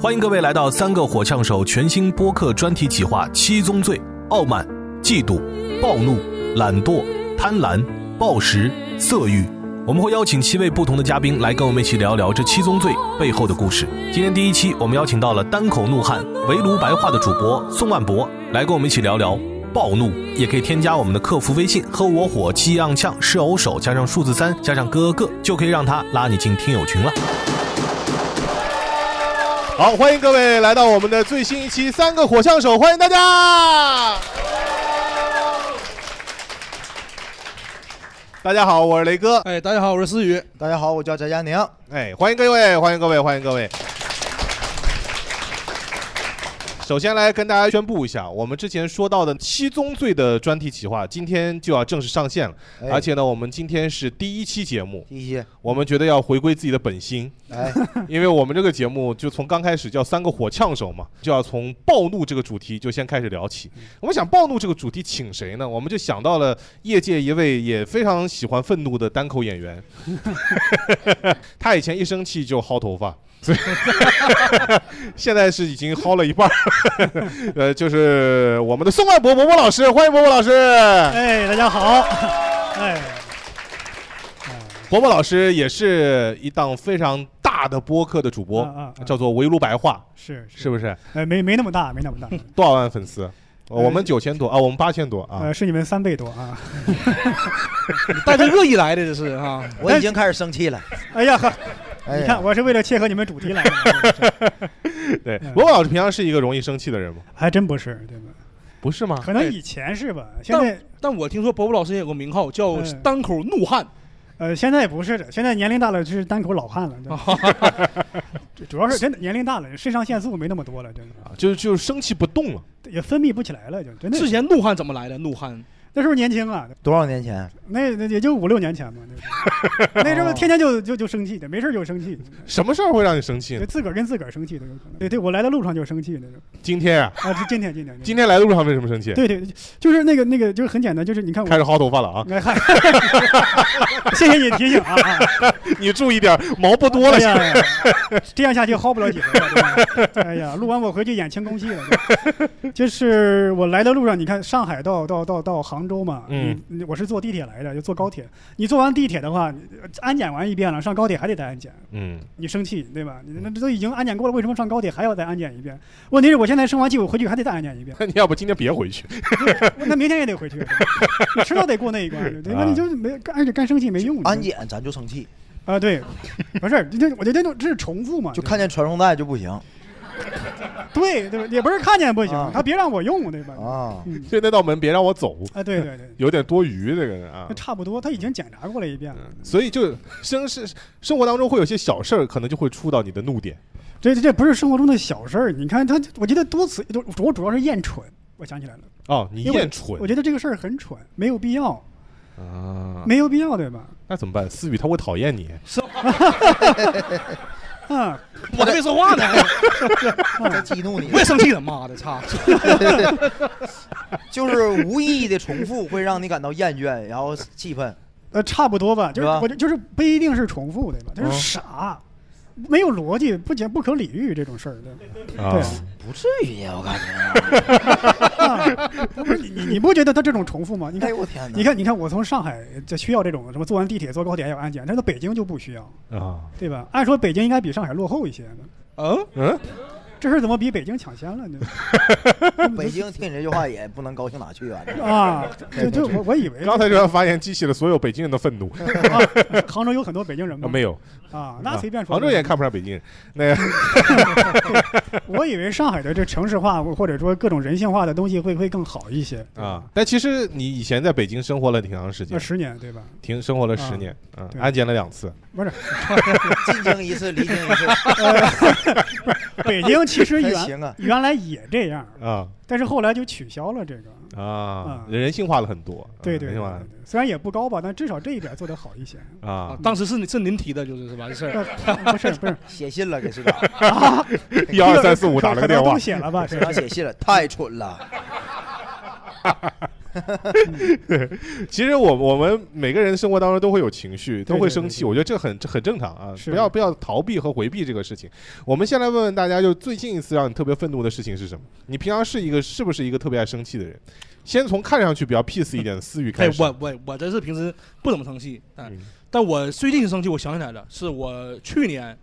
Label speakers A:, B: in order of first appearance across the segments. A: 欢迎各位来到三个火枪手全新播客专题企划《七宗罪：傲慢、嫉妒、暴怒、懒惰、贪婪、暴食、色欲》。我们会邀请七位不同的嘉宾来跟我们一起聊聊这七宗罪背后的故事。今天第一期，我们邀请到了单口怒汉、围炉白话的主播宋万博来跟我们一起聊聊暴怒。也可以添加我们的客服微信“喝我火气样呛是偶手”，加上数字三，加上哥哥，就可以让他拉你进听友群了。
B: 好，欢迎各位来到我们的最新一期《三个火枪手》，欢迎大家！大家好，我是雷哥。哎，大家好，我是思雨。大家好，我叫翟佳宁。哎，欢迎各位，欢迎各位，欢迎各位。首先来跟大家宣布一下，我们之前说到的七宗罪的专题企划，今天就要正式上线了。
C: 哎
B: 而且呢，我们今天是第一期节目，
C: 第一期，
B: 我们觉得要回归自己的本心。
C: 哎，
B: 因为我们这个节目就从刚开始叫三个火枪手嘛，就要从暴怒这个主题就先开始聊起。
D: 嗯
B: 我们想暴怒这个主题请谁呢？我们就想到了业界一位也非常喜欢愤怒的单口演 员，他以前一生气就薅头发。 所以现在是已经薅了一半儿， 呃，就是我们的宋万博博博老师，欢迎博博老师。
D: 哎，大家好。 哎，
B: 伯伯老师也是一档非常大的播客的主播，
D: 啊啊
B: 叫做围炉白话，
D: 是
B: 是不是？
D: 哎，没没那么大，没那么大，
B: 多少万粉丝？呃我们九千多啊，我们八千多啊。
D: 呃，是你们三倍多啊。
E: 带着恶意来的，这是啊！
D: 我已经
E: 开始生气了。
D: 哎呀呵，
E: 哎呀
D: 你看我是为了切合你们主 题来的，
B: 对，
D: 呃
B: 伯伯老师平常是一个容易生气的人吗？
D: 还啊真不是，对吧？
B: 不是吗？
D: 哎可能以前是吧，现在
E: 哎但但我听说伯伯老师也有个名号叫
D: 哎
E: 单口怒汉，
D: 呃，现在不是的，现在年龄大了就是单口老汉了对吧。
E: 哦
D: 主主要是真的年龄大了，肾上腺素没那么多了，真的
B: 啊就就生气不动了。
D: 也分泌不起来了，就真的。
E: 之前怒汉怎么来的？怒汉
D: 那时候年轻啊，
C: 多少年 前？
D: 那那也就五六年前
E: 哦
D: 嘛，那那时候天天就就就生气的，没事儿就生气，
B: 什么事儿会让你生气
D: 就
B: 呢？
D: 自个儿跟自个儿生气的有可能。对对，我来的路上就生气那种。
B: 今天啊，
D: 啊，这今天今天
B: 今天来路上为什么生气？
D: 对对，就是那个那个，就是很简单，就是你看我
B: 开始薅头发了啊！
D: 哎嗨， 谢谢你提醒啊！啊
B: 你注意点，毛不多了。
D: 哎呀哎呀 这样下去薅不了几回了对吧。哎呀，录完我回去演清宫戏了。对吧就是我来的路上，你看上海到到到到杭州嘛，
B: 嗯
D: 你，你我是坐地铁来的，就坐高铁。你坐完地铁的话，你安检完一遍了，上高铁还得再安检。
B: 嗯，
D: 你生气对吧？你那这都已经安检过了，为什么上高铁还要再安检一遍？问题是我现在生完气，我回去还得再安检一遍，
B: 那你要不今天别回去？
D: 那明天也得回去，你迟早得过那 一关，对吧？
B: 啊
D: 那你就是没，而且干生气没用。
C: 安检咱就生气，
D: 啊，对，不是，这我觉得这种这是重复嘛，
C: 就看见传送带就 不行
D: 对对吧？也不是看见不
C: 啊
D: 行，他别让我用，对吧？
C: 啊！
D: 嗯，
B: 就那道门别让我走，
D: 啊，对对对，
B: 有点多余这个人啊
D: 那。差不多，他已经检查过了一遍
E: 嗯
D: 了。
B: 所以就生是生活当中会有些小事儿，可能就会触到你的怒点。
D: 这这不是生活中的小事儿，你看他，我觉得多次，就我主要是厌蠢，我想起来了，
B: 哦，你
D: 因为
B: 厌蠢
D: 我觉得这个事儿很蠢，没有必 要，
B: 啊？
D: 没有必要，对吧？
B: 那怎么办？思雨他会讨厌你。
D: 啊，
E: 我还没说 话呢，
C: 再激怒你
E: 我，也生气了，妈的，操！
C: 就是无意义的重复会让你感到厌倦，然后气愤。
D: 呃，差不多吧，就
C: 是
D: 是
C: 吧
D: 我就就是不一定是重复，对吧？就是
C: 嗯
D: 傻，
E: 啊
D: 没有逻辑，不解不可理喻这种事儿，对吧？
B: 啊
D: 对，
C: 不至于呀，我感觉。
D: 啊不是你你你不觉得他这种重复吗？你
C: 哎
D: 看
C: 呦我天哪！
D: 你看，你看，我从上海这需要这种什么坐完地铁、坐高铁还有安检，但是到北京就不需要，
B: 啊，
D: 对吧？按说北京应该比上海落后一些呢，
E: 嗯，
B: 嗯，
D: 这事儿怎么比北京抢先了呢？
C: 北京听你这句话也不能高兴哪去啊！这
D: 啊，就就我我以为
B: 刚才这段发言激起了所有北京人的愤怒。
D: 啊，杭州有很多北京人
B: 啊，
D: 吗？
B: 没有，
D: 啊，那随便
B: 啊
D: 说。
B: 杭州也看不上北京人。那 个
D: 我以为上海的这城市化或者说各种人性化的东西会会更好一些
B: 啊，但其实你以前在北京生活了挺长时
D: 那
B: 间，
D: 十年对吧？
B: 挺生活了十年，啊，
D: 对
B: 安检了两次。
D: 不是，
C: 进京一次，离京一次，
D: 呃北京其 实
C: 还
D: 原
C: 行啊。
D: 原来也这样，
B: 啊
D: 但是后来就取消了这个。
B: 啊
D: 啊，
B: 人性化了很多，啊
D: 对对
B: 人
D: 对
B: 性
D: 对
B: 化了
D: 对虽然也不高吧，但至少这一点做得好一些。
B: 啊，
E: 当时是你是您提的，就是是吧？这事儿，
D: 不是不是，
C: 写信了给市长，
B: 一二三四五打了个电
D: 可
B: 话
D: 能都，写了吧？这
C: 市长写信了，太蠢了。
B: 其实我我们每个人生活当中都会有情绪，都
D: 对
B: 会
D: 对
B: 生
D: 对
B: 气，
D: 对
B: 我觉得这很这很正常啊，
D: 是
B: 不要不要逃避和回避这个事情。我们先来问问大家，就最近一次让你特别愤怒的事情是什么？你平常是一个是不是一个特别爱生气的人？先从看上去比较 peace 一点的思雨
E: 哎
B: 开，始。
E: 我我我真是平时不怎么生气，但、
B: 嗯
E: 但我最近生气，我想起来了，是我去年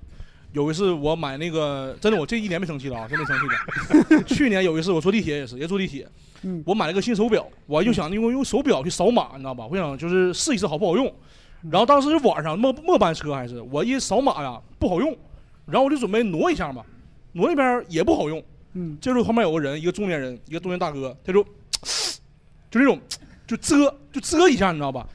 E: 有一次我买那个，真的我这一年没生气了啊，真没生气了。 去年有一次我坐地铁也是，也坐地铁，
D: 嗯
E: 我买了个新手表，我就想用用手表去扫码，你知道吧？我想就是试一试好不好用。然后当时晚上末末班车还是我一扫码呀不好用，然后我就准备挪一下嘛，挪那边儿也不好用，
D: 嗯，
E: 这时候旁边有个人，一个中年人，一个中年大哥，他就就那种就啧就啧一下，你知道吧？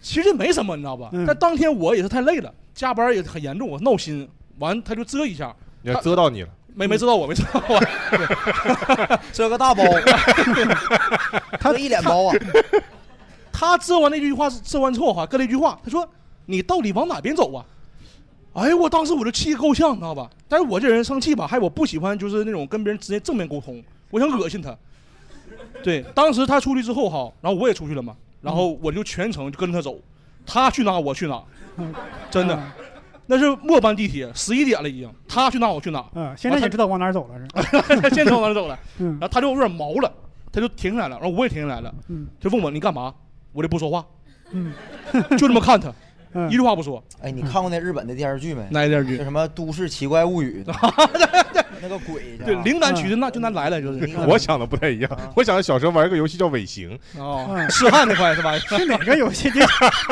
E: 其实没什么，你知道吧？
D: 嗯
E: 但当天我也是太累了，加班也很严重，我闹心，完他就啧一下，
B: 你要遮到你了，
E: 没没知道我，没知道 我，
C: 这个大 包，这一脸包啊！
E: 他啧完那句话，啧完之后哈，跟了一句话，他说：“你到底往哪边走啊？”哎呦，我当时我就气得够呛，你知道吧？但是我这人生气吧，还有我不喜欢就是那种跟别人直接正面沟通，我想恶心他。对，当时他出去之后哈，然后我也出去了嘛，然后我就全程就跟着他走，他去哪我去 哪，真的，
D: 啊
E: 那是末班地铁，十一点了已经，他去哪我去哪，
D: 啊，现在也知道往哪儿走了是吧？
E: 现在往哪走了，
D: 嗯
E: 然后他就有点毛了，他就停下来了，然后我也停下来了，
D: 嗯
E: 就问我你干嘛，我就不说话，
D: 嗯
E: 就这么看他，
D: 嗯
E: 一句话不说。
C: 哎，你看过那日本的电视剧没？
E: 哪一电视
C: 叫
E: 剧？
C: 什么《都市奇怪物 语》那个鬼，
E: 对，灵感取自那就那来了，就是
C: 嗯
B: 我想的不太一
C: 啊
B: 样。我想的小时候玩一个游戏叫尾行，
E: 哦
D: 嗯，
E: 痴汉那块是吧？
D: 是哪个游戏？你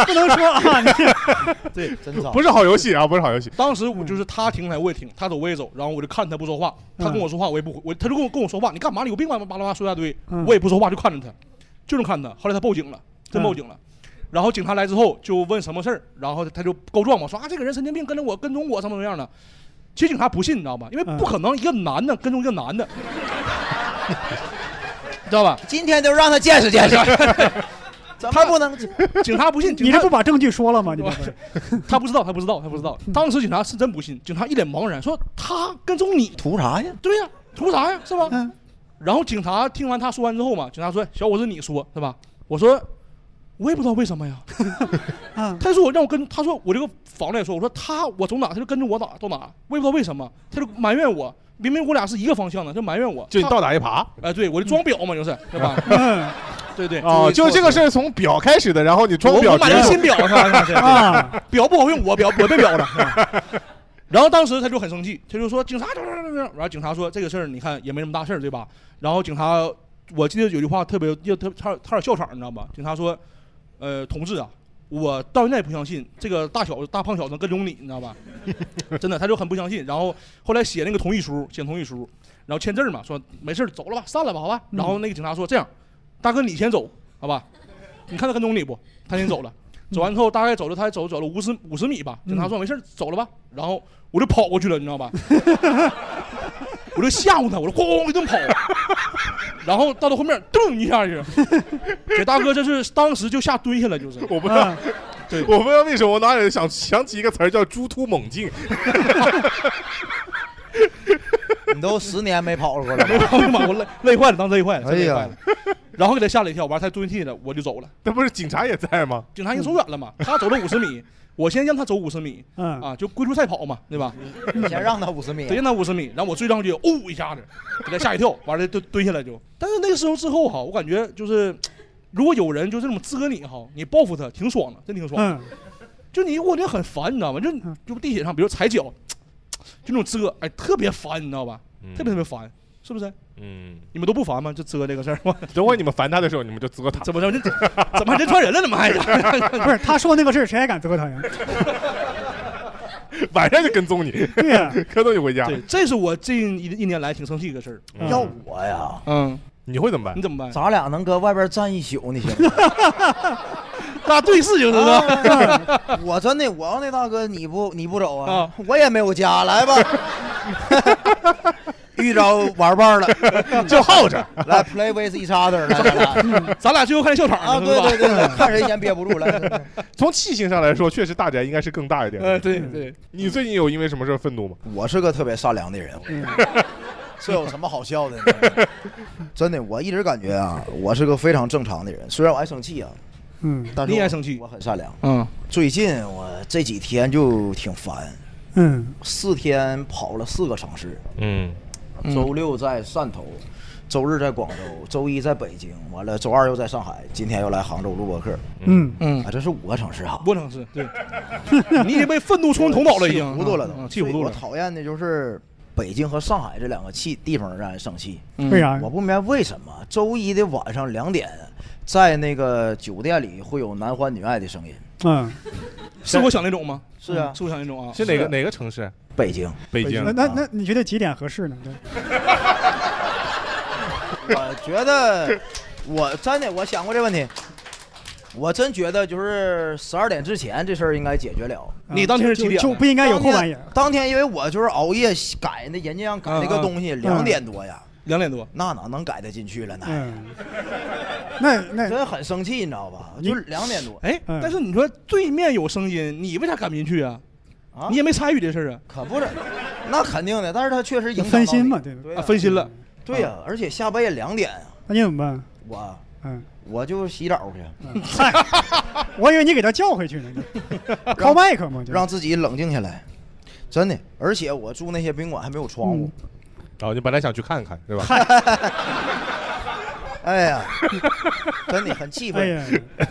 D: 不能说啊，你
C: 对， 真早。
B: 不是好游戏啊，不是好游戏。
E: 当时
D: 嗯
E: 我就是他停下来我也停，他走我也走，然后我就看他不说话，他
D: 嗯
E: 跟我说话我也不回，我他就跟我跟我说话，你干嘛？你有病吧？巴拉巴拉说一大堆，
D: 嗯
E: 我也不说话，就看着他，就这么看他。后来他报警了，真
D: 嗯
E: 报警了。然后警察来之后就问什么事儿，然后他就告状嘛，说啊这个人神经病，跟着我跟踪我什么什么样的。其实警察不信，你知道吧？因为
D: 嗯
E: 不可能一个男的跟踪一个男的，你知道吧？
C: 今天就让他见识见 识，咱们不能
E: 警察不信，警
D: 你
E: 察
D: 这不把证据说了吗？你这不嗯是
E: 他不知道，他不知道，他不知道。当时警察是真不信，警察一脸茫然，说他跟踪你，
C: 图啥呀？
E: 对呀、图啥呀，是吧？
D: 嗯
E: 然后警察听完他说完之后嘛，警察说：“小伙子，你说是吧？”我说：“我也不知道为什么 呀。
D: 啊”
E: 他说：“我让我跟他说我这个房子也说，我说他我走哪他就跟着我哪到哪，我也不知道为什么，他就埋怨我，明明我俩是一个方向的，他就埋怨我。
B: 就你
E: 他
B: 到哪一爬
E: 哎、对我就装表嘛，就是对吧？
D: 嗯
E: 对对。
B: 哦，
C: 注意措
B: 就
C: 施
B: 这个事儿从表开始的，然后你装
E: 我
B: 表
E: 我买了个
B: 直接
E: 新表 是 吧？是吧
D: 啊，
E: 表不好用，我表我被表了。 然后当时他就很生气，他就说警察，然后警察说这个事儿你看也没什么大事儿，对吧？然后警察，我记得有句话特别，特差差点笑场，你知道吧？警察说，呃，同志啊，我到现在也不相信这个大小大胖小子能跟踪你，你知 道吧？真的，他就很不相信。然后后来写那个同意书，写同意书，然后签字儿嘛，说没事儿走了吧，散了吧，好吧。
B: 嗯
E: 然后那个警察说这样，大哥你先走，好吧？你看他跟踪你不？他先走了。走完之后，大概走了，他走走了五十五十米吧。警察说没事儿，走了吧。然后我就跑过去了，你知道吧？ 我就吓唬他，我就咣咣一顿跑，然后到他后面噔一下去，这大哥这是当时就吓蹲下了，就是
B: 我不知道
D: 啊，
E: 对
B: 我不知道为什么我脑海里想想起一个词儿叫“猪突猛进
C: 你都十年没跑过了吧，
E: 没跑 嘛，我累累坏了，当时累坏了，真累
C: 哎呀
E: 坏了。然后给他吓了一跳，完他蹲地了，我就走了。”，
B: 那不是警察也在吗？
E: 警察已经走远了嘛，他走了五十米，我先让他走五十米
D: 嗯
E: 啊，就龟兔赛跑嘛，对吧？
C: 你先让他五十米
E: 得。让他五十米，然后我追上去，呜一下子，给他吓一跳，完了就蹲下来就。但是那个时候之后哈，我感觉就是，如果有人就这种滋你哈，你报复他挺爽的，真挺爽。
D: 嗯
E: 就你我觉得很烦，你知道吗？就
D: 嗯
E: 就地铁上，比如踩脚，就那种遮，哎，特别烦，你知道吧？特别特别烦，是不是？
B: 嗯，
E: 你们都不烦吗？就遮这个事儿吗？
B: 等会你们烦他的时候，你们就责他。
E: 怎么着？啊这怎么还真传人了？怎么还？
D: 不是他说那个事儿，谁还敢责他呀？
B: 晚上就跟踪你，
D: 对 呀，
B: 跟踪你回家。
E: 对，这是我近一一年来挺生气一个事儿。
B: 嗯
C: 要我呀，
E: 嗯，
B: 你会怎么办
E: 你？怎么办？
C: 咱俩能搁外边站一宿，你行吗？
E: 大对视就是吧？
C: 啊 我真的，我要那大哥你不你不走啊
E: 啊，
C: 我也没有家，来吧， 遇着玩伴了，
B: 就耗着。
C: 来 play with each other，来 来来，
E: 咱俩最后看笑场
C: 啊，
E: 了，
C: 对
E: 是吧
C: 对对，对看谁先憋不住了。
B: 从气性上来说，确实大宅应该是更大一点。嗯
E: 呃，对对，
B: 你最近有因为什么事儿愤怒吗？
C: 我是个特别善良的人，
D: 嗯
F: 这有什么好笑的呢？ 真的，我一直感觉啊，我是个非常正常的人，虽然我爱生气啊，
D: 嗯，
F: 但是
E: 你也
F: 我
E: 生气
F: 我很善良。
E: 嗯，
F: 最近我这几天就挺烦，
D: 嗯
F: 四天跑了四个城市，
B: 嗯
F: 周六在汕头，周日在广州，周一在北京，完了周二又在上海，今天又来杭州录播客。
D: 嗯，
E: 嗯
F: 啊，，这是五个城市哈，
E: 不能是对， 你已经被愤怒冲昏头脑了，已经
F: 气糊涂了都
E: 嗯，气糊涂
F: 所以我
E: 了。
F: 讨厌的就是北京和上海这两个气地方让人生气。
E: 嗯
D: 为啥？
F: 我不明白为什么周一的晚上两点，在那个酒店里会有男欢女爱的声音。
D: 嗯，
E: 是我想那种吗？
F: 是啊
E: 嗯是我想那种啊。
B: 是哪个哪个城市？
F: 北京，
B: 北京
D: 那。
E: 啊
D: 那那你觉得几点合适呢？对，
F: 我觉得我真的我想过这问题，我真觉得就是十二点之前这事儿应该解决了。
E: 啊你当天是几点
D: 就就不应该有后半夜
F: 当天。当天因为我就是熬夜改那人家让改那个东
D: 嗯
F: 西，两点多呀，
E: 啊嗯两点多，
F: 那哪能改得进去了呢？
D: 嗯，那那
F: 真很生气，你知道吧？
D: 你
F: 就是两点多，
E: 哎，
D: 嗯
E: 但是你说对面有声音，你为啥赶不进去啊？
F: 啊
E: 你也没参与这事儿啊
F: 可不是，那肯定的。但是他确实影响到
D: 分心
F: 你
D: 嘛对吧
F: 对
E: 啊，
F: 呀
E: 分心了。
F: 对呀，而且下半夜两点啊，
D: 那你怎么办？
F: 我
D: 嗯，
F: 我就洗澡去，
D: 嗨，我以为你给他叫回去呢，call back 嘛，就是
F: 让自己冷静下来，真的。而且我住那些宾馆还没有窗户，
D: 嗯
B: 然后哦你本来想去看看，对吧？
F: 哎呀，真的很气
D: 哎
F: 愤，
D: 呀，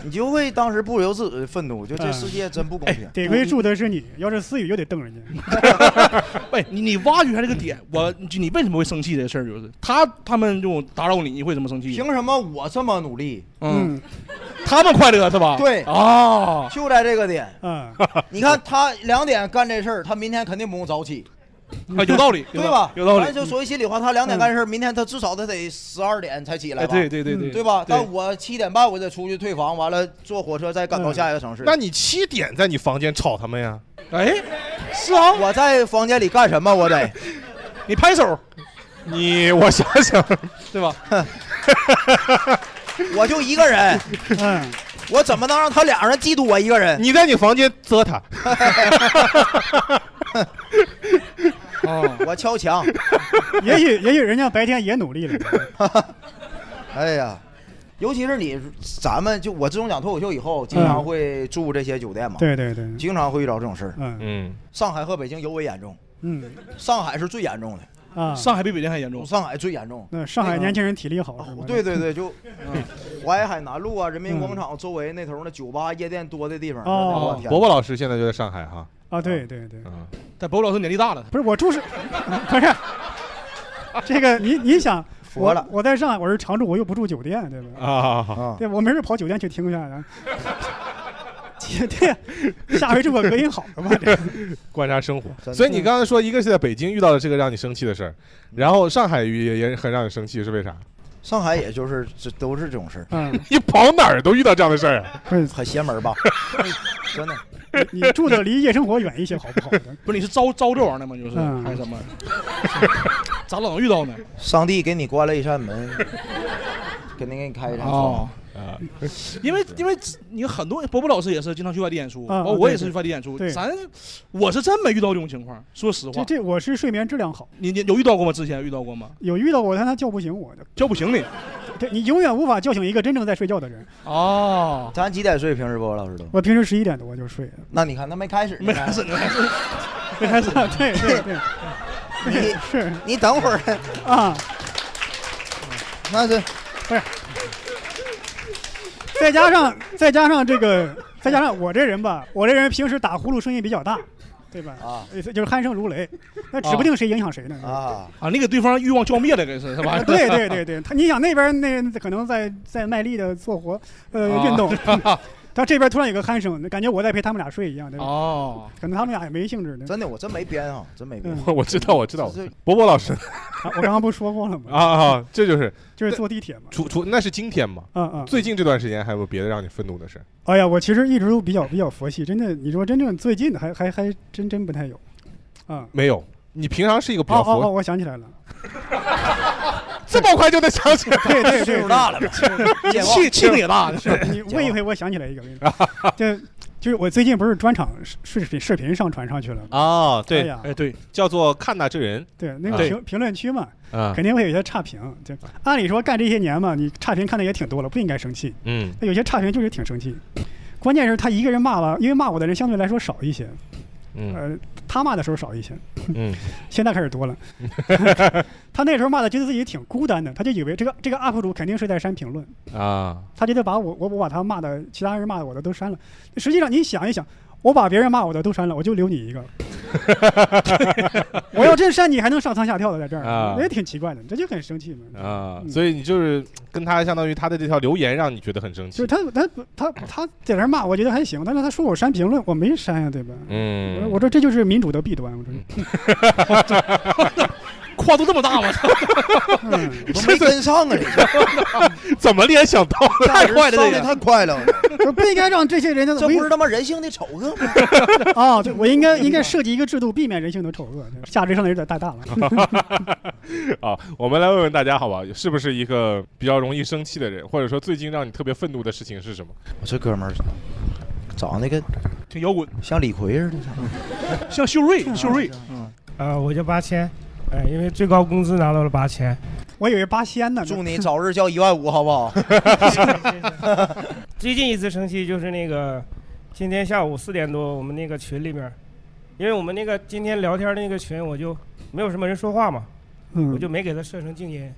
F: 你就会当时不由自主地愤怒，就这世界真不公
E: 哎
F: 平。
D: 嗯哎得亏住的是你，要是思雨就得瞪人家。
F: 嗯
E: 喂，哎你你挖掘一下这个点，我你你为什么会生气这事儿？就是他他们这种打扰你，你会怎么生气？
F: 凭什么我这么努力？
E: 嗯，，他们快乐是吧？
F: 对
E: 啊，嗯
F: 就在这个点，
D: 啊，
F: 你看他两点干这事儿，他明天肯定不用早起，
E: 啊有道 理，有
F: 对
E: 道
F: 吧？
E: 有道理
F: 咱。就说句心里话，他两点干事儿，明天他至少他得十二点才起来
E: 哎，
F: 吧？
E: 对对对对，
F: 对吧？但我七点半我得出去退房，完了坐火车再赶
E: 嗯
F: 到下一个城市。
B: 那你七点在你房间吵他们呀？
E: 哎，是啊，
F: 我在房间里干什么？我得
E: 你拍手
B: 你我想想，
E: 对吧？
F: 我就一个人，
D: 嗯，
F: 我怎么能让他俩人嫉妒我一个人？
B: 你在你房间遮他，
E: 啊，
F: 我敲 墙。
D: 也许也许人家白天也努 力了。
F: 哎呀，尤其是你，咱们就我自从讲脱口秀以后，经常会住这些酒店嘛，
D: 对对对，
F: 经常会遇到这种事儿。
D: 嗯
B: 嗯，
F: 上海和北京尤为严重，
D: 嗯
F: 上海是最严重的，
D: 啊，
E: 上海比北京还严重。
F: 上海最严重。
D: 那上海年轻人体力好是吧？
F: 哦对对对，就
E: 嗯
F: 淮海南路啊、人民广场周围那头那酒吧、夜店多的地方，
D: 哦
F: 我天
B: 伯伯老师现在就在上海哈，
D: 啊，对对对，
B: 嗯，
E: 但博老师年纪大了，
D: 不是我住是，不是这个你你想，
F: 服
D: 我
F: 了
D: 我在上海我是常住，我又不住酒店，对
C: 嗯
D: 吧？
B: 啊，
F: 啊！
D: 对，我没事跑酒店去听一下。然后 对，下回住我隔音好的嘛。这
B: 观察生活。
F: 的
B: 所以你刚才说，一个是在北京遇到了这个让你生气的事
C: 嗯
B: 儿，然后上海也也很让你生气，是为啥？
F: 上海也就是这都是这种事儿，
D: 嗯，
B: 你跑哪儿都遇到这样的事儿啊，
E: 嗯
D: 不是
F: 很邪 门吧？真的，
D: 你住的离夜生活远一些，好不好？
E: 不是你是招招这玩意儿的吗？就是
D: 嗯
E: 还是什么？咋老能遇到呢？
F: 上帝给你关了一扇门，肯定给你开一扇
E: 哦
F: 窗。，
B: 啊
E: 因为因为你很多伯伯老师也是经常去外地演出，
D: 啊啊
E: 包括我
D: 对
E: 也是
D: 对
E: 去外地演出
D: 对，
E: 咱 我是真没遇到这种情况。说实
D: 这
E: 话，
D: 这我是睡眠质量好，
E: 你你有遇到过吗？之前遇到过吗？
D: 有遇到过，但他叫不醒我的。
E: 叫不醒你
D: 对你永远无法叫醒一个真正在睡觉的人。
E: 哦，
F: 咱几点睡？平时播老师都？
D: 我平时十一点多就睡了。
F: 那你看他没开始，
E: 没开始，没开 始，啊
D: 对对对对，
F: 你
D: 是
F: 你等会儿，
D: 啊，
F: 那是
D: 再加上再加上这个，再加上我这人吧，我这人平时打呼噜声音比较大，对吧？
F: 啊
D: 呃就是鼾声如雷，那
B: 哦
D: 指不定谁影响谁呢。
F: 啊，
E: 啊！你给对方欲望浇灭了，给是是吧？
D: 啊对对对对，他你想那边那可能在在卖力的做活呃运动，
B: 哦
D: 他这边突然有个鼾声，感觉我在陪他们俩睡一样，对吧？
E: 哦，
D: 可能他们俩也没兴致呢。
F: 真的我真没编啊，真没编
D: 嗯。
B: 我 我知道，我 知道，
F: 这
B: 伯伯老师
D: 啊我刚刚不说过了吗？
B: 啊啊，这就是
D: 就是坐地铁嘛。
B: 除除那是今天嘛？
D: 啊啊！
B: 最近这段时间还有别的让你愤怒的事儿？
D: 哎呀，我其实一直都比较比较佛系，真的，你说真正最近的还还还真真不太有。啊、
B: 没有，你平常是一个比
D: 哦
B: 较
D: 哦哦，
B: 佛
D: 我想起来了，
B: 这么快就能想起来？
D: 对对对，
E: 气气气力也大
D: 是你问一回，我想起来一个，我跟 你说就就是我最近不是专场视视频视频上传上去了吗？
B: 啊，
D: 哎
B: 对
D: 呀，
E: 对，
B: 叫做看那这人
D: 对，那个
B: 啊对
D: 评评论区嘛，
B: 啊
D: 肯，定会有一些差评。就按理说干这些年嘛，你差评看的也挺多了，不应该生气。
B: 嗯
D: 那有些差评就是挺生气，关键是他一个人骂吧，因为骂我的人相对来说少一些，
B: 嗯
D: 呃，他骂的时候少一些，
B: 嗯，
D: 现在开始 多了。他那时候骂的觉得自己挺孤单的，他就以为这个这个 UP 主肯定是在删评论，
B: 啊，
D: 他觉得把我我我把他骂的其他人骂的我的都删了。实际上你想一想，我把别人骂我的都删了，我就留你一个。 我要真删你，还能上蹿下跳的在这儿，
B: 啊
D: 那也挺奇怪的，这就很生气嘛。
B: 啊，
D: 嗯
B: 所以你就是跟他相当于他的这条留言让你觉得很生
D: 就
B: 气
D: 是。他他他他在那儿骂，我觉得还行，但是他说我删评论，我没删呀、对吧？我说
B: 嗯
D: 我，说这就是民主的弊端，我说，
E: 跨度这么大吗？
D: 嗯，
F: 我没跟上啊，这
B: 怎么联想到了？
F: 太
E: 快了这
F: 上
E: 也
F: 的太快了，
D: 我不应该让这些人家
F: 这不是
D: 道
F: 他妈人性的丑恶吗？
D: 啊，对，我应该应该设计一个制度，避免人性的丑恶，下追上的有点太大了。
B: 啊，我们来问问大家好吧，是不是一个比较容易生气的人，或者说最近让你特别愤怒的事情是什么？
F: 我这哥们儿长得跟
E: 挺摇滚，
F: 像李逵似的，
E: 像秀瑞，秀瑞，嗯
G: 呃，我就八千，哎、因为最高工资拿到了八千。
D: 我以为八仙呢，
F: 祝 你早日交一万五，好不好？
G: 最近一次生气就是那个，今天下午四点多，我们那个群里面，因为我们那个今天聊天那个群，我就没有什么人说话嘛，我
D: 嗯
G: 就没给他设成静音。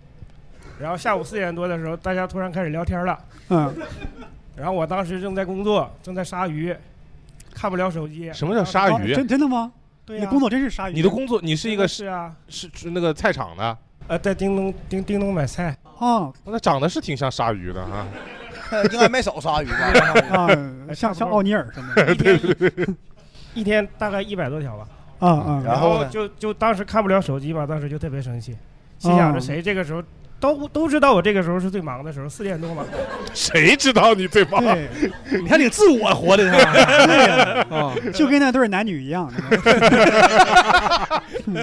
G: 然后下午四点多的时候，大家突然开始聊天了，
D: 嗯，
G: 然后我当时正在工作，正在杀鱼，看不了手机。
B: 什么叫鲨鱼？啊
D: 真真的吗？
G: 对
D: 你
G: 呀、
D: 工作真是鲨鱼？
B: 你的 工作，你是一个是
G: 是啊，
B: 是是那个菜场的，
G: 呃，在叮咚叮叮咚买菜。
D: 啊
B: 那长得是挺像鲨鱼的啊。
F: 应该没少鲨鱼吧？
D: 啊，
G: 哎
D: 像像奥尼尔什么
G: 一
D: 的
G: 天一天大概一百多条吧，
D: 啊啊
F: 然
G: 然
F: 后
G: 后
F: 呢
G: 就就当时看不了手机嘛，当时就特别生气，心
D: 哦
G: 想着谁这个时候都都知道我这个时候是最忙的时候，四点多 嘛，
B: 谁知道你对吧？
D: 对，
E: 你还挺自我活的是吧，啊，
D: 就跟那对男女一样，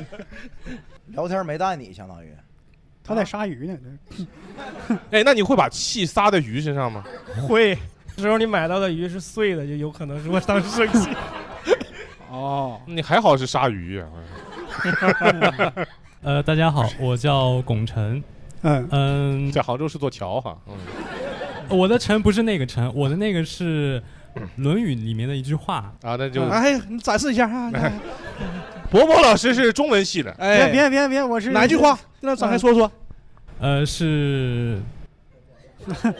F: 聊天没带你，相当于
D: 他在鲨鱼呢。
B: 哎，那你会把气撒在鱼身上吗？
G: 会。时候你买到的鱼是碎的，就有可能是我当时生气。
E: 哦，
B: 你还好是鲨鱼 啊，
H: 呃，大家好，我叫龚晨。
D: 嗯，
H: 嗯，
B: 在杭州是座桥哈。嗯
H: 我的晨不是那个晨，我的那个是《论语》里面的一句话。
B: 啊，那就
E: 哎，你展示一下啊，
B: 伯伯老师是中文系的，
E: 哎，
D: 别别别别，我是
E: 哪一句话？让展开说说，
H: 呃，是
D: 嗯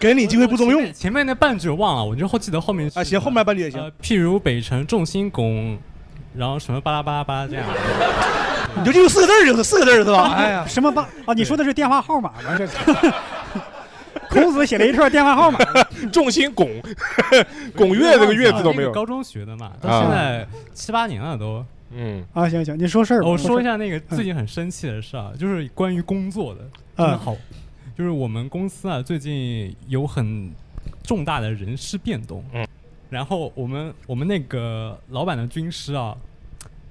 E: 给你机会不中用
H: 前面那半句忘了，我就后记得后面是
E: 啊，行，后面半句也行，
H: 呃，譬如北辰众星拱，然后什么巴拉巴拉巴拉这样。
E: 你就记住四个字儿就是四个字儿是吧？哎呀，
D: 什么吧？啊，你说的是电话号码吗？这是。 孔子写了一串电话号码，
B: 重心拱拱月这个月字都没
H: 那
B: 有
H: 个。高中学的嘛，到现在七八年了都。
B: 嗯，
D: 啊，行行，你说事嗯儿吧。
H: 我说一
D: 下，
H: 下那个最近很生气的事啊，就是关于工作的，真
D: 嗯
H: 的好，就是我们公司啊最近有很重大的人事变动，
B: 嗯
H: 然后我们我们那个老板的军师啊，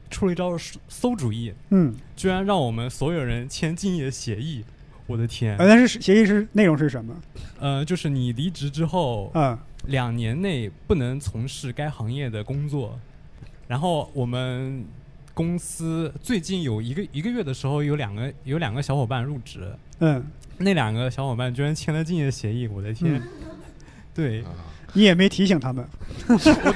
H: 出了一招馊馊主意，
D: 嗯，
H: 居然让我们所有人签竞业协议，我的天，
D: 呃但是协议是内容是什么？
H: 呃，就是你离职之后
D: 嗯，
H: 两年内不能从事该行业的工作。然后我们公司最近有一个一个月的时候，有两个有两个小伙伴入职，
D: 嗯，
H: 那两个小伙伴居然签了竞业协议，我的天！ 对
D: 你也没提 醒他们。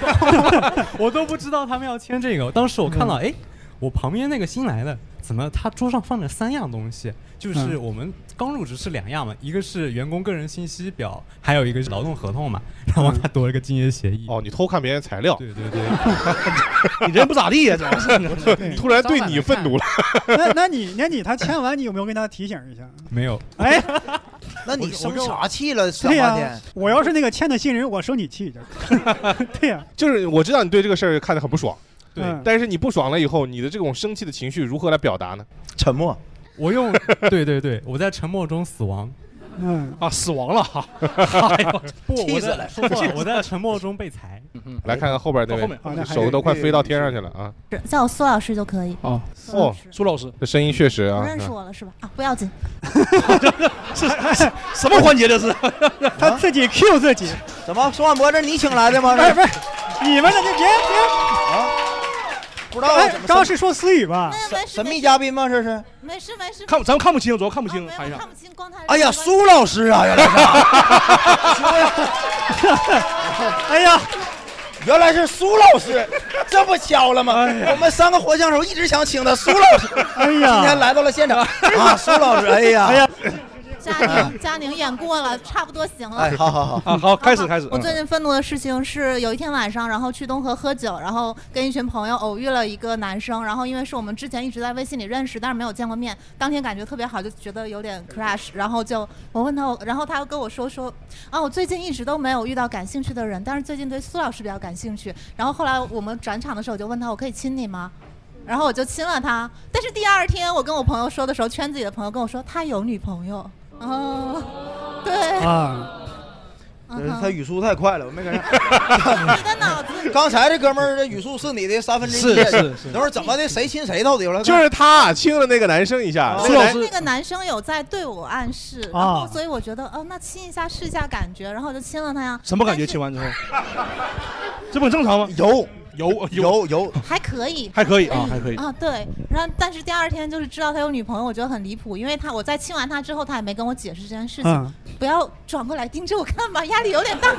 H: 我都不知道他们要签这个，当时我看
D: 嗯
H: 到，哎、我旁边那个新来的。怎么他桌上放着三样东西？就是
D: 嗯
H: 我们刚入职是两样嘛，一个是员工个人信息表，还有一个是劳动合同嘛。然后他多了个竞业协议。
B: 哦，你偷看别人材料，
H: 对对对，
E: 你人不咋地 呀，主要是
D: 对
B: 突然对你愤怒了。
D: 那那你那你他签完，你有没有跟他提醒一下？
H: 没有，
D: 哎，
F: 那你生啥气了？想
D: 对
F: 半
D: 呀
F: 天，，
D: 我要是那个签的新人，我生你气。对呀，
B: 就是我知道你对这个事儿看得很不爽，
H: 对
D: 嗯
B: 但是你不爽了以后，你的这种生气的情绪如何来表达呢？
F: 沉默。
H: 我用对对对，我在沉默中死亡。
D: 嗯
E: 啊，死亡了哈！哎呦
H: 不，我
F: 气死
H: 在
F: 了
H: 说错了，我在沉默中被裁。
I: 嗯
B: 来看看后 边那
E: 到后面
D: 好
B: 位，
D: 的
B: 手都快飞到天上去了啊！
J: 叫我苏老师就可以。
E: 啊，
J: 苏老
B: 哦，
J: 师
E: 苏老师
B: 这声音确实啊
J: 不，认识我了是吧？啊，不 要紧，
E: 什么环节这是？
D: 他自己 Q 自己，
F: 啊 怎么宋万博这是你请来的吗？啊
D: 哎，不是，你们的就别别，
F: 不知道
D: 哎
F: 怎，么
D: 刚刚是说思雨吧？
J: 没
F: 神
J: 没事
F: 神
J: 没
F: 秘
J: 事
F: 嘉宾 吗？这是？
J: 没事没事，
E: 看咱们看不清，主要看不清，
J: 啊
E: 看
J: 没
E: 一
J: 有
E: 下
J: 看。不清，光他
F: 哎呀，苏老师啊，原来是，
D: 哎呀，
F: 原来是苏老师，这不巧了吗？我们三个火枪手一直想请的苏老师，
D: 哎
F: 今天
D: 呀，
F: 来到了现场啊，苏老师，哎 呀，
D: 哎呀，
J: 佳宁佳宁演过了，差不多行了。
F: 哎，好好好，
E: 啊，好，开始开始。
J: 我最近愤怒的事情是，有一天晚上，然后去东河喝酒，然后跟一群朋友偶遇了一个男生，然后因为是我们之前一直在微信里认识，但是没有见过面，当天感觉特别好，就觉得有点 crush，然后就我问他，我然后他又跟我说说，啊，我最近一直都没有遇到感兴趣的人，但是最近对苏老师比较感兴趣，然后后来我们转场的时候，我就问他，我可以亲你吗？然后我就亲了他，但是第二天我跟我朋友说的时候，圈子里的朋友跟我说他有女朋友，哦，对，
D: 啊，
J: 嗯哼
F: 他语速太快了，我没跟上。
J: 你的脑子
F: 刚才这哥们儿的语速是你的三分之一，
E: 是是是
F: 等会儿怎么的，谁亲谁到底 了？
B: 就是他啊亲了那个男生一下，
E: 哦
B: 那
F: 啊
B: 个男
J: 那个男生有在对我暗示，
D: 啊
J: 然后所以我觉得，哦，那亲一下试一下感觉，然后我就亲了他呀。
E: 什么感觉？
J: 但是
E: 亲完之后，这不很正常吗？
F: 有
E: 有有，
F: 有有，
J: 还可以。
E: 还可以啊，还可以。
J: 啊，对，然后但是第二天就是知道他有女朋友，我觉得很离谱，因为他我在亲完他之后，他也没跟我解释这件事情，
D: 嗯，
J: 不要转过来盯着我看吧，压力有点大。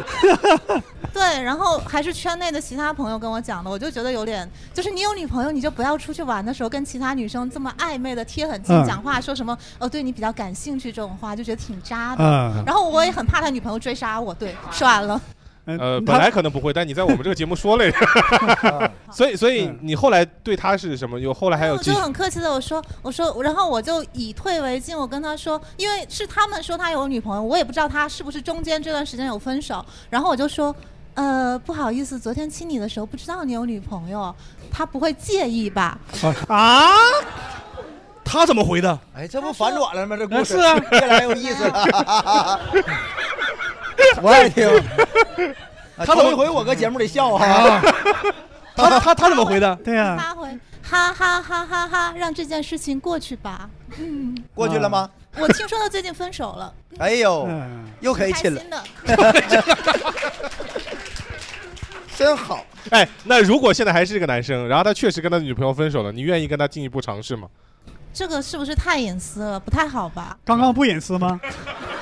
J: 对，然后还是圈内的其他朋友跟我讲的，我就觉得有点，就是你有女朋友，你就不要出去玩的时候跟其他女生这么暧昧的贴很近
D: 嗯
J: 讲话，说什么哦对你比较感兴趣这种话，就觉得挺渣的。
D: 嗯，
J: 然后我也很怕他女朋友追杀我，对，说完了，
B: 呃，
D: 嗯他啊
B: 本来可能不会，但你在我们这个节目说 了一下， 所以所以
D: 嗯
B: 你后来对他是什么？有后来还有
J: 我
B: 继
J: 就
B: 续
J: 很客气的我说，我说，然后我就以退为进，我跟他说，因为是他们说他有女朋友，我也不知道他是不是中间这段时间有分手，然后我就说，呃，不好意思，昨天亲你的时候不知道你有女朋友，他不会介意吧？
D: 啊，
E: 他怎么回的？
F: 哎，这不反转了吗？这故事
E: 是啊
F: 越来越有意 思了。我 爱听。啊
E: 他怎么啊
F: 头一回我搁节目里笑哈，
E: 他他他怎么回的？啊
D: 对呀，
J: 他会哈哈哈哈哈，让这件事情过去吧。
F: 过去了吗？
J: 我听说他最近分手了，
F: 哎呦，
D: 嗯，
F: 又可以
J: 开
F: 亲了，
J: 心的。
F: 真好。
B: 哎，那如果现在还是个男生，然后他确实跟他女朋友分手了，你愿意跟他进一步尝试吗？
J: 这个是不是太隐私了？不太好吧？
D: 刚刚不隐私吗？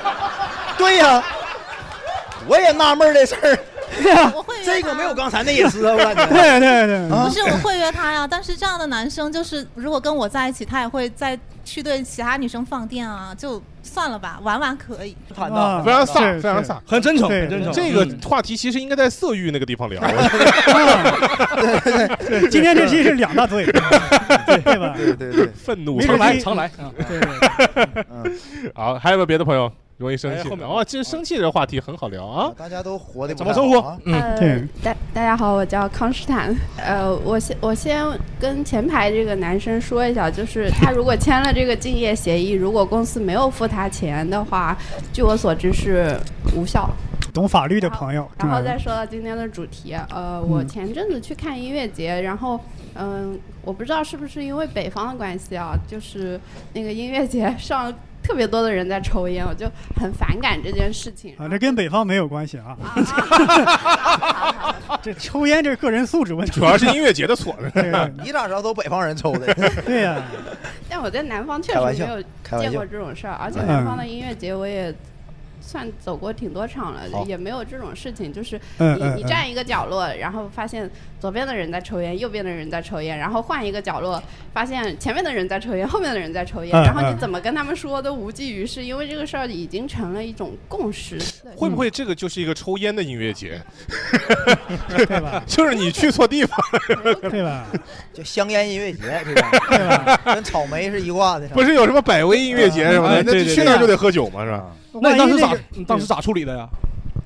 F: 对呀，我也纳闷儿这事儿，
J: 我会约
F: 这个
J: 他
F: 没有刚才那隐私啊，我感 觉。
D: 对对对，
F: 啊
J: 不是我会约他呀，但是这样的男生就是，如果跟我在一起，他也会再去对其他女生放电啊，就算了吧，玩玩可以。
F: 坦
D: 啊
F: 荡，
B: 非常
D: 是
B: 飒，
D: 是
B: 非常飒。
E: 很真诚，
D: 对
E: 很真诚。
B: 这
E: 嗯
B: 个话题其实应该在色欲那个地方 聊，
D: 今天这期是两大罪，对 吧？
F: 对对对，
B: 愤怒
D: 没。
E: 常
D: 准
E: 来
D: 儿
E: 常来啊！
B: 嗯
D: 对对，
F: 嗯，
B: 好，还有没有别的朋友容易生
E: 哎
B: 气
E: 后
B: 的？
E: 面
B: 哦，这生气这话题很好聊啊。
F: 大家都活得
E: 怎么生活
F: 啊
E: 嗯
D: 对
K: 呃，大大家好，我叫康斯坦。 呃，我先我先跟前排这个男生说一下，就是他如果签了这个竞业协议，如果公司没有付他钱的话，据我所知是无效。
D: 懂法律的朋友，
K: 然后
D: 对
K: 再说到今天的主题，呃，我
D: 嗯
K: 前阵子去看音乐节，然后嗯、我不知道是不是因为北方的关系啊，就是那个音乐节上特别多的人在抽烟，我就很反感这件事情。
D: 啊，这跟北方没有关系啊，
K: 啊
D: 这抽烟这是个人素质问题，
B: 主要是音乐节的错，
D: 对对
F: 你咋知道都北方人抽的？
D: 对呀，
K: 但我在南方确
F: 开玩
K: 实
F: 笑
K: 没有
F: 开玩
K: 见
F: 笑
K: 过，这种事儿，而且
D: 嗯
K: 南方的音乐节我也算走过挺多场了，
F: 好
K: 也没有这种事情，就是你、
D: 嗯嗯
K: 你
D: 嗯，
K: 站一个角落，然后发现左边的人在抽烟，右边的人在抽烟，然后换一个角落，发现前面的人在抽烟，后面的人在抽烟，
D: 嗯
K: 然后你
D: 嗯
K: 怎么跟他们说都无济于事，因为这个事儿已经成了一种共识。对
B: 会不
D: 嗯
B: 会这个就是一个抽烟的音乐节？
D: 对吧？
B: 就是你去错地方。
D: 对吧？
F: 就香烟音乐节，这个
D: 对吧？啊
F: 跟草莓是一挂的。
B: 不是有什么百威音乐节
F: 嗯
B: 什么的，
E: 哎
B: 那
E: 对对
B: 去那儿就得喝酒嘛，是吧？
E: 那你当时
D: 万一那
E: 咋
D: 个？
E: 你当时咋处理的 呀？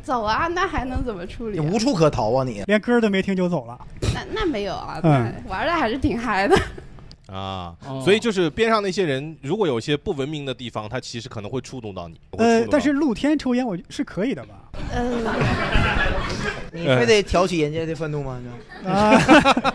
K: 走啊，那还能怎么处理
F: 你
K: 啊、
F: 无处可逃啊！你
D: 连歌都没听就走了，
K: 那那没有啊，
D: 嗯
K: 那玩的还是挺嗨的。
B: 啊
E: 哦，
B: 所以就是边上那些人，如果有些不文明的地方，他其实可能会触动到你。
D: 呃，但是露天抽烟我是可以的吧？
F: 你非得挑起人家的愤怒吗？
D: 啊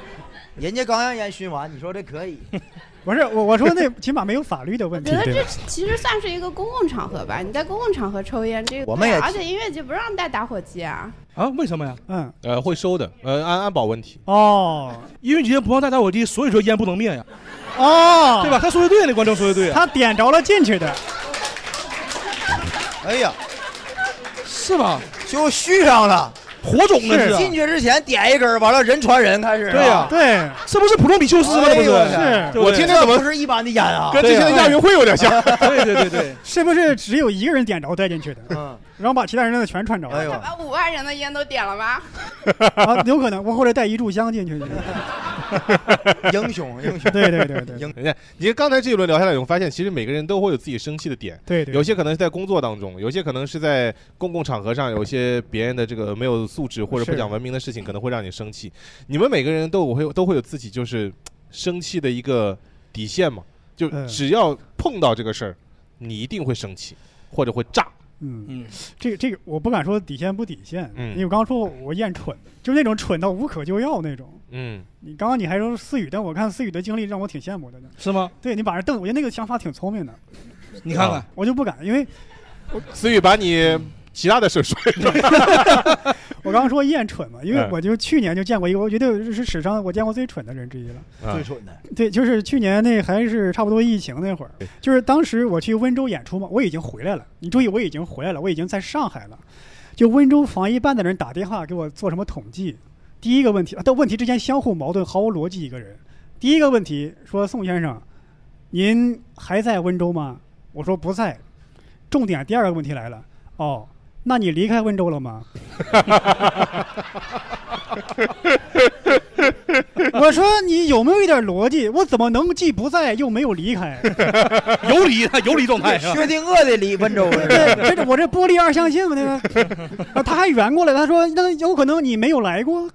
F: 人家刚让烟熏完，你说这可以？
D: 不是我我说那起码没有法律的问
K: 我
D: 题
K: 觉得，
D: 对
K: 这
D: 吧？
K: 其实算是一个公共场合吧，你在公共场合抽烟，这个啊
B: 我们也
K: 而且音乐节不让带打火机啊。
E: 啊？为什么呀？啊
D: 嗯，
B: 呃，会收的，呃，安安保问题。
D: 哦，
E: 因为你今天不让带打火机，所以说烟不能灭呀。
D: 哦，
E: 对吧？他说的对，那观众说的对。啊
D: 他点着了进 去的，
F: 哎呀，
E: 是吧？
F: 就续上了，
E: 火种
D: 了是啊
F: 进去之前点一根，完了人传人开始。
D: 对呀对，
E: 这不是普通比丘斯吗？
F: 这
E: 不哎是
F: 是
E: 对不对我天天怎么
F: 不是一般的烟啊？
E: 跟之前的亚运会有点像
D: 对
E: 对对对，
D: 是不是只有一个人点着带进去的？
F: 嗯，哎
D: 然后把其他人的全串着了。
K: 把啊五万人的烟都点了吗？
D: 啊，有可能我或者带一炷香进去。
F: 英雄，英
D: 雄 对对对对
B: 人家，你刚才这一轮聊下来，你会发现，其实每个人都会有自己生气的点。
D: 对对
B: 有些可能是在工作当中，有些可能是在公共场合上，有些别人的这个没有素质或者不
D: 是
B: 讲文明的事情，可能会让你生气。你们每个人都有会都会有自己就是生气的一个底线嘛，就
D: 嗯
B: 只要碰到这个事儿，你一定会生气或者会炸。
D: 嗯
E: 嗯，
D: 这个这个我不敢说底线不底线，
B: 嗯
D: 因为我刚刚说我厌蠢，就那种蠢到无可救药那种。
B: 嗯，
D: 你刚刚你还说思雨，但我看思雨的经历让我挺羡慕的呢。
E: 是吗？
D: 对你把人瞪，我觉得那个想法挺聪明的，啊
E: 你看看，
D: 我就不敢，因为
B: 思雨把你其他的事儿说一 说。
D: 我刚刚说厌蠢嘛，因为
B: 嗯
D: 我就去年就见过一个，我觉得是史上我见过最蠢的人之一了。
F: 最蠢的，
D: 对，就是去年那还是差不多疫情那会儿，就是当时我去温州演出嘛，我已经回来了。你注意，我已经回来了，我已经在上海了。就温州防疫办的人打电话给我做什么统计，第一个问题啊，但问题之间相互矛盾，毫无逻辑。一个人，第一个问题说宋先生，您还在温州吗？我说不在。重点第二个问题来了，哦，那你离开温州了吗？ 我说你有没有一点逻辑？我怎么能既不在又没有离开？
E: 游离，游离啊状态。
F: 薛定谔的离温 州了。
D: 对，这是我这玻璃二象性嘛，对吧？啊他还圆过来，他说那有可能你没有来过。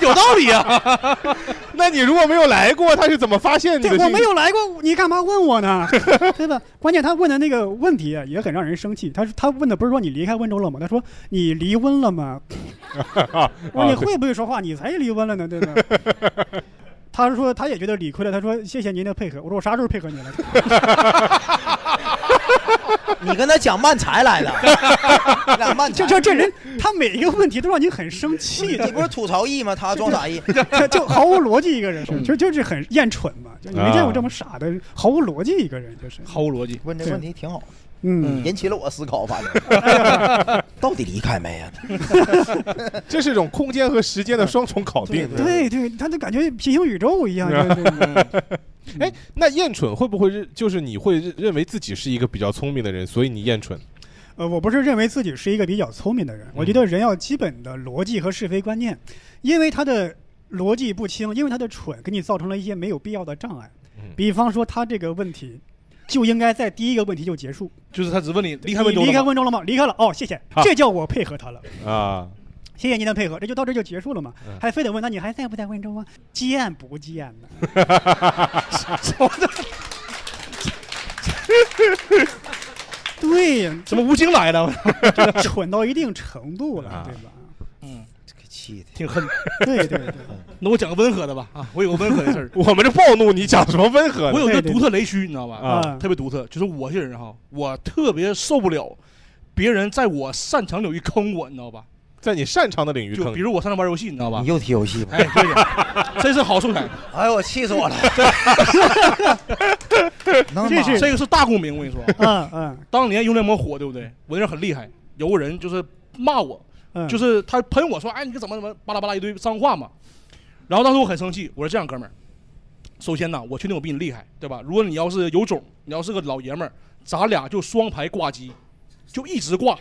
E: 有道理啊。
B: 那你如果没有来过，他是怎么发现你的
D: 对，
B: 信息？
D: 我没有来过，你干嘛问我呢？ 对吧？关键他问的那个问题啊也很让人生气。他说他问的不是说你离开温州了吗？他说你离婚了吗？
B: 啊。
D: 我说你
B: 啊对
D: 会不会说话？你才离婚了呢，对吧？ 他说他也觉得理亏了，他说谢谢您的配合。我说我啥时候配合您了？
F: 你跟他讲慢才来的， 你俩慢才
D: 就就这人，他每一个问题都让你很生气。
F: 你不是吐槽艺吗？他装 傻艺，
D: 就 就毫无逻辑一个人，是就就是很厌蠢嘛，就你没见过
F: 啊
D: 这么傻的，毫无逻辑一个人，就是
E: 毫无逻辑。
F: 问这问题挺好，
D: 嗯，
F: 引起了我思考，反 正到底离开没呀？
B: 这是一种空间和时间的双重考定。
D: 对对，他就感觉平行宇宙一样，就是
B: 哎，那厌蠢会不会认？就是你会认认为自己是一个比较聪明的人，所以你厌 蠢？
D: 呃，我不是认为自己是一个比较聪明的人，我觉得人要基本的逻辑和是非观念，因为他的逻辑不清，因为他的蠢，给你造成了一些没有必要的障碍。
E: 嗯
D: 比方说，他这个问题就应该在第一个问题就结束。
E: 就是他只问你离
D: 离
E: 开温州了吗
D: 离开温州了吗？离开了，哦，谢谢
B: 啊，
D: 这叫我配合他了。
B: 啊，
D: 谢谢您的配合，这就到这就结束了嘛
B: 嗯，。
D: 还非得问那你还在不在温州啊？见不见 呢？对 呀，
E: 怎么吴京来了？
D: 蠢到一定程度了，对吧？
E: 嗯，
F: 气的
E: 挺狠。
D: 对对对。
E: 那我讲个温和的吧啊，我有个温和的事儿
B: 我们这暴怒，你讲什么温和的？
E: 我有一个独 特雷区，你知道吧？
B: 啊
E: 特别独特，就是我这人哈，我特别受不了别人在我擅长领域坑我，你知道吧？
B: 在你擅长的领域
E: 就
B: 坑
E: 比如我擅长玩游戏，你知道吧？
F: 你又提游戏吧？
E: 哎，对的，真是好素材。
F: 哎呦，我气死我 了！能
E: 这
F: 吗
E: 是这个是大共鸣，我跟你说。
D: 嗯嗯。
E: 当年英联盟火，对不对？我那人很厉害，有个人就是骂我，
D: 嗯
E: 就是他喷我说：“哎，你怎么怎么巴拉巴拉一堆脏话嘛。”然后当时我很生气，我说：“这样，哥们儿，首先呢，我确定我比你厉害，对吧？如果你要是有种，你要是个老爷们儿，咱俩就双排挂机，就一直挂。”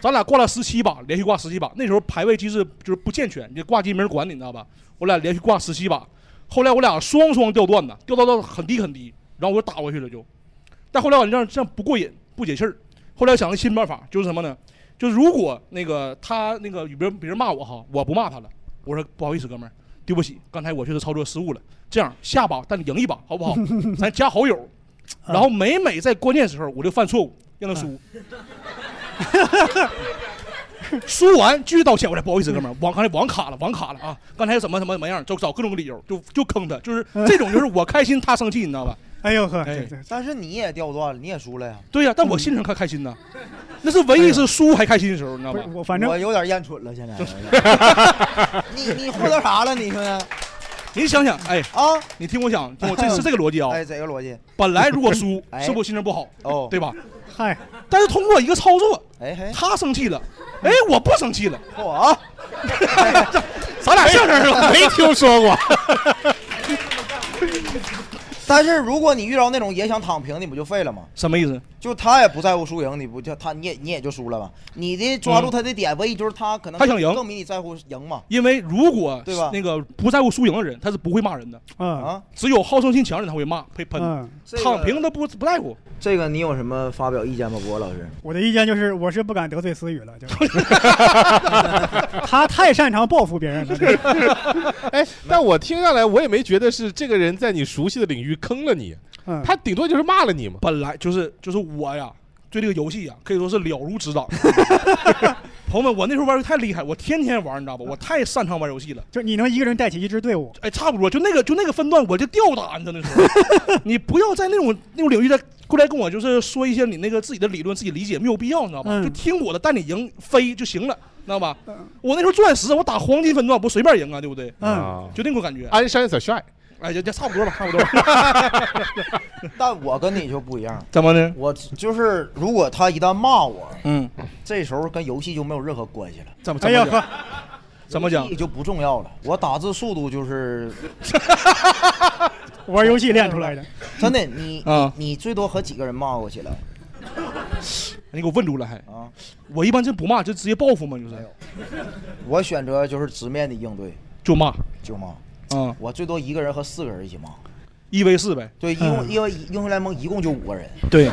E: 咱俩挂了十七把，连续挂十七把。那时候排位机制就是不健全，你挂机没人管你，你知道吧？我俩连续挂十七把，后来我俩双双掉段子，掉到到很低很低，然后我就打回去了就。但后来我这样这样不过瘾，不解气儿。后来我想个新办法，就是什么呢？就是如果那个他那个别人别人骂我哈，我不骂他了，我说不好意思哥们儿，对不起，刚才我确实操作失误了。这样下把但赢一把，好不好？咱加好友，然后每每在关键时候我就犯错误，让他输。输完继续道歉，我说不好意思，哥们儿，网刚才网卡了，网卡了啊！刚才怎么怎么怎么样，就找各种理由，就就坑他，就是这种，就是我开心他生气，你知道吧？
D: 哎呦呵，
E: 哎，
F: 但是你也掉段了，你也输了呀。
E: 对呀、但我心里可开心呢，那是唯一是输还开心的时候，你知道吧？
F: 我有点厌蠢了，现在。你你获得啥了？你现在？
E: 您想想，哎
F: 啊，
E: 你听我讲，听我这是这个逻辑啊。
F: 哎，怎个逻辑？
E: 本来如果输，
F: 哎
E: 是不是心情不好？
F: 哦
E: 对吧？
D: 嗨，
E: 但是通过一个操作，
F: 哎嘿，
E: 他生气了，哎，我不生气了，啊
F: 我，
E: 咱俩相声是吧？
F: 没听
E: 说过。
F: 但是如果你遇到那种也想躺平，你不就废了吗？
E: 什么意思？
F: 就他也不在乎输赢，你不就他你也你也就输了吧？你的抓住他的点，唯一就是他可能
E: 嗯他想赢
F: 更比你在乎赢嘛。
E: 因为如果
F: 对吧
E: 那个不在乎输赢的人，他是不会骂人的。
F: 啊，
E: 只有好胜心强的人才会骂、会喷
D: 嗯，
E: 躺平他不不在乎。
F: 这个你有什么发表意见吗，博老师？
D: 我的意见就是，我是不敢得罪思雨了， 就是他太擅长报复别人了。这
B: 哎，但我听下来，我也没觉得是这个人在你熟悉的领域坑了你，他顶多就是骂了你嘛。
E: 嗯本来就是就是我呀，对这个游戏呀，可以说是了如指掌。 朋友们，我那时候玩的太厉害，我天天玩，你知道吧？我太擅长玩游戏了。
D: 就你能一个人带起一支队伍，
E: 哎，差不多，就那个就那个分段，我就吊打你，真的是。 你不要在那种那种领域再过来跟我就是说一些你那个自己的理论、自己理解，没有必要，你知道吧？就
D: 嗯
E: 听我的，带你赢飞就行了，知道吧？我那时候钻石，我打黄金分段，我随便赢啊，对不对？
B: 嗯
E: 就那种感觉。
B: 鞍山所帅，
E: 哎，就就差不多吧， 差不多。
F: 但我跟你就不一样，
E: 怎么呢？
F: 我就是如果他一旦骂我，
E: 嗯，
F: 这时候跟游戏就没有任何关系了。
E: 怎么怎么讲哎 呀呵
F: 怎
E: 么讲
F: 就不重要了。我打字速度就是
D: 玩游戏练出来的。
F: 真 的，你
E: 啊
F: 你你最多和几个人骂过去了？
E: 你给我问住了还
F: 啊？
E: 我一般真不骂，就直接报复嘛，就是
F: 我选择就是直面的应对，
E: 就骂
F: 就骂。
E: 嗯，
F: 我最多一个人和四个人一起骂。
E: 一 v 四呗。嗯
F: 对，一共因为英雄联盟一共就五个人，
E: 对，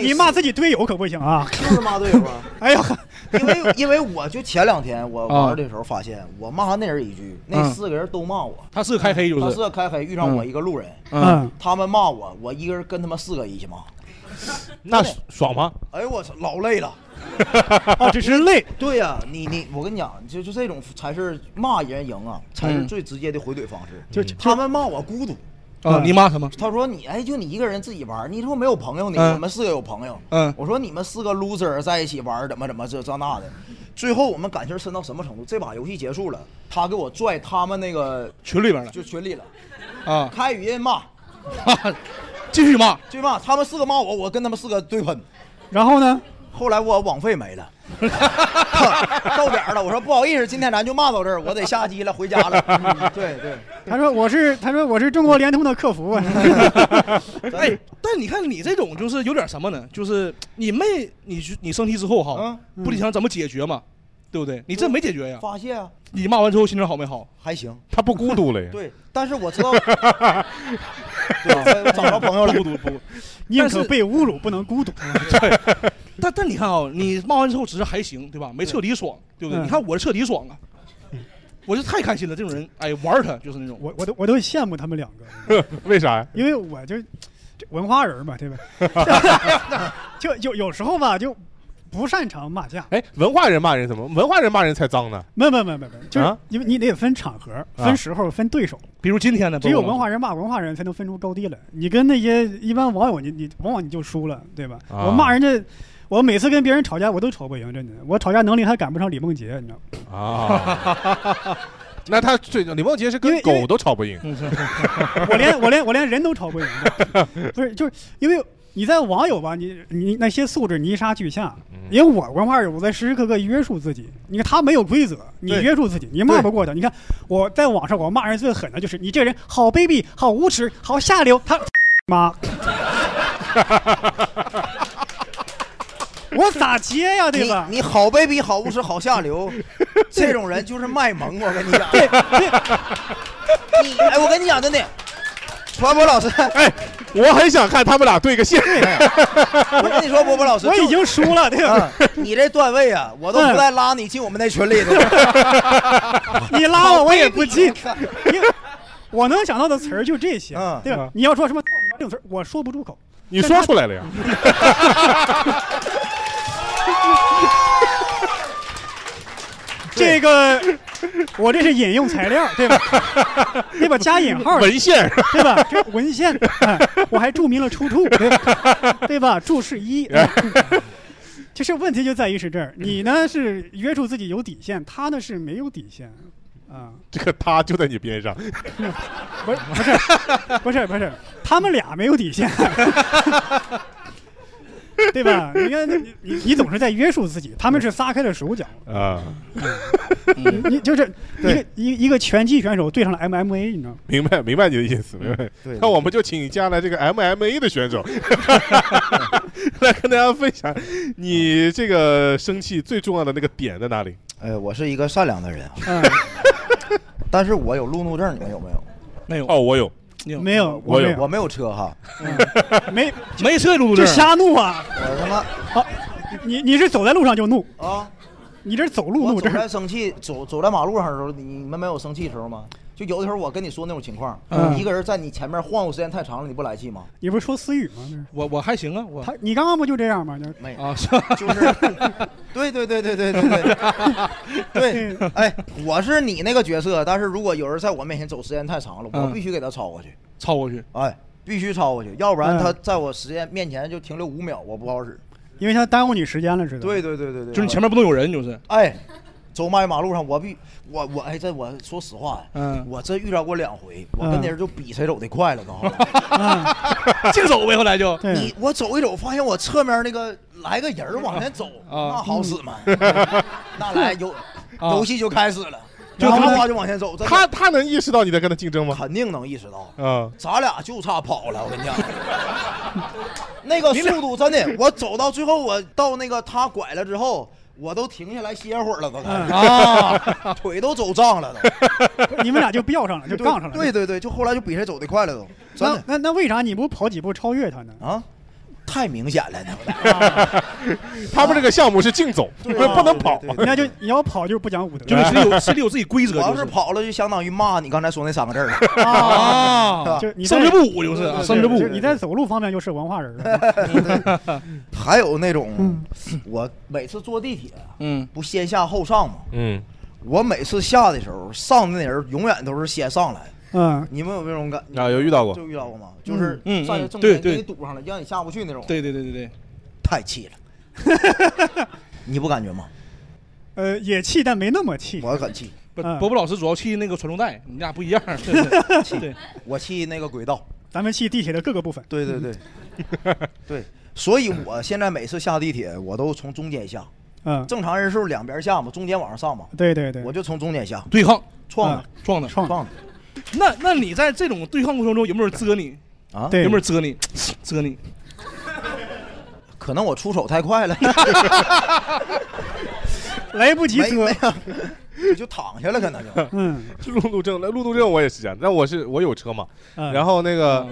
D: 你骂自己队友可不行啊！
F: 就是骂队友啊。
D: 哎呀，
F: 因为因为我就前两天我
E: 啊
F: 玩的时候发现，我骂那人一句，那
E: 嗯
F: 四个人都骂我。
E: 他是开黑就是
F: 他是开黑，遇上我一个路人，
E: 嗯，
F: 他们骂我，我一个人跟他们四个一起骂。
B: 那爽吗？
F: 哎呦我操，老 累了。
D: 啊，只是累。
F: 对呀、你你我跟你讲，就就这种才是骂人赢啊，才是
E: 嗯
F: 最直接的回怼方式。
E: 就
F: 他们骂我孤独。嗯
E: 啊，你骂他吗？
F: 他说你哎，就你一个人自己玩，你这不没有朋友呢？
E: 嗯
F: 我们四个有朋友。
E: 嗯
F: 我说你们四个 loser 在一起玩，怎么怎么这这那的。最后我们感情深到什么程度？这把游戏结束了，他给我拽他们那个
E: 群里边了
F: 就群里了，
E: 啊，
F: 开语音骂，
E: 继续骂，
F: 继续骂。他们四个骂我，我跟他们四个对喷。
D: 然后呢？
F: 后来我网费没了。 到点儿了，我说不好意思，今天咱就骂到这儿，我得下机了，回家了。嗯对对，
D: 他说我是，他说我是中国联通的 客 服啊。
E: 哎，但你看你这种就是有点什么呢？就是你妹，你去你生气之后哈，
F: 嗯
E: 不得想怎么解决嘛，对不对？你这没解决呀。
F: 发泄啊，
E: 你骂完之后心情好没好？
F: 嗯还行，
B: 他不孤独了呀。
F: 对，但是我 知道，对，我找着朋友了，
E: 不孤独不 孤独，
D: 宁
E: 但是
D: 可被侮辱，不能 孤独。
E: 但但你看啊，你骂完之后只是还行，对吧？没彻底爽，对不对？
D: 嗯
E: 你看我是彻底爽啊，我就太开心了。这种人，哎，玩儿他就是那种。
D: 我我都我都羡慕他们两个，
B: 为啥呀？
D: 因为我就这文化人嘛，对吧？ 就有有时候吧，就不擅长骂架。
B: 哎，文化人骂人怎么？文化人骂人才脏呢。
D: 没没没没没，就是
B: 啊
D: 因为你得分场合、
B: 啊
D: 分时候、分对手。
E: 比如今天呢，
D: 只有
E: 包括
D: 文化人骂文化人才能分出高低来。你跟那些一般网友，你你往往你就输了，对吧？
B: 啊
D: 我 骂人家，我每次跟别人吵架，我都吵不赢，真的。我吵架能力还赶不上李梦洁，你知道吗？
B: 啊。 那他最李梦洁是跟狗都吵不赢，
E: 嗯
D: 我连我连我连人都吵不赢，不是，就是因为你在网友吧，你你那些素质泥沙俱下。
B: 嗯
D: 因为我文化人，我在时时刻刻约束自己。你看他没有规则，你
E: 对
D: 约束自己，你骂不过他。你看我在网上，我骂人最狠的就是你这人好卑鄙，好无耻，好下流。他 妈，我咋接呀？对吧？
F: 你好卑鄙，好无耻，好下流，这种人就是卖萌。我跟你 讲，你哎，我跟你讲，真的，传播老师，
B: 哎，我很想看他们俩对个线。
F: 我跟你说，波波老师，
B: 我已经
F: 输了，对吧？啊你这段位啊，我都
D: 嗯
F: 不带拉你进我们那群里的。
D: 你拉我我也 不进。你我能想到的词儿就这些，对吧
B: 嗯？
D: 你要说什么这种词儿，我说不出口。
B: 你说出来了呀？
D: 这个我这是引用材料，对吧？对吧？加引号
B: 文献
D: 对吧？这文献， 哎我还注明了出处，对吧？对吧？注释 一。嗯其实问题就在于是这儿，你呢是约束自己有底线，他呢是没有底线，啊、
B: 这个他就在你边上，
D: 不是不是不是不是，他们俩没有 底线，对吧？你看你你你总是在约束自己，他们是撒开了手脚，
B: 啊，
E: 嗯
D: 你你就是一个一一个拳击选手对上了 MMA，你知道吗？
B: 明白明白你的意思，明白
D: 嗯对。
B: 那我们就请加来这个 MMA 的 选手，来跟大家分享你这个生气最重要的那个点在哪里？
F: 哎，我是一个善良的人，啊
D: 嗯
F: 但是我有路怒症，你们有没有？
E: 没有。
B: 哦，我有。
D: 没有，
F: 我
D: 没有，嗯
F: 我没有车哈，
D: 没
E: 没车路
D: 就瞎怒啊！
F: 我他妈
D: 啊，你你是走在路上就怒
F: 啊？
D: 你这是走路怒
F: 我走
D: 症？
F: 在生气，走走在马路上的时候，你你们没有生气的时候吗？就有的时候我跟你说那种情况，
D: 嗯
F: 一个人在你前面晃悠时间太长了，你不来气吗？
D: 你不是说思雨吗？那是
E: 我我还行啊，我
D: 他你刚刚不就这样吗？就是
F: 没
E: 啊，
F: 就是，对对对对对对对对，哎，我是你那个角色，但是如果有人在我面前走时间太长了，我
E: 嗯
F: 必须给他超过去，
E: 超过去，
F: 哎，必须超过去，要不然
D: 嗯
F: 他在我时间面前就停留五秒，我不好使。
D: 因为他耽误你时间了，知道吗？
F: 对对对对对，
E: 就是你前面不能有人，就是
F: 哎，走迈马路上，我必我我哎，这我说实话呀，
E: 嗯
F: 我真遇到过两回，我跟
E: 嗯
F: 那人就比谁走得快了，都好。
E: 竞走呗，后来就
F: 你我走一走，发现我侧面那个来个人儿往前走，
E: 啊
F: 那好使吗？ 那来 游
B: 啊
F: 游戏就开始了，
B: 就
F: 然后
B: 他
F: 话就往前走，真的
B: 他他能意识到你在跟他竞争吗？
F: 肯定能意识到。
B: 啊，
F: 咱俩就差跑了，我跟你讲，那个速度真的，我走到最后，我到那个他拐了之后，我都停下来歇会儿了，都开
D: 嗯
F: 始啊， 腿都走胀了
D: 都。
F: 你
D: 们俩就飙上了就杠上了
F: 对对对，就后来就比谁走得快了都，真
D: 那
F: 的
D: 那那为啥你不跑几步超越他呢？
F: 啊，太明显了呢。
B: 他们这个项目是竞走，
F: 啊
B: 不能跑。
D: 那就你要跑就不讲武德，
F: 就是心里有心
E: 里有自己规
F: 我要是跑了，就相当于骂你刚才说那三个字儿
E: 啊
D: 就是你在
E: 胜之不武就是
B: 啊
D: 对对对
E: 胜之不武
D: 就是你在走路方面就是文化人了。
F: 了。 还有那种，
D: 嗯
F: 我每次坐地铁，
E: 嗯，
F: 不先下后上吗？
B: 嗯，
F: 我每次下的时候，上的那人永远都是先上来。
D: 嗯，
F: 你们有没有这种感？
B: 啊有遇到过
F: 就遇到过吗？就是
E: 嗯
F: 上去
E: 嗯
F: 正
E: 对
F: 面给
E: 对
F: 你堵上了，让你下不去那种。
E: 对对对对对，
F: 太气了，你不感觉吗？
D: 呃，也气，但没那么气。
F: 我很气。
E: 不，
D: 嗯
E: 伯伯老师主要气那个传动带，你俩不一样。 对，
F: 我气那个轨道。
D: 咱们去地铁的各个部分。
F: 对对对，嗯 对，所以我现在每次下地铁，我都从中间下。
D: 嗯，
F: 正常人是不是两边下嘛？中间往上上嘛？
D: 对对对，嗯
F: 我就从中间下。
E: 对抗，
F: 撞的，
E: 撞的，
D: 撞
F: 的。
E: 那那你在这种对抗过程中有没有人蛰你
F: 啊
E: 有没有人蛰你？ 蛰你？
F: 可能我出手太快了，
D: 来不及
F: 没没有，就躺下了，可能就。
D: 嗯，
B: 路怒症，那路怒症我也是这样，但我是我有车嘛，
D: 嗯
B: 然后那个，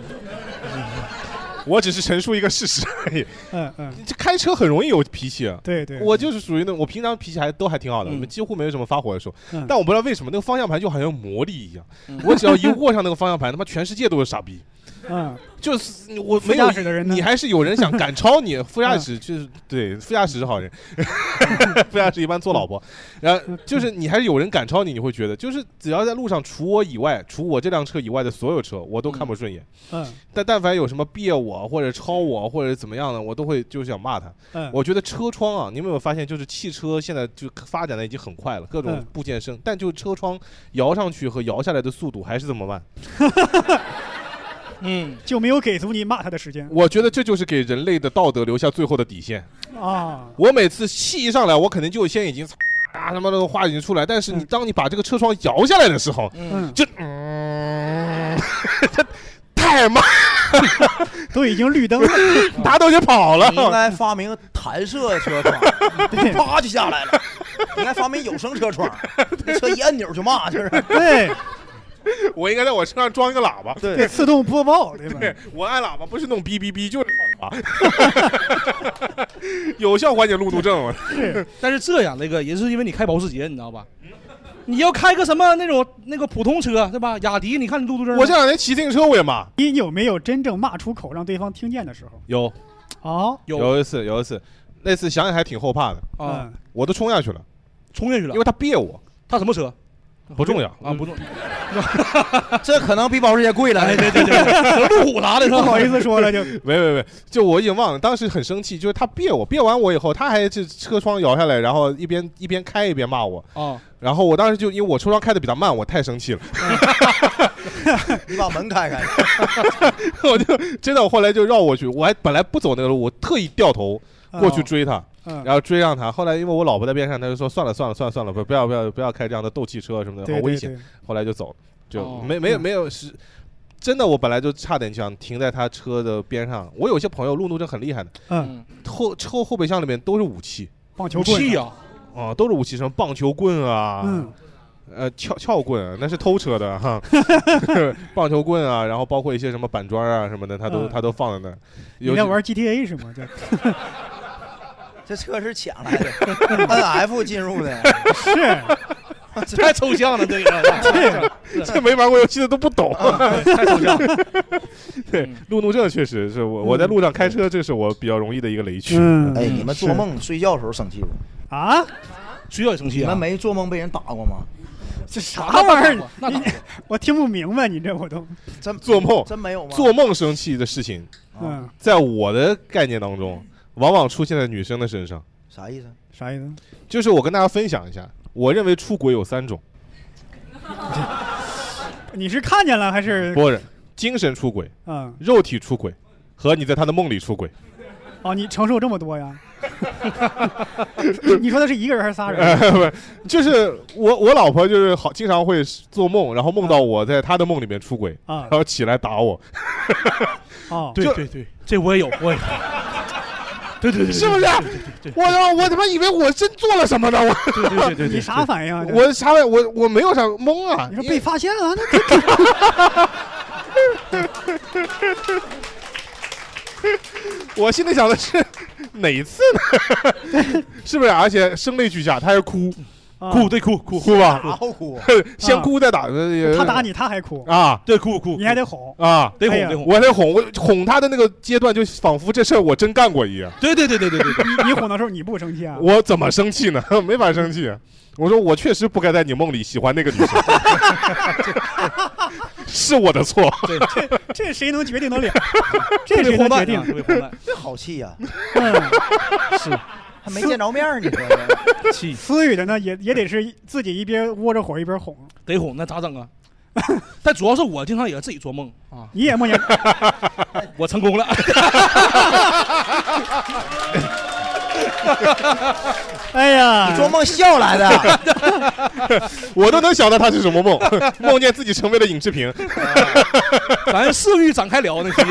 B: 我只是陈述一个事实而已。
D: 嗯嗯，
B: 这开车很容易有脾气，啊
D: 对对
B: 我就是属于那种我平常脾气还都还挺好的，我们几乎没有什么发火的时候
D: 嗯，
B: 但我不知道为什么那个方向盘就好像有魔力一样，我只要一握上那个方向盘，他妈全世界都是傻逼。
D: 嗯，
B: 就是我
D: 副
B: 没有
D: 驾驶的人呢嗯
B: 你还是有人 想赶超你。副驾驶就是对，副驾驶是好人， 副驾驶一般做老婆。然后就是你还是有人赶超你，你会觉得就是只要在路上，除我以外，除我这辆车以外的所有车，我都看不顺眼。
D: 嗯，
B: 但但凡有什么别我或者超我或者怎么样的，我都会就是想骂他。
D: 嗯
B: 我觉得车窗啊，你们有没有发现，就是汽车现在就发展的已经很快了，各种
D: 嗯
B: 部件生，但就车窗摇上去和摇下来的速度还是这么慢。
E: 嗯，
D: 就没有给足你骂他的时间
B: 我觉得这就是给人类的道德留下最后的底线。
D: 啊。
B: 我每次气一上来，我肯定就先已经 啊他妈的话已经出来，但是你当你把这个车窗摇下来的时候，
D: 嗯
B: 就嗯，太慢，
D: 都已经 绿灯了，
B: 他都已经跑了
F: 你。应该发明弹射车 窗，啪 就下来了。你应该发明有声车窗，那车一按钮就骂，就是。
D: 对，
B: 我应该在我身上装一个喇叭，
D: 对自动播报对吧
B: 对，我按喇叭不是那种哔哔哔，就是放喇叭， 有效缓解路怒症。
E: 是，但是这样那个也是因为你开保时捷，你知道吧？你要开个什么那种那个普通车，对吧？雅迪，你看你嘟嘟这，
B: 我这两天骑自行车我也骂，
D: 你有没有真正骂出口让对方听见的时候？
B: 有
D: 哦，
B: 有一次有一次，那次想想还挺后怕的
D: 啊，
B: 我都冲下去了，
E: 冲下去了，
B: 因为他别我，
E: 他什么车？
B: 不重要
E: 啊，不重，
F: 这可能比保时捷贵了。
E: 哎对对对，路虎啥 的，是吧
D: 不好意思说了就。
B: 没没没，就我已经忘了，当时很生气，就是他别我，别完我以后，他还是车窗摇下来，然后一边一边开一边骂我。
F: 哦
E: 啊，
B: 然后我当时就因为我车窗开的比他慢，我太生气了，
F: 你把门开开。
B: 我就真的我后来就绕过去，我还本来不走那个路，我特意掉头过去追他，
D: 啊嗯
B: 然后追上他。后来因为我老婆在边上，他就说算了算了算了算了，不不要不要不要开这样的斗气车什么的，
D: 对
B: 好危
D: 对
B: 险
D: 对。
B: 后来就走了，就
D: 哦
B: 没没有没有是。真的，我本来就差点想停在他车的边上。我有些朋友路怒症很厉害的，
D: 嗯，
B: 后车后备箱里面都是武器，
D: 棒球棍啊武器啊
B: 哦，都是武器，什么棒球棍啊，
D: 嗯，
B: 呃，撬撬棍啊那是偷车的哈，棒球棍啊，然后包括一些什么板砖啊什么的，他都、
D: 嗯
B: 他都放在那儿。
D: 你
B: 有
D: 在玩 GTA 是吗？这
F: 这车是抢来 的，NF 进入的，
D: 是
E: 太抽象了，这个
B: 这没玩过游戏的都不懂，
F: 啊
E: 太抽象。
B: 对，路怒症确实是我我在路上开车，这是我比较容易的一个雷区。
D: 嗯
F: 哎，你们做梦睡觉的时候生气不？
D: 啊，
E: 睡觉也生气
F: 你
E: 啊
F: 们没做梦被人打过吗？
D: 这啥玩意儿？
F: 啊
D: 你 我听不明白，你这我都
F: 真
B: 做梦
F: 真没有吗？啊
B: 做梦生气的事情，
D: 嗯
B: 在我的概念当中，往往出现在女生的身上。
F: 啥意思？
D: 啥意思？
B: 就是我跟大家分享一下，我认为出轨有三种，
D: 你是看见了还 是？
B: 不是精神出轨、
D: 嗯，
B: 肉体出轨和你在他的梦里出轨。
D: 哦，你承受这么多呀？你说的是一个人还是仨
B: 呃，
D: 人？
B: 不，就是我我老婆就是好经常会做梦，然后梦到我在她的梦里面出轨，
D: 啊
B: 然后起来打我，
D: 哦，
E: 对对对，这我也有，我也有。对对对，
B: 是不是？我他妈我他妈以为我真做了什么呢？我
E: 对对对对对
D: 你啥反应啊？这
B: 我啥玩意我我没有啥懵啊
D: 你，说被发现了，那
B: 我心里想的是哪一次呢？ 是不是？而且声泪俱下，她还哭，
D: 啊
E: 哭对哭哭
B: 哭吧，
F: 好哭
B: 先哭再打，呃
D: 他打你，他还哭，
B: 啊。
E: 对哭哭，
D: 你还得哄。
B: 啊，
E: 得
D: 哎
E: 哄
D: 呀
E: 得哄。
B: 我在哄，我哄她的那个阶段，就仿佛这事儿我真干过一样。
E: 对对对对对对对，
D: 你你哄的时候你不生气啊？
B: 我怎么生气呢？ 没法生气。我说我确实不该在你梦里喜欢那个 女生，是我的错。
D: 这这谁能决 定得了？这谁能决定？
E: 特别荒 诞，
F: 这好气呀，
D: 嗯，
E: 是
F: 还没见着面儿，你说这
E: 气
D: 思雨的呢也也得是自己一边窝着火一边 哄。
E: 得哄，那咋整啊？ 但主要是我经常也自己做梦啊，
D: 你也梦见
E: 我成 功了，
D: 哎呀，
F: 你做梦笑来的，
B: 我都能想到她是什么梦， 梦见自己成为了尹志
E: 啊
B: 平。
E: 咱私欲展开聊那期，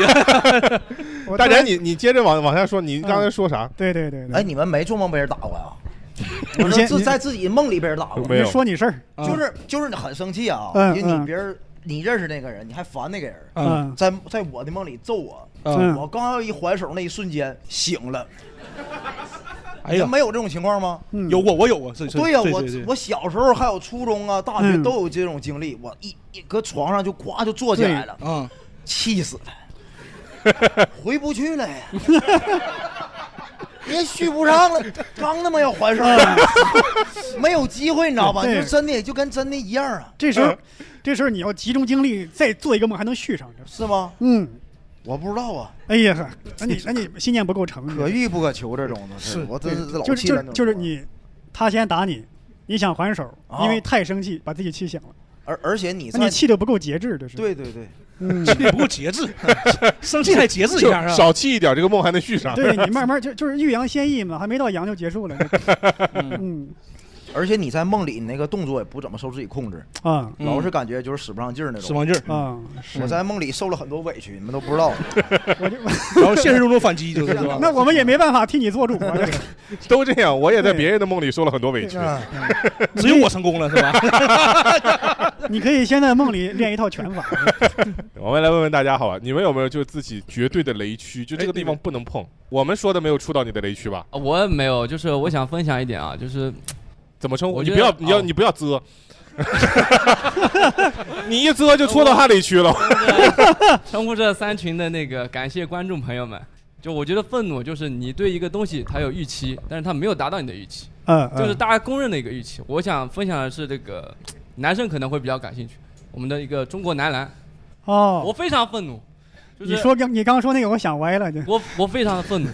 D: 我
B: 大
D: 突然嗯
B: 然，你你接着往往下说，你刚才说啥？
D: 对对对对，
F: 哎，你们没做梦被人打过 呀？
D: 你
F: 我
D: 先
F: 说自
D: 你
F: 在自己梦里被人打过，
B: 没有
D: 你说你事儿，
E: 啊
F: 就是就是你很生气啊，
D: 嗯
F: 因为你
D: 嗯
F: 别人你认识那个人，你还烦那个人，
D: 嗯
F: 在在我的梦里揍我，
D: 嗯
F: 我刚要一还手那一瞬间醒了，
E: 哎
F: 你
E: 呀
F: 们，没有这种情况吗？
D: 嗯
E: 有我我有啊，是是
F: 对呀、
E: 对
F: 我
E: 对
F: 我小时候还有初中啊、大学
D: 嗯
F: 都有这种经历，我一一搁床上就咵就坐起来了，
E: 啊，
F: 气死了， 回不去了呀，也续不 上了，刚他妈要还手
D: 哎
F: 了， 没有机会，你知道吧？
D: 对
F: 就真的就跟真的一样啊，
D: 哎这时候这时候你要集中精力再做一个梦，还能续上。
F: 是吗？
D: 嗯，
F: 我不知道啊，
D: 哎呀呵，那你那你信念不够诚实，
F: 可遇不可求这种东西，我真是老
D: 就是
F: 气
D: 就
F: 了
D: 是就是，你，他先打你，你想还手，因为太生气把自己气醒了，
F: 而而且哦你
D: 那你
F: 在
D: 气的不够节制，这是。
F: 对对对，
D: 嗯，
E: 心里不够节 制， 生气还节制一
B: 就
E: 下啊，
B: 少气一点，这个梦还能 续上。
D: 对你慢慢就就是欲扬先抑嘛，还没到扬就结束了。
E: 嗯
D: 嗯，
F: 而且你在梦里，你那个动作也不怎么受自己控制
D: 啊
F: 老是感觉就是使不上劲儿那种。嗯
E: 使不上劲儿
D: 啊是
F: 我在梦里受了很多委屈，你们都不知 道。
E: 然后现实中的反击就是
D: 那我们也没办法替你做主啊。这个
B: 都这样，我也在别人的梦里受了很多委屈，
E: 啊 只有我成功了是吧？
D: 你可以先在梦里练一套拳 法。
B: 我们来问问大家好啊吧，你们有没有就自己绝对的雷区？就这个地方不能碰。我们说的没有触到你的雷区吧？
L: 啊我没有，就是我想分享一点啊，就是
B: 怎么称
L: 呼
B: 你不要，你要，你不要遮。 你一遮就戳到他雷区了。
L: 称呼这三群的那个感谢观众朋友们。就我觉得愤怒就是你对一个东西它有预期，但是它没有达到你的预期，
D: 嗯嗯
L: 就是大家公认的一个预期。我想分享的是这个男生可能会比较感兴趣，我们的一个中国男篮，
D: 哦，
L: 我非常愤怒，就是
D: 你说刚你刚刚说那个，我想歪了。这
L: 我我非常的愤怒，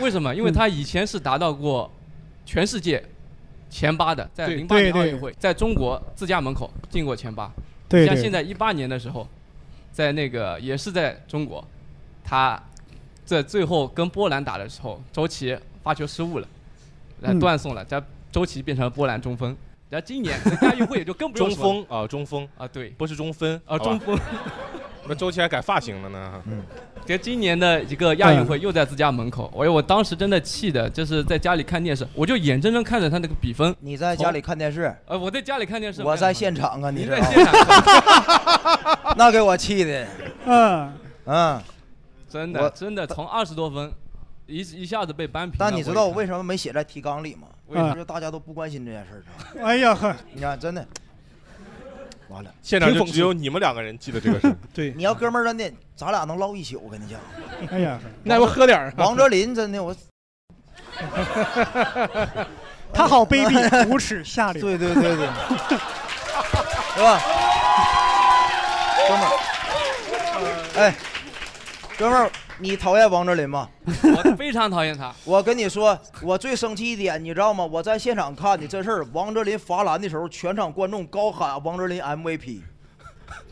L: 为什
D: 嗯
L: 么？因为他以前是达到过全世界前八的，在
D: 对
L: 零八年
D: 对
L: 奥
D: 对
L: 运会在中国自家门口进过前八，
D: 对
L: 像
D: 对
L: 现在一八年的时候，在那个也是在中国，他在最后跟波兰打的时候，周琦发球失误了，来
B: 嗯
L: 断送了，加周琦变成了波兰中锋。然后今 年人家亚运会也就更不用
B: 中
L: 说了
B: 锋啊，中锋
L: 啊，对，
B: 不是中分
L: 啊，中 锋。
B: 那周琦还改发型了呢。
E: 嗯
L: 这今年的一个亚运会又在自家门口，哎呦，我当时真的气的，就是在家里看电视，我就眼睁睁看着他那个比分。
F: 你在家里看电视？
L: 呃，我在家里看电视。
F: 我在现场啊，你
L: 您
F: 知
L: 在
F: 道吗
L: 现 场
F: 那给我气的，
D: 嗯
F: 嗯，
L: 真
F: 我
L: 的真的从二十多分一一下子被扳平了。
F: 但你知道我为什么没写在提纲里吗？
L: 为啥
F: 就是大家都不关心这件事儿 上。
D: 哎呀呵，
F: 你看，真的，完了，
B: 现场就只有你们两个人记得这个 事儿。
E: 对，
F: 你要哥们儿真的，咱俩能唠一宿，我跟你讲。
D: 哎呀，
E: 那我喝点
B: 啊
E: 儿。
F: 王哲林真的我，
D: 他好卑鄙、无耻、下流。
F: 对对对对，是吧？哥们儿，哎，哥们儿，你讨厌王哲林吗？
L: 我非常讨厌他。
F: 我跟你说，我最生气一点，你知道吗？我在现场看的这事儿，王哲林罚篮的时候，全场观众高喊王哲林 MVP，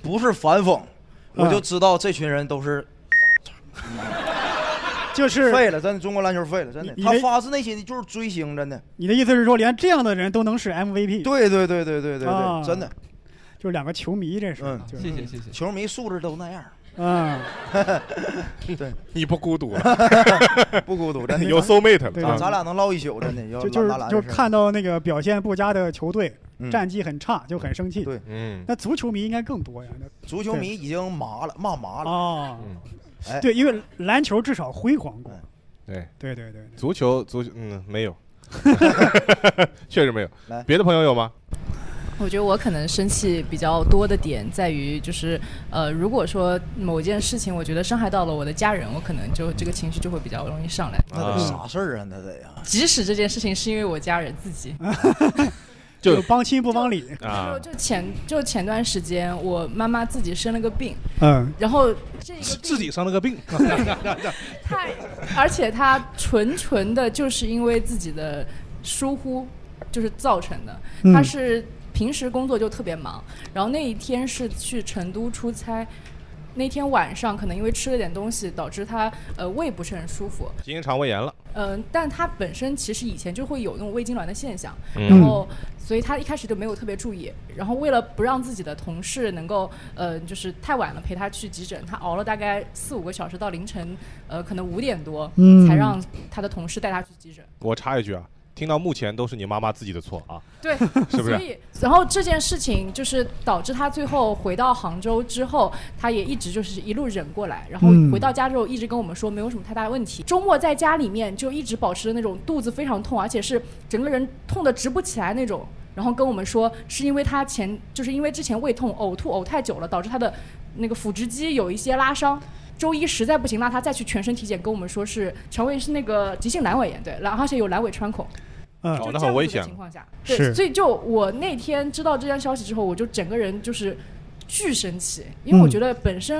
F: 不是反讽，我就知道这群人都是
D: 就是
F: 废了，真的，中国篮球废了，真的。
D: 你
F: 他
D: 你
F: 发自内心的就是追星，真的。
D: 你的意思是说，连这样的人都能是 MVP？
F: 对对对对对对对
D: 啊
F: 真的，
D: 就是两个球迷这是。
F: 嗯，
D: 就是
L: 谢谢。
F: 球迷素质都那样。
D: 嗯，
F: 对，
B: 你不孤独啊
F: 了， 不孤独，真 的
B: 有 soul mate 了
D: 对
B: 啊
F: 咱俩能唠一宿，真的。要
D: 就就是
F: 拉拉
D: 就
F: 这
D: 是
F: 事儿
D: 看到那个表现不佳的球队
F: 嗯，
D: 战绩很差，就很生气。对，
B: 嗯，
D: 那足球迷应该更多呀。那
F: 足球迷已经麻了，骂麻了。
D: 哦，
L: 嗯
F: 哎，
D: 对，因为篮球至少辉煌过。
B: 对
D: 对对对，
B: 足球足球嗯没 有，确实没有
F: 来。
B: 别的朋友有吗？
M: 我觉得我可能生气比较多的点在于，就是呃，如果说某件事情我觉得伤害到了我的家人，我可能就这个情绪就会比较容易上来。
F: 那得啥事儿啊？那得呀。
M: 即使这件事情是因为我家人自己，
B: 就
D: 帮亲不帮理
B: 啊
M: 就前就前段时间我妈妈自己生了个病，
D: 嗯，
M: 然后这个
E: 自己生了个病，
M: 而且她纯纯的就是因为自己的疏忽，就是造成的。
N: 嗯
M: 她是平时工作就特别忙，然后那一天是去成都出差，那天晚上可能因为吃了点东西，导致她呃胃不是很舒服，
B: 急性肠胃炎了。
M: 嗯，但他本身其实以前就会有那种胃痉挛的现象，
B: 嗯
M: 然后所以他一开始就没有特别注意，然后为了不让自己的同事能够呃就是太晚了陪他去急诊，他熬了大概四五个小时到凌晨呃可能五点多、
B: 嗯
M: 才让他的同事带他去急诊。
B: 我插一句啊，听到目前都是你妈妈自己的错啊。
M: 对，
B: 是不是
M: 所以，然后这件事情就是导致他最后回到杭州之后，他也一直就是一路忍过来，然后
N: 嗯
M: 回到家之后一直跟我们说没有什么太大问题。周末在家里面就一直保持着那种肚子非常痛，而且是整个人痛的直不起来那种。然后跟我们说，是因为他前就是因为之前胃痛、呕吐、呕太久了，导致他的那个腹直肌有一些拉伤。周一实在不行，让他再去全身体检，跟我们说是肠胃是那个急性阑尾炎，对，然后而且有阑尾穿孔。
D: 嗯
B: 哦，那很危险。
M: 情况下，
B: 是
M: 对，所以就我那天知道这件消息之后，我就整个人就是巨生气，因为我
D: 嗯
M: 觉得本身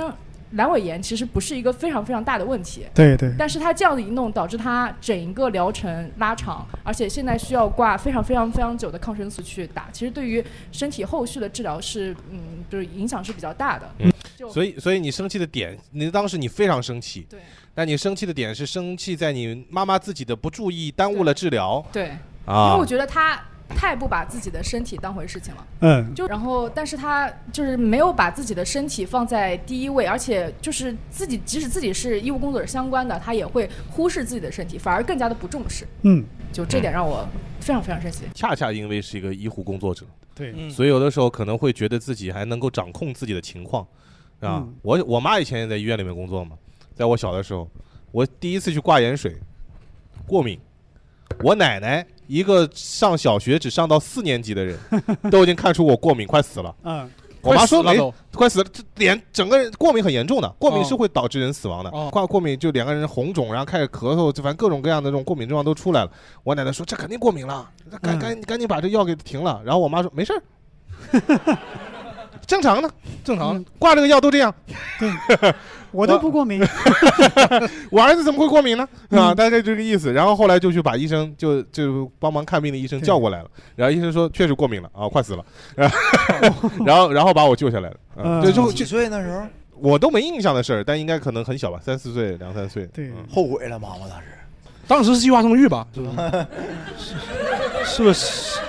M: 阑尾炎其实不是一个非常非常大的问题，
D: 对对
M: 但是他这样子一弄，导致他整一个疗程拉长，而且现在需要挂非常非常非常久的抗生素去打，其实对于身体后续的治疗是，嗯，就是影响是比较大的。
B: 嗯
M: 就，
B: 所以所以你生气的点，你当时你非常生气，
M: 对，
B: 但你生气的点是生气在你妈妈自己的不注意耽误了治疗，
M: 对，因
B: 啊
M: 为我觉得他太不把自己的身体当回事情了。
D: 嗯
M: 就然后，但是他就是没有把自己的身体放在第一位，而且就是自己，即使自己是医务工作者相关的，他也会忽视自己的身体，反而更加的不重视。
D: 嗯，
M: 就这点让我非常非常生气。
B: 恰恰因为是一个医护工作者，
D: 对
M: 嗯
B: 所以有的时候可能会觉得自己还能够掌控自己的情况，啊，
D: 嗯
B: 我我妈以前也在医院里面工作嘛，在我小的时候，我第一次去挂盐水，过敏，我奶奶一个上小学只上到四年级的 人，都已经看出我过敏快死了。
D: 嗯，
B: 我妈说
E: 快
B: 没
E: 死了
B: 快死了，这脸整个人过敏很严重的，过敏
E: 哦
B: 是会导致人死亡的。
E: 哦
B: 挂过敏就两个人红肿，然后开始咳嗽，就反正各种各样的这种过敏症状都出来了。我奶奶说这肯定过敏了，那
E: 嗯
B: 赶赶赶紧把这药给停了。然后我妈说没事儿，正常的，正常的，挂这个药都这样。
D: 对，我都不过 敏，
B: 我儿子怎么会过敏呢？
E: 嗯
B: 啊，大概就这个意思。然后后来就去把医生就就帮忙看病的医生叫过来了，然后医生说确实过敏了啊，快死了， 然后然后然后把我救下来了。
D: 嗯
E: 嗯
B: 啊，就就
F: 几
B: 就
F: 岁那时候？
B: 我都没印象的事儿，但应该可能很小吧，三四岁，两三岁。嗯
D: 对，
F: 后悔了，妈妈当时。
E: 当时是计划生育吧？是不是？是不是？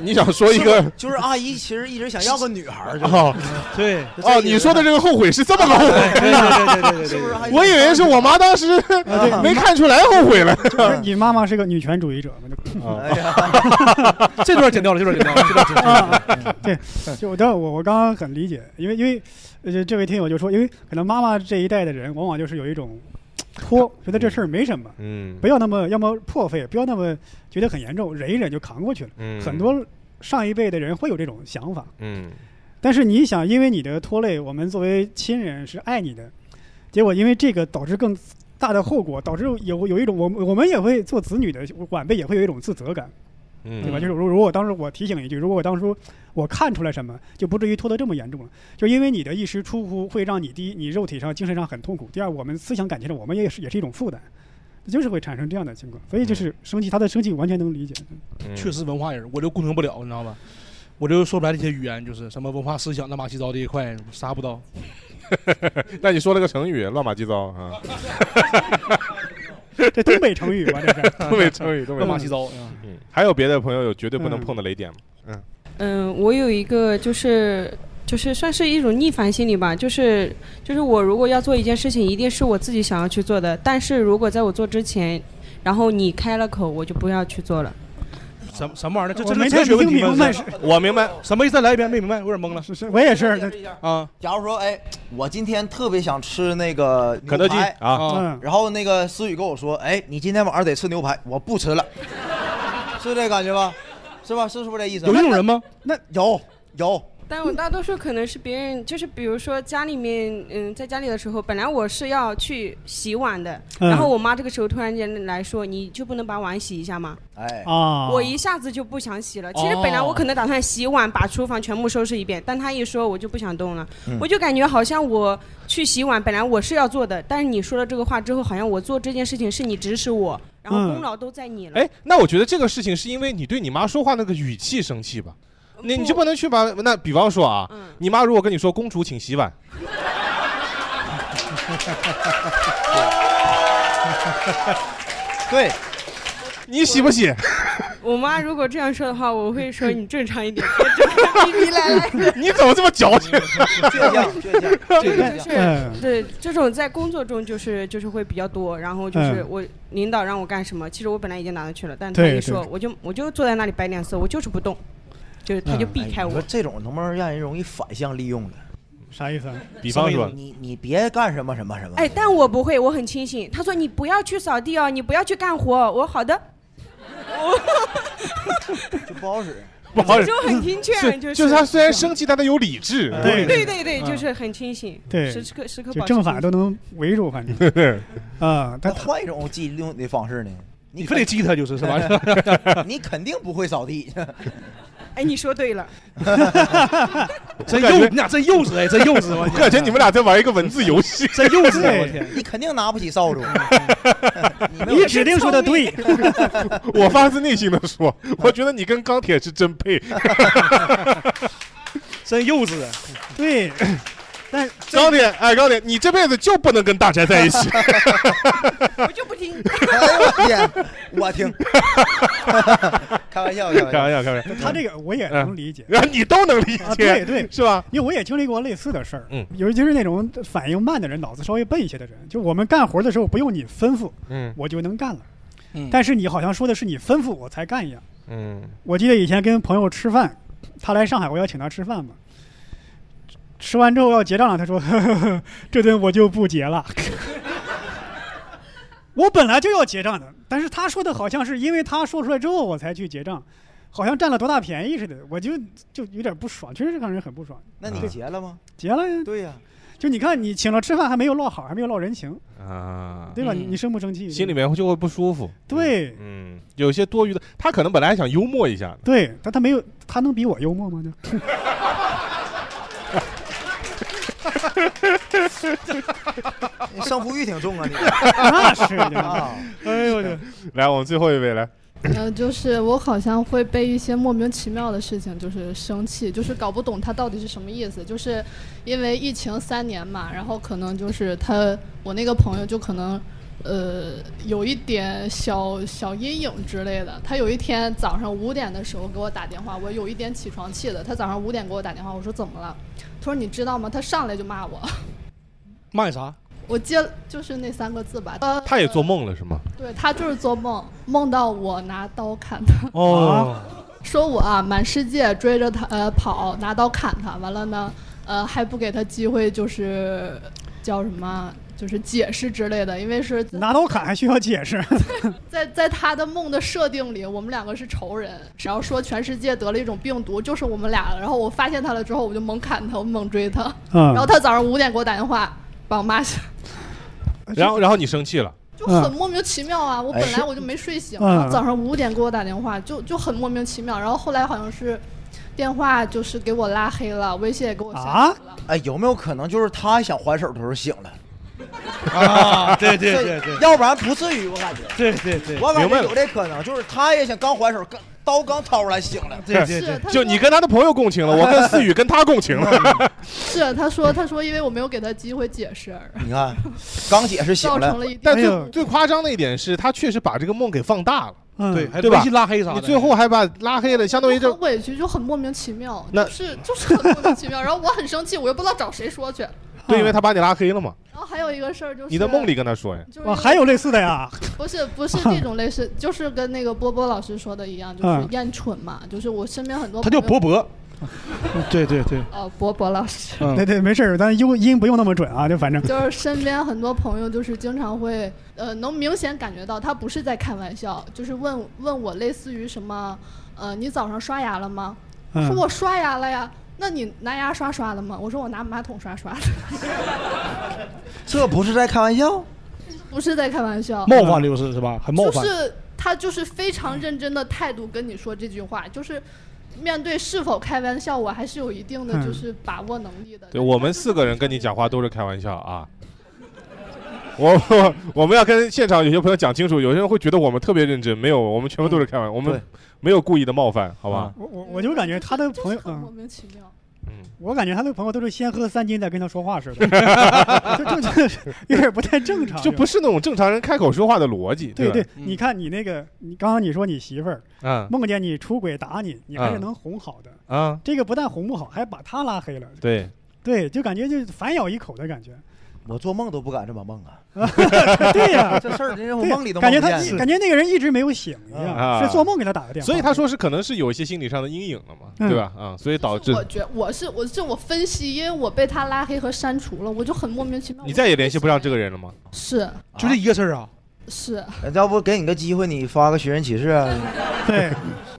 B: 你想说一个
F: 就是阿姨其实一直想要个女孩儿，就是
B: 哦，
E: 对
B: 哦，你说的这个后悔是这么个后悔？
E: 对对对对
F: 是不是阿姨？
B: 我以为是我妈当时
D: 对
B: 啊没看出来后悔了。
D: 啊 就是你妈妈是个女权主义者嘛？就
B: 哎
E: 呀 这段剪掉了这段剪掉了这段剪掉了
D: 啊对，就我但我我刚刚很理解，因为因为呃这位听友就说，因为可能妈妈这一代的人往往就是有一种拖，觉得这事儿没什么，
B: 嗯
D: 不要那么要么破费，不要那么觉得很严重，忍一忍就扛过去了。
B: 嗯
D: 很多上一辈的人会有这种想法，
B: 嗯，
D: 但是你想，因为你的拖累，我们作为亲人是爱你的，结果因为这个导致更大的后果，导致有有一种我们我们也会做子女的晚辈也会有一种自责感，
B: 嗯
D: 对吧？就是如如果当时我提醒一句，如果当初我看出来什么，就不至于拖得这么严重了。就因为你的一时疏忽，会让你第一，你肉体上、精神上很痛苦；第二，我们思想感情上，我们也是也是一种负担，就是会产生这样的情况。所以就是
B: 嗯
D: 生气，他的生气完全能理解。
E: 确实文化人，我就共情不了，你知道吧？我就说不来这些语言，就是什么文化思想乱七八糟这一块，啥不到。
B: 那你说了个成语“乱码七糟”啊？
D: 这东北成语吧，这是
B: 东北成语，东北
E: 乱码七糟
B: 嗯，还有别的朋友有绝对不能碰的雷点吗？嗯，
N: 嗯，我有一个就是就是算是一种逆反心理吧，就是就是我如果要做一件事情，一定是我自己想要去做的，但是如果在我做之前，然后你开了口，我就不要去做了。
E: 什么什么玩意儿？这
N: 我
E: 这
N: 没
E: 这
N: 太
E: 哲学问题
N: 听明白
E: 吗
N: 是？
B: 我明白
E: 什么意思？再来一遍，没明白，我有点懵了。
D: 是是，我也是
E: 啊。
F: 假如说，哎，我今天特别想吃那个牛排
B: 肯德基啊
D: 嗯
F: 然后那个思雨跟我说，哎，你今天晚上得吃牛排，我不吃了，是这感觉吧？是吧？是是不是这意思？
N: 有这种
E: 人吗？
F: 那有有，
N: 但我大多数可能是别人，就是比如说家里面，嗯，在家里的时候，本来我是要去洗碗的，
O: 嗯
N: 然后我妈这个时候突然间来说，你就不能把碗洗一下吗？
F: 哎
O: 啊
N: 我一下子就不想洗了。其实本来
O: 哦
N: 我可能打算洗碗，把厨房全部收拾一遍，但她一说，我就不想动了。
O: 嗯
N: 我就感觉好像我去洗碗，本来我是要做的，但是你说了这个话之后，好像我做这件事情是你指使我，然后
B: 嗯
N: 功劳都在你了。
B: 哎，那我觉得这个事情是因为你对你妈说话那个语气生气吧？那你就不能去把那比方说啊，
N: 嗯
B: 你妈如果跟你说“公主请洗碗”，
F: 对，
B: 你洗不洗？
N: 我妈如果这样说的话，我会 说你正常一点， 别这样逼逼赖赖的。
B: 你怎么这么矫情？
F: 倔强， 倔强，
N: 对，
F: 倔
N: 就
F: 强。
N: 是对这种在工作中就是就是会比较多，然后就是
F: 嗯
N: 我领导让我干什么，其实我本来已经拿得去了，但他一
F: 对
N: 说
F: 对
N: 我就我就坐在那里摆脸色，我就是不动，就是他就避开
F: 哎你说
N: 我。
F: 这种能不能让人容易反向利用了？
D: 啥意思？
B: 比方说
F: 你你别干什么什么什么。
N: 哎，但我不会，我很清醒。他说你不要去扫地哦，你不要去干活哦。我好的，
F: 就不好使，
B: 不好意思
N: 就很听
B: 是
N: 劝，就
B: 就是他虽然生气，但他有理智。
N: 对对对对，就是很清醒，
D: 嗯对，
N: 时刻时刻
D: 就
N: 保持
D: 正
N: 清
D: 反
N: 醒。
D: 都能围住，反正 啊，但
F: 换一种激怒你的方式呢？你
E: 你非得激他就是是吧
F: 你肯定不会扫地，
N: 哎，你说对了，
E: 真幼，你俩真 幼稚哎，真幼稚！
B: 我感觉你们俩在玩一个文字游戏，
E: 真幼稚啊！我天，
F: 你肯定拿不起扫帚。
D: 你指定说的对，
B: 我发自内心的说，我觉得你跟钢铁是真 配，
E: 真幼稚。
D: 啊 对，但
B: 钢铁，哎，钢铁，你这辈子就不能跟大宅在一 起。
N: 不听。
F: 哎呦我天，我听，开玩玩笑，开玩笑，
B: 开玩笑，开玩笑。
D: 他这个我
E: 嗯
D: 也能理解，
B: 啊 你都能理解
D: 啊对对，
B: 是吧？
D: 因为我也经历过类似的事儿，
B: 嗯
D: 尤其是那种反应慢的人，脑子稍微笨一些的人，就我们干活的时候不用你吩咐，
B: 嗯
D: 我就能干了。
B: 嗯
D: 但是你好像说的是你吩咐我才干一样。
B: 嗯
D: 我记得以前跟朋友吃饭，他来上海，我要请他吃饭嘛。吃完之后要结账了，他说：“ 呵呵呵这顿我就不结了。”我本来就要结账的，但是他说的好像是因为他说出来之后我才去结账，好像占了多大便宜似的，我就就有点不爽，确实让人很不爽。
F: 那你
D: 对
F: 结了吗？
D: 结了呀？
F: 对呀、
D: 就你看你请了吃饭还没有落好，还没有落人情，
B: 啊，
D: 对吧？你你生不生气？
B: 心里面就会不舒服。
D: 对
B: 嗯，有些多余的，他可能本来还想幽默一下呢，
D: 对，但他没有，他能比我幽默吗？就
F: 你胜负欲挺重啊，你
D: 那是的
F: 啊，
D: 哎呦我的，
B: 来，我们最后一位来，
O: 呃，就是我好像会被一些莫名其妙的事情就是生气，就是搞不懂他到底是什么意思。就是因为疫情三年嘛，然后可能就是他我那个朋友就可能呃有一点小小阴影之类的。他有一天早上五点的时候给我打电话，我有一点起床气的。他早上五点给我打电话，我说怎么了？他说你知道吗？他上来就骂我，
E: 骂你啥？
O: 我接就是那三个字吧。呃，
B: 他也做梦了是吗？
O: 对他就是做梦，梦到我拿刀砍他。
B: 哦，
O: 说我啊，满世界追着他呃跑，拿刀砍他，完了呢，呃还不给他机会，就是叫什么，就是解释之类的，因为是
D: 拿刀砍还需要解释。
O: 在在他的梦的设定里，我们两个是仇人，然后说全世界得了一种病毒，就是我们俩，然后我发现他了之后，我就猛砍他，我猛追他，
B: 嗯
O: 然后他早上五点给我打电话，把我骂醒，
B: 然后然后你生气了，
O: 就很莫名其妙啊！我本来我就没睡醒，然后
B: 嗯
O: 早上五点给我打电话，就就很莫名其妙。然后后来好像是电话就是给我拉黑了，微信也给我删
D: 啊
O: 了。
F: 哎，有没有可能就是他想还手的时候醒了？
E: 啊对对
F: 这
E: 对对
F: 要不然不至于，我感觉。
E: 对对对
F: 我感
B: 明白
F: 觉
B: 了
F: 有这可能，就是他也想刚还手，刚刀刚掏出来醒了。
B: 就你跟他的朋友共情了，我跟思雨跟他共情 了。
O: 是，他说他说因为我没有给他机会解释，
F: 你看，刚解释醒
O: 造
F: 了
O: 成，了一
B: 但
O: 哎
B: 最
O: 呦
B: 最夸张的一点是他确实把这个梦给放大了，
E: 对，还
B: 对吧
E: 微信拉黑啥
B: 你
E: 的
B: 最后还把拉黑了，相当于
O: 就
B: 就
O: 很委屈，就很莫名其妙，
B: 那
O: 就是就是很莫名其妙。然后我很生气，我又不知道找谁说去。
B: 对，因为他把你拉黑了嘛。
O: 然后还有一个事儿就是
B: 你在梦里跟他说呀，
O: 就是
D: 哇，还有类似 的呀？
O: 不是不是这种类似，就是跟那个波波老师说的一样，就是
E: 嗯
O: 厌蠢嘛，就是我身边很多
E: 他叫
O: 朋友
E: 博 博。对对对，
O: 哦，博博老师，
D: 嗯对对，没事儿，咱音音不用那么准啊，就反正
O: 就是身边很多朋友，就是经常会，呃，能明显感觉到他不是在开玩笑，就是问问我类似于什么，呃，你早上刷牙了吗？
D: 嗯
O: 说我刷牙了呀。那你拿牙刷刷的吗？我说我拿马桶刷刷的，
F: 这不是在开玩笑，
O: 不是在开玩笑。
E: 冒犯了就是是吧？很冒
O: 就
E: 犯。
O: 是他就是非常认真的态度跟你说这句话，就是面对是否开玩笑，我还是有一定的
B: 嗯
O: 就是把握能力的。
B: 对我们四个人跟你讲话都是开玩笑啊。我我我们要跟现场有些朋友讲清楚，有些人会觉得我们特别认真，没有，我们全部都是开玩笑，我们没有故意的冒犯，好吧？
D: 我我我就感觉他的朋友，嗯，莫
O: 名其妙。
B: 嗯
D: 我感觉他的朋友都是先喝三斤再跟他说话 似的，就就就有点不太正常，
B: 就不是那种正常人开口说话的逻辑，
D: 对
B: 对
D: 对
B: 吧，
D: 你看你那个，你刚刚你说你媳妇儿，
B: 嗯
D: 梦见你出轨打你，你还是
B: 嗯
D: 能哄好的，
B: 啊，
D: 这个不但哄不好，还把他拉黑了，
B: 对，
D: 对，就感觉就反咬一口的感觉。
F: 我做梦都不敢这么梦啊。
D: 对呀，
F: 这事儿真是我
D: 对
F: 梦里都
D: 感觉
F: 梦
D: 他
F: 见
D: 感觉那个人一直没有醒一
B: 啊
D: 样，是做梦给他打的电话。
B: 所以他说 是可能是有一些心理上的阴影了嘛，
D: 嗯
B: 对吧？啊，所以导致
O: 我觉我是我是我分析，因为我被他拉黑和删除了，我就很莫名其妙。
B: 你再也联系不上这个人了吗？
O: 是
E: 就这一个事儿啊。
O: 是，
F: 哎要不给你个机会，你发个寻人启事啊？
D: 对，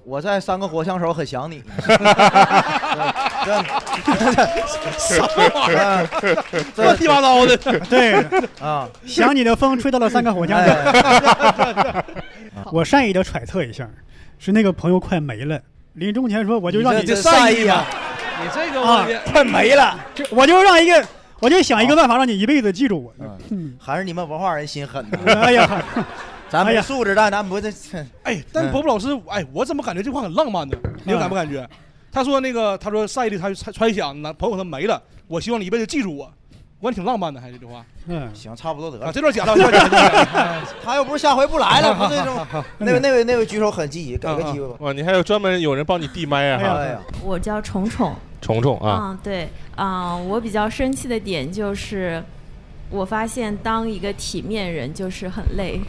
F: 我在三个火枪手很想你。
E: 什么玩意儿
F: 这
E: 乱七八糟 的
D: 对
F: 啊，
D: 想你的风吹到了三个火枪
F: 哎
D: 我善意的揣测一下，是那个朋友快没了，临终前说 我就让
F: 你这这
D: 善
F: 善意啊
D: 啊，
E: 你这个
D: 啊，
F: 快没了，
D: 这我就让一个，我就想一个办法让你一辈子记住 我。
F: 嗯还是你们文化人心狠呐！
D: 哎呀，
F: 咱
D: 哎
F: 没
D: 呀
F: 素质，但咱不这。
E: 哎，但
F: 嗯
E: 伯伯老师，哎，我怎么感觉这话很浪漫呢？你们感不感觉？他说那个，他说善意的他揣揣想，男朋友他没了，我希望你一辈子记住我。我感觉挺浪漫的，还是这句话。
D: 嗯，
F: 行，差不多得了。
E: 啊这段剪了这段剪了
F: 他又不是下 回不来了，不是 这种
B: 好好好。
F: 那位那位那位举手很积极，给个机会吧。
B: 哇，你还有专门有人帮你递麦啊！哈
F: 哎呀，
P: 我叫虫虫。
B: 虫虫啊，
P: 嗯，对，嗯、我比较生气的点就是，我发现当一个体面人就是很 累。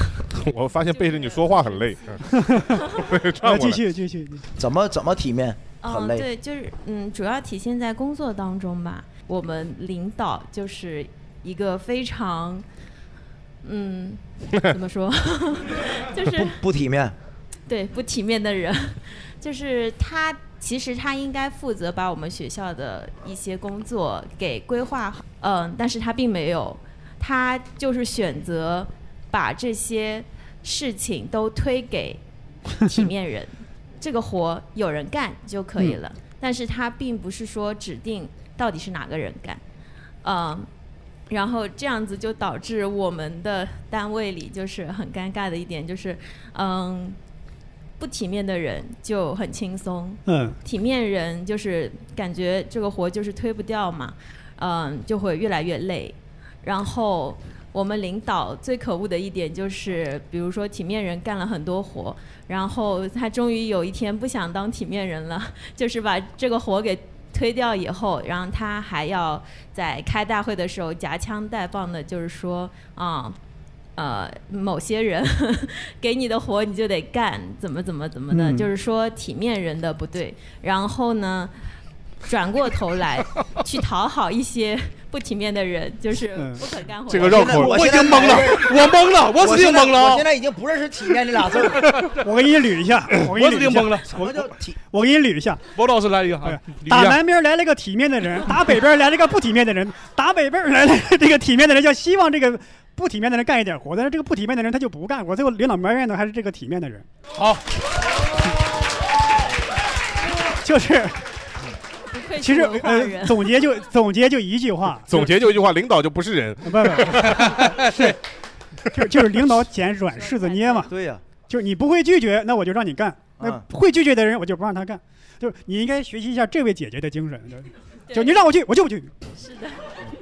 B: 我发现背着你说话很累。 转过来
D: 呃继续。
F: 怎么怎么体面？
P: 嗯，
F: 很累。
P: 对，就是嗯，主要体现在工作当中吧。我们领导就是一个非常，嗯，怎么说， 就是
F: 不体面。
P: 对不体面的人， 就是他。其实他应该负责把我们学校的一些工作给规划好，嗯，但是他并没有，他就是选择把这些事情都推给体面人，这个活有人干就可以了。但是他并不是说指定到底是哪个人干，嗯，然后这样子就导致我们的单位里就是很尴尬的一点就是，嗯，不体面的人就很轻松，
D: 嗯
P: 体面人就是感觉这个活就是推不掉嘛，嗯，就会越来越累。然后我们领导最可恶的一点就是，比如说体面人干了很多活，然后他终于有一天不想当体面人了， 就是把这个活给推掉以后，然后他还要在开大会的时候夹枪带棒的，就是说啊。呃，某些人 给你的活你就得干，怎么怎么怎么的，
I: 嗯
P: 就是说体面人的不对。然后呢，转过头来去讨好一些不体面的人，就是不肯干活。
B: 这个绕口
P: 我
B: 我
P: 现
B: 已
P: 在
B: 经懵了我懵了我指定
F: 现在
B: 懵了
D: 哦
F: 我现在已经不认识“体面”这俩字儿。
D: 我给你捋一下，我给你捋一下。
F: 什么叫体？
D: 我给你捋一下，
E: 包老师来一个
F: 哎
E: 啊，
D: 打南边来了个体面的人，打北边来了个不体面的人，打北边来了这个体面的人，就希望这个不体面的人干一点活，但是这个不体面的人他就不干。我最后领导埋怨的还是这个体面的人，
E: 好，
D: 就是
P: 不愧
D: 其
P: 是
D: 实
P: 文化
D: 呃
P: 人。
D: 总结就总结就一句话，
B: 总结就一句话：领导就不是人。
D: 啊不不，是 就是就是领导捡软柿子捏嘛。
F: 对呀、
D: 就是你不会拒绝，那我就让你干； 那
F: 嗯
D: 会拒绝的人，我就不让他干。就是你应该学习一下这位姐姐的精神，就就你让我去，我就不去。
P: 是的，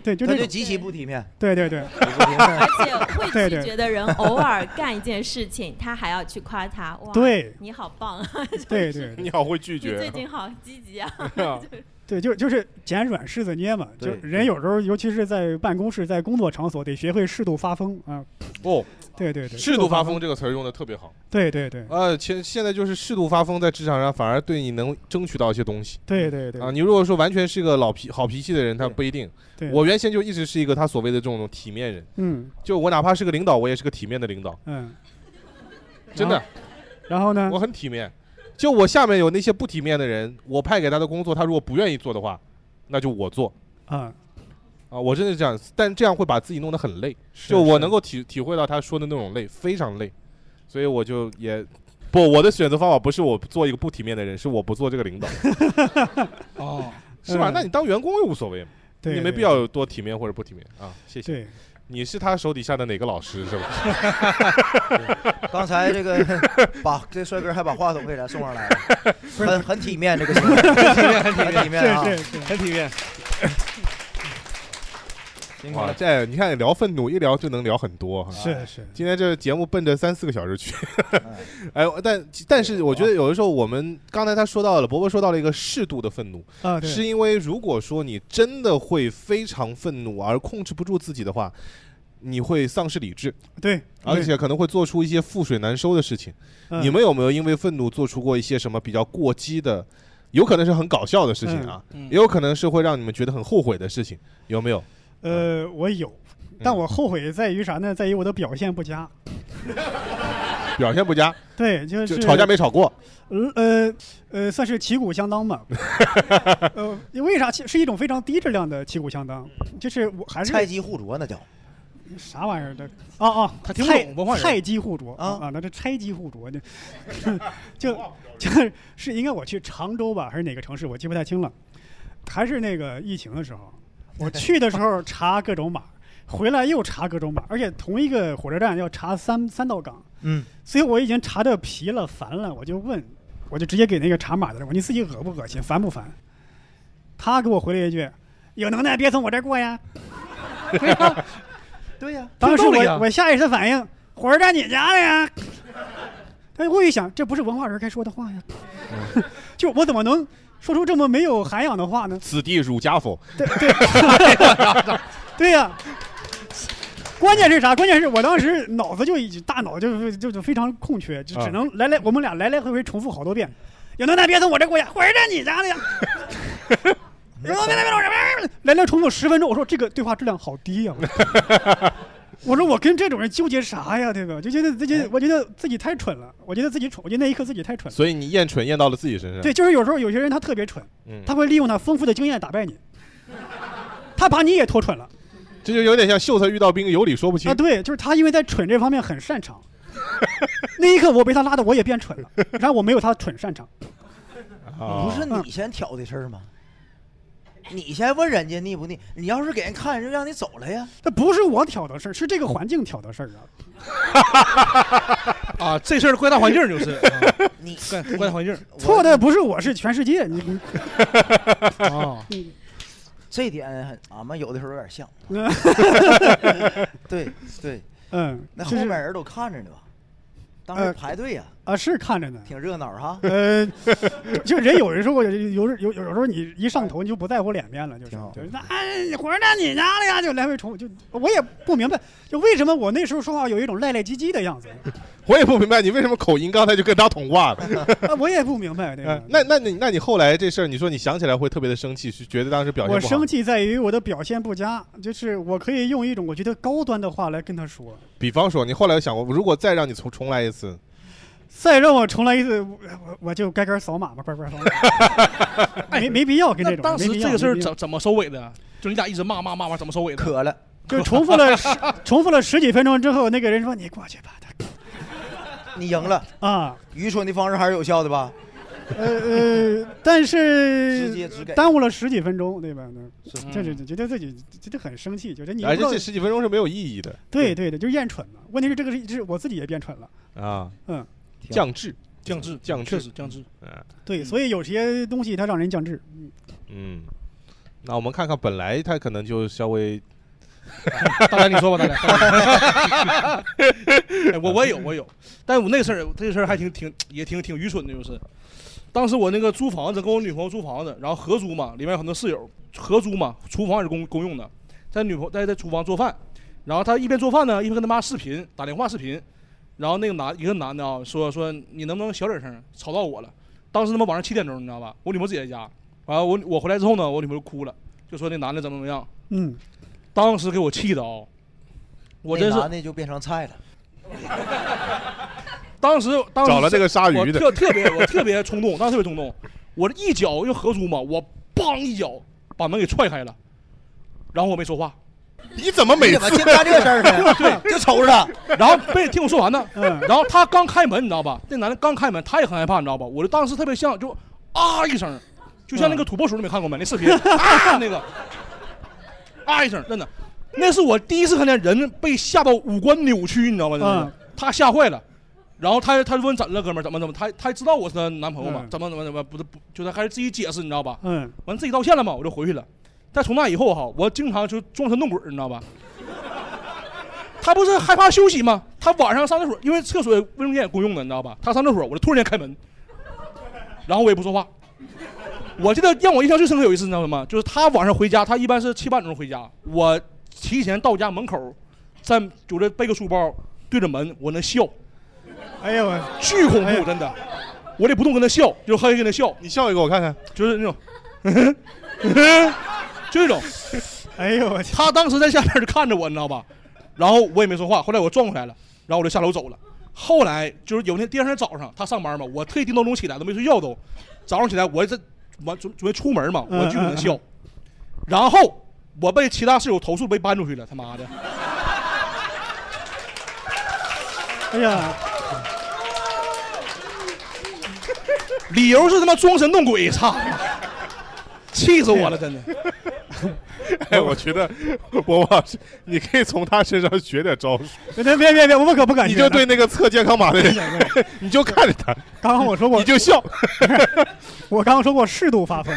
D: 对，就
F: 他
D: 这
F: 就
D: 种。
F: 极其不体面。
D: 对对对，
P: 而且会
D: 对
P: 拒
D: 对
P: 绝的人，偶尔干一件事情，他还要去夸他，哇，
D: 对
P: 你好棒啊！
D: 对对对
B: 你好会拒
P: 你最
B: 绝。啊
P: 近好积极啊！ 对
D: 对，就就是捡软柿子捏嘛。就
B: 对
D: 人有时候，尤其是在办公室、在工作场所，得学会适度发疯啊。
B: 哦，
D: 对对对，
B: 适度发疯。这个词儿用的特别好。
D: 对对对
B: 呃，现现在就是适度发疯，在职场上反而对你能争取到一些东西。
D: 对对对
B: 啊，你如果说完全是个老脾好脾气的人，他不一定。
D: 对
B: 我原先就一直是一个他所谓的这种体面人，
D: 嗯
B: 就我哪怕是个领导，我也是个体面的领导，
D: 嗯，
B: 真的。
D: 然后呢？
B: 我很体面，就我下面有那些不体面的人，我派给他的工作，他如果不愿意做的话，那就我做。
D: 啊
B: 啊，我真的是这样，但这样会把自己弄得很累。就我能够体体会到他说的那种累，非常累，所以我就也不，我的选择方法不是我做一个不体面的人，是我不做这个 领导，
E: 哦，
B: 是吧？
E: 嗯
B: 那你当员工又无所谓嘛，
E: 对
B: 你没必要有多体面或者不体面啊。谢
D: 谢。
B: 你是他手底下的哪个老师是吧？
F: 刚才这个把这帅哥还把话筒给咱送上 来了，很很体面这个行为，
B: 很体面
F: 很体面啊，
B: 是是是
E: 很体面。
F: 辛苦
B: 哇，
F: 了，
B: 这你看聊愤怒一聊就能聊很多哈。
D: 是是，
B: 今天这节目奔着三四个小 时去。哎，但但是我觉得
D: 哦
B: 有的时候我们刚才他说到了，伯伯说到了一个适度的愤怒，
D: 啊对
B: 是因为如果说你真的会非常愤怒而控制不住自己的话，你会丧失理智，
D: 对，
B: 而且可能会做出一些覆水难收的事情。
D: 嗯
B: 你们有没有因为愤怒做出过一些什么比较过激的？有可能是很搞笑的事情啊，
D: 嗯嗯
B: 也有可能是会让你们觉得很后悔的事情，有没有？
D: 呃，
B: 嗯
D: 我有，但我后悔在于啥呢？在于我的表现不佳。
B: 表现不佳，
D: 对，就
B: 就是吵架没吵过，
D: 呃呃呃，算是旗鼓相 当吧。呃，为啥是一种非常低质量的旗鼓相当？
F: 嗯
D: 就是我还是
F: 菜鸡互啄那叫。
D: 啥玩意儿的？哦哦，
F: 他听不
D: 菜
F: 懂文化人
D: 菜鸡互啄啊啊，那这拆鸡 互啄，就就就是是应该我去常州吧，还是哪个城市？我记不太清了。还是那个疫情的时候，我去的时候查各种码，回来又查各种码，而且同一个火车站要查三三道岗，
F: 嗯，
D: 所以我已经查的疲了、烦了，我就问，我就直接给那个查码的人，我说你自己恶不恶心，烦不烦？他给我回了一句：“有能耐别从我这儿过呀。”
F: 对呀、
D: 当时
F: 有道理
D: 我
F: 啊
D: 我下意识的反应，火车站你家的呀？但我一想，这不是文化人该说的话呀，
E: 嗯
D: 就我怎么能说出这么没有涵养的话呢？
B: 此地汝家否？
D: 对呀、关键是啥？关键是我当时脑子就已经大脑就就就非常空缺，就只能来来我们俩来来回回重复好多遍。有能耐别从我这过呀，火车站你家的呀。有能耐别从我这边来来重复十分钟，我说这个对话质量好低呀、我说我跟这种人纠结啥呀？对吧？就觉得自己，我觉得自己太蠢了，我觉得自己蠢，我觉得那一刻自己太蠢了。
B: 所以你验蠢验到了自己身上。
D: 对，就是有时候有些人他特别蠢，
B: 嗯
D: 他会利用他丰富的经验打败你，他把你也拖蠢了。
B: 这就有点像秀才遇到兵，有理说不清
D: 啊，。对，就是他因为在蠢这方面很擅 长，那一刻我被他拉的我也变蠢了，然后我没有他蠢擅长。
B: 哦
F: 不是你先挑的事儿吗？你先问人家腻不腻？你要是给人看，人就让你走了呀。
D: 那不是我挑的事儿，是这个环境挑的事儿啊。
E: 啊，这事儿怪大环境 就是，啊
F: 你
E: 怪怪大环境。
D: 错的不是我，是全世界。你 你。
B: 哦
E: 啊，
F: 这点很俺们有的时候有点像对对，
D: 嗯
F: 那后
D: 就是
F: 面人都看着呢吧？当时
D: 呃
F: 排队呀，
D: 啊，是看着呢，
F: 挺热闹哈。
D: 呃，就人有的时候有有有有有时候你一上头你就不在乎脸面了，就是就是那哎，火车站你家的呀，就来回重复就我也不明白，就为什么我那时候说话有一种赖赖唧唧的样子，
B: 我也不明白你为什么口音刚才就跟他同化
E: 嗯
B: 了。 嗯
D: 啊我也不明白那个。
B: 那那你那你后来这事儿，你说你想起来会特别的生气，是觉得当时呃表现
D: 我
B: 不好
D: 生，气在于我的表现不佳，就是我可以用一种我觉得高端的话来跟他说。
B: 比方说你后来想过，如果再让你重重来一次，
D: 再让我重来一次，我我我就该该扫码吧，乖乖扫码，没没必要跟这
E: 那
D: 种。
E: 当时
D: 没必要
E: 这个事儿
D: 没必要
E: 怎怎么收尾的？就你俩一直骂骂骂完怎么收尾的？
F: 渴了，
D: 就重 复了十重复了十几分钟之后，那个人说：“你过去 吧。
F: 你赢了
D: 啊！
F: 愚蠢的方式还是有效的吧？”
D: 呃呃，但是
F: 直接只给
D: 耽误了十几分钟，对吧？
F: 是
D: 那这这这觉得自己觉得很生气，觉得你
B: 而
D: 不知
B: 且嗯
D: 道
B: 哎这十几分钟是没有意义的
D: 对对对，就是厌蠢了。问题是这个是是我自己也变蠢了，
B: 啊。
D: 嗯，
B: 降智，
E: 降智，
B: 降
E: 确
B: 智，
E: 实降智。
F: 嗯
D: 对，所以有些东西它让人降智，嗯
B: 嗯，那我们看看，本来他可能就稍微，
E: 大胆你说吧，大胆。 哎，我我也有，我有，但我那事儿，这事儿还挺挺也挺挺愚蠢的，就是，当时我那个租房子，跟我女朋友租房子，然后合租嘛，里面有很多室友，合租嘛，厨房也是公公用的，在女朋友在在厨房做饭，然后她一边做饭呢，一边跟她妈视频打电话视频，然后那个男一个男的啊说说你能不能小点声，吵到我了。当时他妈晚上七点钟，你知道吧？我女朋友自己在家，完了我我回来之后呢，我女朋友哭了，就说那男的怎么怎么样，
D: 嗯，
E: 当时给我气的啊、我真
F: 那
E: 是
F: 男的就变成菜了。
E: 当时当时
B: 找了这个鲨鱼的
E: 我特特别我特别冲动，当时特别冲动，我一脚又合租嘛，我梆一脚把门给踹开了，然后我没说话。
B: 你怎么
F: 每次你怎么净干这事儿呢
E: 对，
F: 就瞅着嗯他，
E: 然后被听我说完呢，然后他刚开门，你知道吧？那男的刚开门，他也很害怕，你知道吧？我就当时特别像就啊一声，就像那个
F: 嗯
E: 土拨鼠，你没看过吗？那视 频啊那个啊一声，真的，那是我第一次看见人被吓到五官扭曲，你知道吗？真的是
D: 嗯
E: 他吓坏了。然后他他就问怎么了，哥们儿怎么怎么，他他知道我是他男朋友嘛
D: 嗯，
E: 怎么怎么怎么，不是不就他开始自己解释，你知道吧？
D: 嗯，
E: 完自己道歉了嘛，我就回去了。但从那以后哈，我经常就装神弄鬼儿，你知道吧？ 他不是害怕休息吗？他晚上上厕所，因为厕所卫生间也公用的，你知道吧？他上厕所，我就突然间开门，然后我也不说话。我记得让我印象最深刻有一次，你知道吗？就是他晚上回家，他一般是七八点钟回家，我提前到家门口，在我这背个书包对着门，我能笑。
D: 哎呀我
E: 巨恐怖，真的，我得不动跟他笑，就是嘿嘿跟他笑。
B: 你笑一个我看看，
E: 就是那种，就那种。
D: 哎呦我
E: 他当时在下边就看着我，你知道吧？然后我也没说话，后来我转过来了，然后我就下楼走了。后来就是有天第二天早上，他上班嘛，我特意定闹钟起来都没睡觉都，早上起来我这完准准备出门嘛，我就
B: 嗯
E: 能笑。然后我被其他室友投诉被搬出去了，他妈的！
D: 哎 呀，
E: 理由是他妈装神弄鬼，操！气死我了，真的。
B: 哎， 我觉得我往你可以从他身上学点招数。
D: 别别别别，我们可不敢学
B: 你
D: 呢。
B: 就对那个测健康码的人， 你就看着他。
D: 刚刚我说过，你
B: 就笑。
D: 我刚刚说过适度发 疯，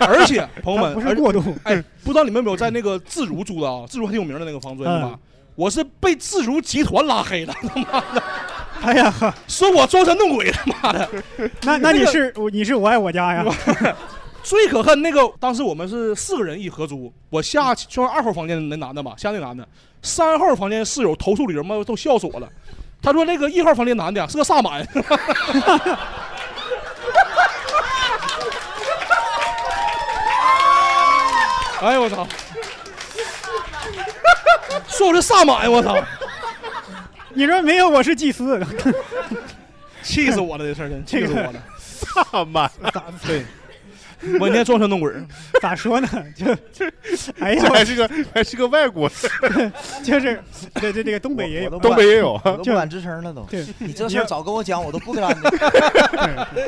E: 而 且朋友们，
D: 他不
E: 而
D: 是过度。
E: 哎，不知道你们有没有在那个自如住的啊？自如还挺有名的那个房子，对吧
D: 嗯？
E: 我是被自如集团拉黑的，他妈的！
D: 哎呀，
E: 说我装神弄鬼，他妈的！
D: 那那你是你是我爱 我家呀？
E: 最可恨那个，当时我们是四个人一合租，我下就二号房间那男的嘛，下那男的，三号房间室友投诉里人嘛都笑死我了。他说那个一号房间男的呀是个萨满， 哎呦我操！说我是萨满，我操！
D: 你说没有，我是祭 司，
E: 气死我了！这事儿真气死我 了！
B: 萨满，
E: 对，我那天装神弄鬼，
D: 咋说呢？就 哎呀，
B: 这还是个还是个外国，
D: 就是对对，这个东北也有，
B: 东北也有啊
F: 我都不
D: 就
F: 敢吱声了都
D: 对。
F: 你这事儿早跟我讲，我都 不敢。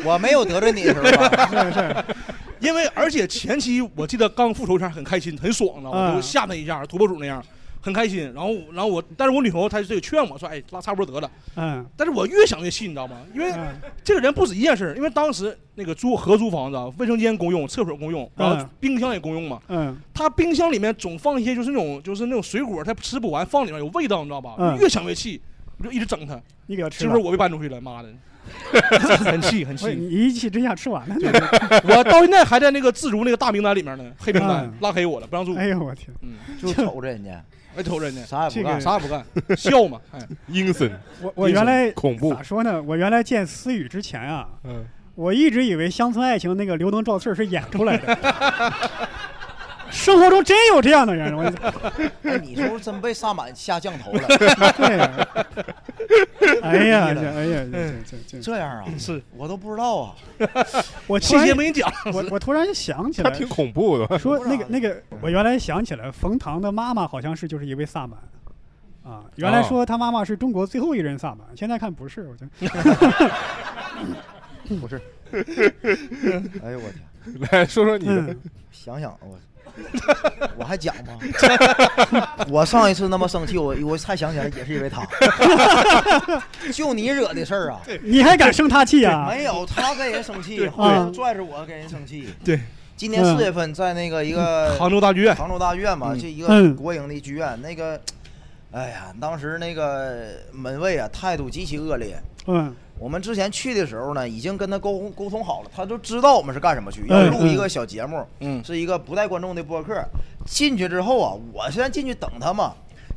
F: 我没有得罪你是吧？
D: 是是。
E: 因为而且前期我记得刚复仇一下很开心很爽了，我
D: 嗯
E: 就吓他一下，土拨鼠那样很开心。然后然后我，但是我女朋友她就劝我说：“哎，拉差不多得了。”
D: 嗯，
E: 但是我越想越气，你知道吗？因为这个人不止一件事儿，因为当时那个租合租房子，啊，卫生间公用，厕所公用，然后
D: 嗯
E: 冰箱也公用嘛。
D: 嗯，
E: 他冰箱里面总放一些就是那种就是那种水果，他吃不完，放里面有味道，你知道吧？
D: 嗯
E: 越想越气，我就一直整他。
D: 你给他吃
E: 这
D: 了
E: 会儿我被搬出去了， 妈的， 很气很
D: 不是
E: 气。
D: 你一气之下吃完了呢。
E: 我到现在还在那个自如那个大名单里面呢，黑名单
D: 嗯
E: 拉黑我了，不让住。
D: 哎呦我天，
E: 嗯，
F: 就瞅着人家，
E: 哎瞅着人家，
F: 啥也不干
E: 啥也不干，笑嘛，哎，
B: 阴森。
D: 我我原来
B: 恐怖
D: 咋说呢？我原来见思雨之前啊，
B: 嗯，
D: 我一直以为《乡村爱情》那个刘能赵四儿是演出 来的，生活中真有这样的人， 我
F: 哎你是不是真被萨满下降头了？
D: 对呀哎呀这哎呀这这这
F: 这样啊？
E: 是
F: 我都不知道啊。
D: 我突
F: 细
D: 然
F: 节没
E: 讲，
D: 我我突然想起
F: 他
D: 来，
F: 挺
B: 恐怖啊的
D: 说那个那个，
F: 嗯
D: 我原来想起来，冯唐的妈妈好像是就是一位萨满。啊，原来
B: 哦
D: 说他妈妈是中国最后一任萨
F: 哦
D: 满，现在看不是，我觉得
F: 不是。 哎呦我 天！
B: 来说说你的
D: 嗯
F: 想想啊我，我还讲吗？我上一次那么生气，我我才想起来也是因为他，就你惹的事儿啊！
D: 你还敢生他气啊
F: 没有，他跟人生气
D: 对，对
F: 拽着我跟人生气。
E: 对，
F: 今年
E: 嗯
F: 四月份在那个一个
E: 杭州大剧院
F: 杭州大剧院嘛，
E: 嗯
F: 这一个
E: 嗯
F: 国营的剧院，那个，哎呀，当时那个门卫啊态度极其恶劣。
D: 嗯，
F: 我们之前去的时候呢，已经跟他沟通沟通好了，他就知道我们是干什么去，要
D: 嗯
F: 录一个小节目，
E: 嗯，
F: 是一个不带观众的播客。进去之后啊，我先进去等他嘛，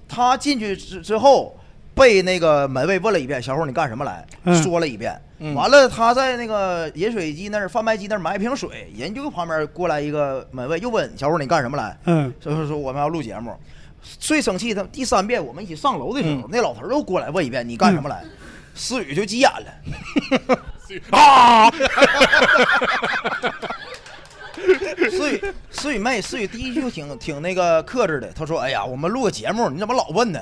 F: 他进去之之后被那个门卫问了一遍：“小伙儿，你干什么来？”
E: 嗯
F: 说了一遍，
E: 嗯
F: 完了他在那个饮水机那儿、贩卖机那儿买一瓶水，人就旁边过来一个门卫又问：“小伙儿，你干什么来？”
D: 嗯，
F: 所以说我们要录节目。最生气的第三遍，我们一起上楼的时候，那老头儿又过来问一遍：“你干什么来？”思雨就急眼了，啊！思雨，思雨妹，思雨第一句挺挺那个克制的，她说：“哎呀，我们录个节目，你怎么老问呢？”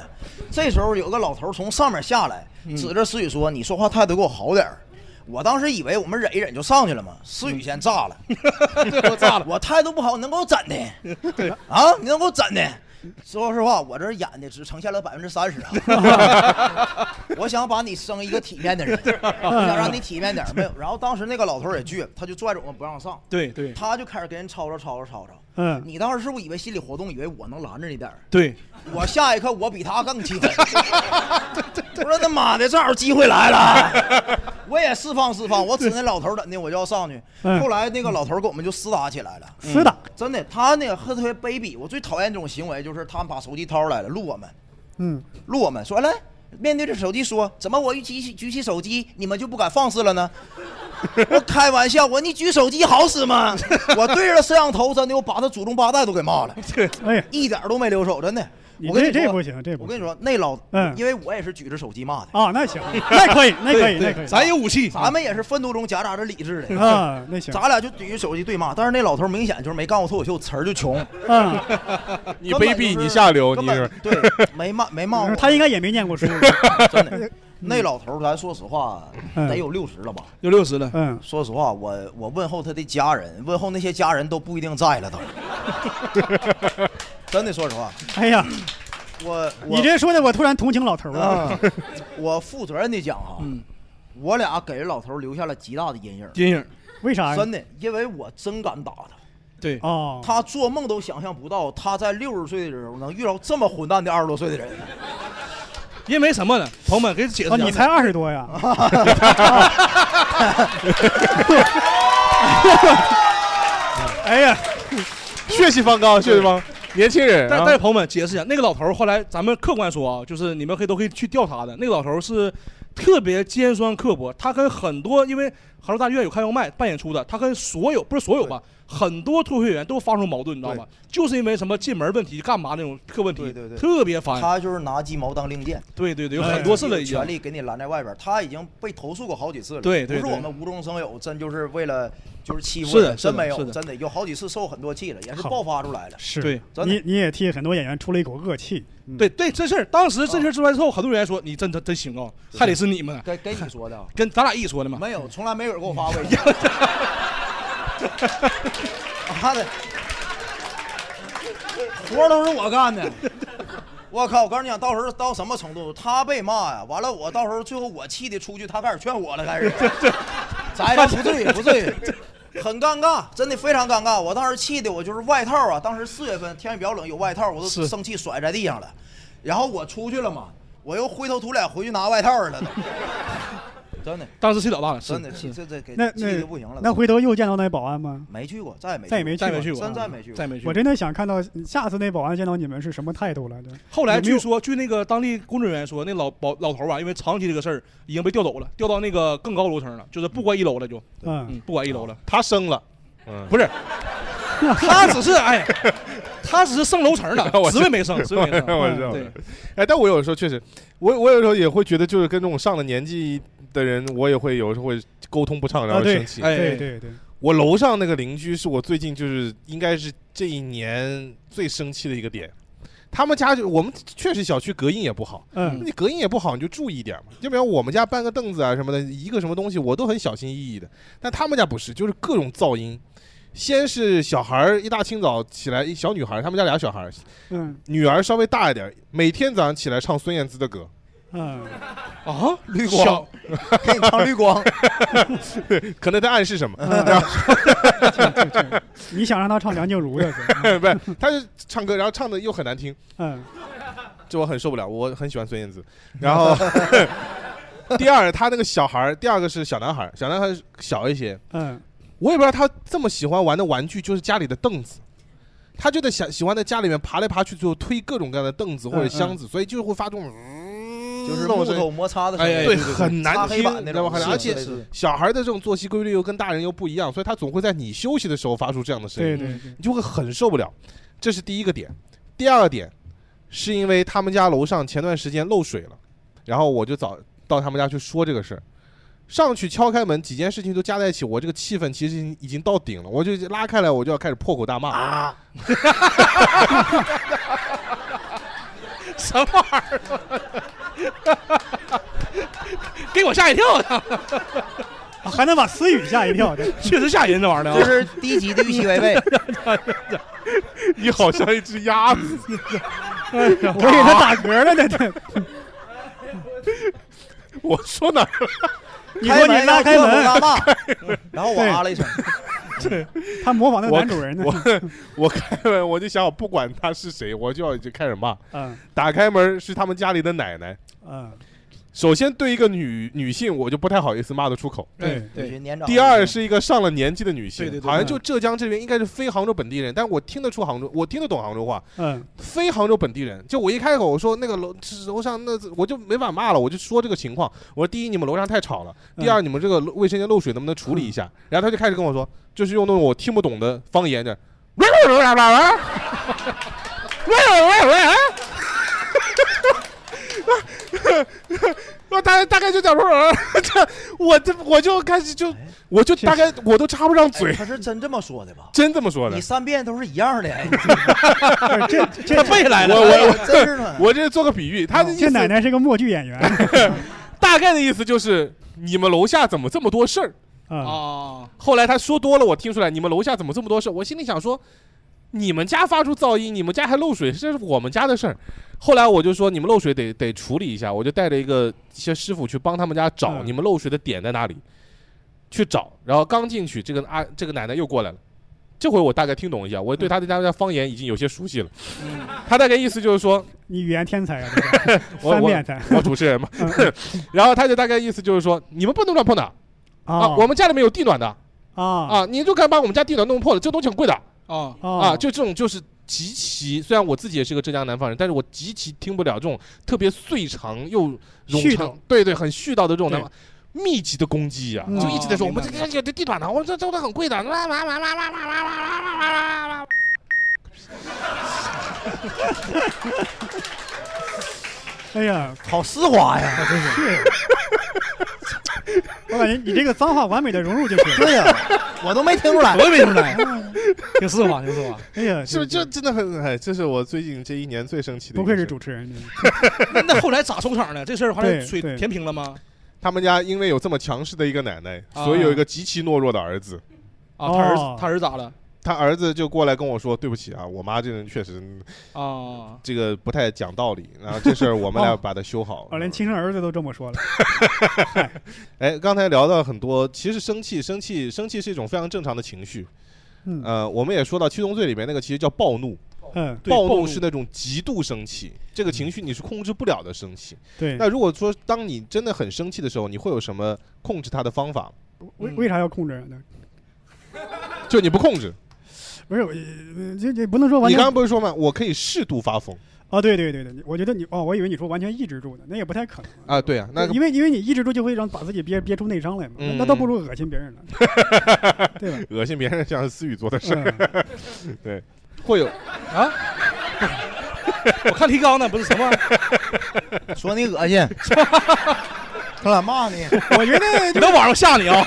F: 这时候有个老头从上面下来，指着思雨说：“你说话态度给我好点儿。”我当时以为我们忍一忍就上去了嘛，思雨先炸了，我炸了，我态度不好，你能给我怎的？啊，你能给我怎的？说实话，我这演的只呈现了百分之三十啊， 我想把你生一个体面的人，我想让你体面点儿没有。然后当时那个老头儿也倔，他就拽着我们不让上，
E: 对对
F: 他就开始跟人吵吵吵吵吵吵。
D: 嗯
F: 你当时是不是以为心理活动，以为我能拦着你点儿？
E: 对，
F: 我下一刻我比他更气 愤。我说他妈的，正好机会来了，我也释放释放，我指那老头儿怎的，我就要上去。
D: 嗯
F: 后来那个老头儿跟我们就厮打起来了，嗯
D: 厮打
F: 真的，他那个特别卑鄙。我最讨厌这种行为，就是他们把手机掏出来了录我们，
D: 嗯，
F: 录我们说来，面对着手机说，怎么我一举起举起手机，你们就不敢放肆 了呢？我开玩笑，我说你举手机好使吗？我对着摄像头，真的，我把他祖宗八代都给骂 了，
D: 哎，
F: 一点都没留手，真的。
D: 你
F: 我跟
D: 这
F: 你
D: 这
F: 说
D: 不行，这不
F: 我跟你说，那老，
D: 嗯
F: 因为我也是举着手机骂的。
D: 啊，那行，那可以，那 可以，那可以，
E: 有武器，
F: 咱们也是愤怒中夹杂着理智的
D: 啊那行
F: 咱俩就举着手机对骂，但是那老头明显就是没干过脱口秀，词儿就穷。
D: 嗯，
B: 你卑鄙，你下流，你是
F: 对，没骂没骂我，
D: 他应该也没念过书，
F: 真的。那老头儿，咱说实话，
E: 嗯
F: 得有六十了吧？
E: 有六十了。
D: 嗯，
F: 说实话，我我问候他的家人，问候那些家人都不一定在了 都。真的，说实话，
D: 哎呀，
F: 我我
D: 你这说的我突然同情老头儿
F: 啊
D: 了。，
F: 我负责任的讲啊，我俩给人老头儿留下了极大的阴影。
E: 嗯阴 影，
D: 为啥呀？
F: 真的，因为我真敢打他。
E: 对
D: 哦，
F: 他做梦都想象不到，他在六十岁的时候能遇到这么混蛋的二十多岁的 人。
E: 因为什么呢？朋友们给解释一下。
D: 哦，你才二十多呀？ 哎呀，
B: 血气方刚，血气方，年轻人。
E: 但
B: 啊
E: 但是朋友们解释一下，那个老头儿后来咱们客观说啊，就是你们可以都可以去调查的。那个老头儿是特别尖酸刻薄，他跟很多因为杭州大剧院有开放麦办演出的，他跟所有不是所有吧，很多脱口秀演员都发生矛盾，你知道吗？就是因为什么进门问题、干嘛那种客问题，
F: 对对
E: 特别烦。
F: 他就是拿鸡毛当令箭。哎
E: 对对对，有很多次了已经。
F: 权利给你拦在外边儿，他已经被投诉过好几次了。
E: 对对
F: 不
E: 对
F: 是我们无中生有，真就是为了就是欺负
D: 是的
F: 人，
D: 是的
F: 真没有
D: 是，的
F: 真的有好几次受很多气了，也是
D: 好
F: 爆发出来了。
D: 是
F: 真的
D: 你你也替很多演员出了一口恶气。
F: 嗯
E: 对对，这事儿当时这事儿
F: 哦
E: 出来之后，很多人说你真真真行啊，还得是你们
F: 跟跟你说的啊，
E: 跟咱俩一起说的嘛。
F: 没有，从来没有人给我发微信。妈的，活儿都是我干的。 我靠！我告诉你讲，到时候到什么程度，他被骂呀，完了我到时候最后我气的出去，他开始劝我了，开始。咱也不至于，不 至于，很尴尬，真的非常尴尬。我当时气的，我就是外套啊，当时四月份天气比较冷，有外套，我都
E: 是
F: 生气甩在地上了。然后我出去了嘛，我又灰头土脸回去拿外套去了都，真的。
E: 当时气老大了，是嗯
F: 真的气， 这这给
D: 那
F: 气
D: 那
F: 的不行了。
D: 那回头又见到那保安吗？
F: 没去过，再也没
D: 再也没
F: 去过，
D: 去过，
F: 真再没去过，
D: 我真的想看到下次那保安见到你们是什么态度了。就
E: 后来
D: 有没有
E: 据说，据那个当地工作人员说，那老保老头儿啊，因为长期这个事儿，已经被调走了，调到那个更高楼层了，就是不管一楼了就，
D: 嗯
E: 不管一
F: 哦
E: 楼了。
B: 他升了，嗯，
E: 不是，他只是哎，他只是升楼 层了
B: 我
E: 职位 没升，职位没升。
B: 我知道。
D: 嗯
E: 对，
B: 哎，但我有时候确实，我我有时候也会觉得，就是跟这种上了年纪的人，我也会有时候会沟通不畅，然
D: 啊
B: 后
D: 对
B: 生气。
D: 哎对对对。
B: 我楼上那个邻居是我最近就是应该是这一年最生气的一个点。他们家就我们确实小区隔音也不好，
D: 嗯
B: 你隔音也不好，你就注意一点嘛。要不然我们家搬个凳子啊什么的，一个什么东西我都很小心翼翼的，但他们家不是，就是各种噪音。先是小孩儿一大清早起来，一小女孩儿，他们家俩小孩儿，
D: 嗯
B: 女儿稍微大一点儿，每天早上起来唱孙燕姿的歌，
D: 嗯
B: 啊，
F: 绿 光
B: 小
F: 给你 唱 绿 光，
B: 可能在暗示什么？
D: 你想让他唱梁静茹的歌？
B: 不是，他就唱歌，然后唱的又很难听，
D: 嗯，
B: 这我很受不了。我很喜欢孙燕姿。然后 第二，他那个小孩儿，第二个是小男孩儿，小男孩儿小一些，
D: 嗯，
B: 我也不知道他这么喜欢玩的玩具就是家里的凳子。他就在想喜欢在家里面爬来爬去，最后推各种各样的凳子或
D: 嗯
B: 者箱子，所以就会发这种
F: 就是
B: 那种
F: 木
B: 声音
F: 头摩擦的声音，
B: 哎对，很难
F: 擦黑
B: 听，
F: 板
B: 你
F: 那
B: 知道
F: 种
B: 吗？很难而且小孩的这种作息规律又跟大人又不一样，所以他总会在你休息的时候发出这样的声音，
D: 对对对
B: 你就会很受不了。这是第一个点，第二个点是因为他们家楼上前段时间漏水了，然后我就早到他们家去说这个事儿。上去敲开门，几件事情都加在一起，我这个气氛其实已经已经到顶了，我就拉开来，我就要开始破口大骂啊！
E: 什么玩意儿？给我吓一跳！
D: 还能把思雨吓一跳，
E: 确实吓人，这玩意儿啊
F: 这是低级的预期违背。
B: 你好像一只鸭子，
D: 我以为他打嗝了呢。这
B: 我说哪儿了？
D: 你说
F: 哎
D: 你拉开门
F: 开门要破口大 骂然后我啊了一声。
D: 对， 他模仿那个
B: 我
D: 男主人呢。
B: 我我开门，我就想，我不管他是谁，我就要就开始 骂。
D: 嗯
B: 打开门是他们家里的奶奶。
D: 嗯，
B: 首先对一个女女性，我就不太好意思骂得出口。
F: 对对有些年长
B: 第二是一个上了年纪的女性，
F: 对对对
B: 好像就浙江这边应该是非杭州本地人，但我听得出杭州，我听得懂杭州话。
D: 嗯，
B: 非杭州本地人，就我一开口我说那个楼楼上那我就没法骂了，我就说这个情况。我说第一你们楼上太吵了，
F: 嗯
B: 第二你们这个卫生间漏水能不能处理一下？然后他就开始跟我说，就是用那种我听不懂的方言的。 我大大概就讲说， 这我这我就开始
D: 哎
B: 就我就大概我都插不上嘴，
F: 哎他是真这么说的吧？
B: 真这么说的
F: 你。三遍都是一 样的，哎
D: 啊这 这哦
F: 他背下来了
B: 我我
F: 哎呀真是的
B: 我我这做个比喻，他的意
D: 这
B: 思
D: 奶奶是个默剧演员，
B: 大大概的意思就是你们楼下怎么这么多事儿？
E: 啊，
B: 后来他说多了，我听出来你们楼下怎么这么多事儿？我心里想说，你们家发出噪音，你们家还漏水，这是我们家的事儿。后来我就说你们漏水得得处理一下，我就带着一个一些师傅去帮他们家找你们漏水的点在哪里，去找。然后刚进去，这个啊这个奶奶又过来了。这回我大概听懂一下，我对他的家家方言已经有些熟悉了。他大概意思就是说，
D: 你语言天才啊，
B: 我
D: 翻
B: 我
D: 面才
B: 我主持人嘛。 然后他就大概意思就是说，你们不能乱碰的啊，
D: 哦
B: 我们家里面有地暖的
D: 啊
B: 啊，你就敢把我们家地暖弄破了，这东西很贵的
E: 啊
B: 啊，就这种就是极其，虽然我自己也是个浙江南方人，但是我极其听不了这种特别碎长又冗
E: 絮
B: 长
E: 叨，
B: 对对，很絮叨的这种
E: 对
B: 南方密集的攻击啊，
E: 嗯
B: 就一直在说我们这
E: 明白
B: 这这地暖的，我们这这都很贵的，啦啦啦啦啦啦啦啦啦啦啦。
D: 哎呀，
F: 好丝滑呀，
D: 真是。我感觉你这个脏话完美的融入进去了。
F: 对呀、我都没听出 来，
E: 我也没听出来，挺丝滑，挺丝滑。
D: 哎呀，
B: 是不是这真的很哎？这是我最近这一年最生气的。
D: 不愧是主持人，
E: 那后来咋收场的？这事儿后来
B: 对
E: 水
B: 对
E: 填平了吗？
B: 他们家因为有这么强势的一个奶奶，
E: 啊
B: 所以有一个极其懦弱的儿子。
E: 啊，他儿子
B: 哦
E: 他儿子咋了？
B: 他儿子就过来跟我说：“对不起啊，我妈这人确实
E: 啊，
B: 这个不太讲道理。然后这事儿我们来
D: 哦
B: 把它修好。
D: 我连亲生儿子都这么说了。
B: 哎，刚才聊到很多，其实生气、生气、生气是一种非常正常的情绪。
D: 嗯
B: 呃，我们也说到《七宗罪》里面那个，其实叫暴怒。
D: 嗯，对
B: 暴
D: 暴
B: 怒
D: 怒
B: 是那种极度生气，这个情绪你是控制不了的生气。
D: 对
B: 那如果说当你真的很生气的时候，你会有什么控制它的方法？
D: 为为啥要控制呢？
B: 就你不控制，
D: 不是，我呃这这不能说完
B: 你
D: 全。
B: 刚刚不是说吗？我可以适度发疯
D: 啊，对对对对，我觉得你哦，我以为你说完全抑制住呢，那也不太可能。
B: 啊？对啊， 那嗯
D: 因为因为你抑制住就会让把自己憋憋出内伤来嘛，那那倒不如恶心 别人了。对吧？
B: 恶心别人像是思雨做的事儿
D: 嗯，
B: 对，会有
E: 啊。 我看提纲呢，不是什么，
F: 说你 恶心，哎 他咋骂你？
D: 我觉得
E: 你到网上下你啊！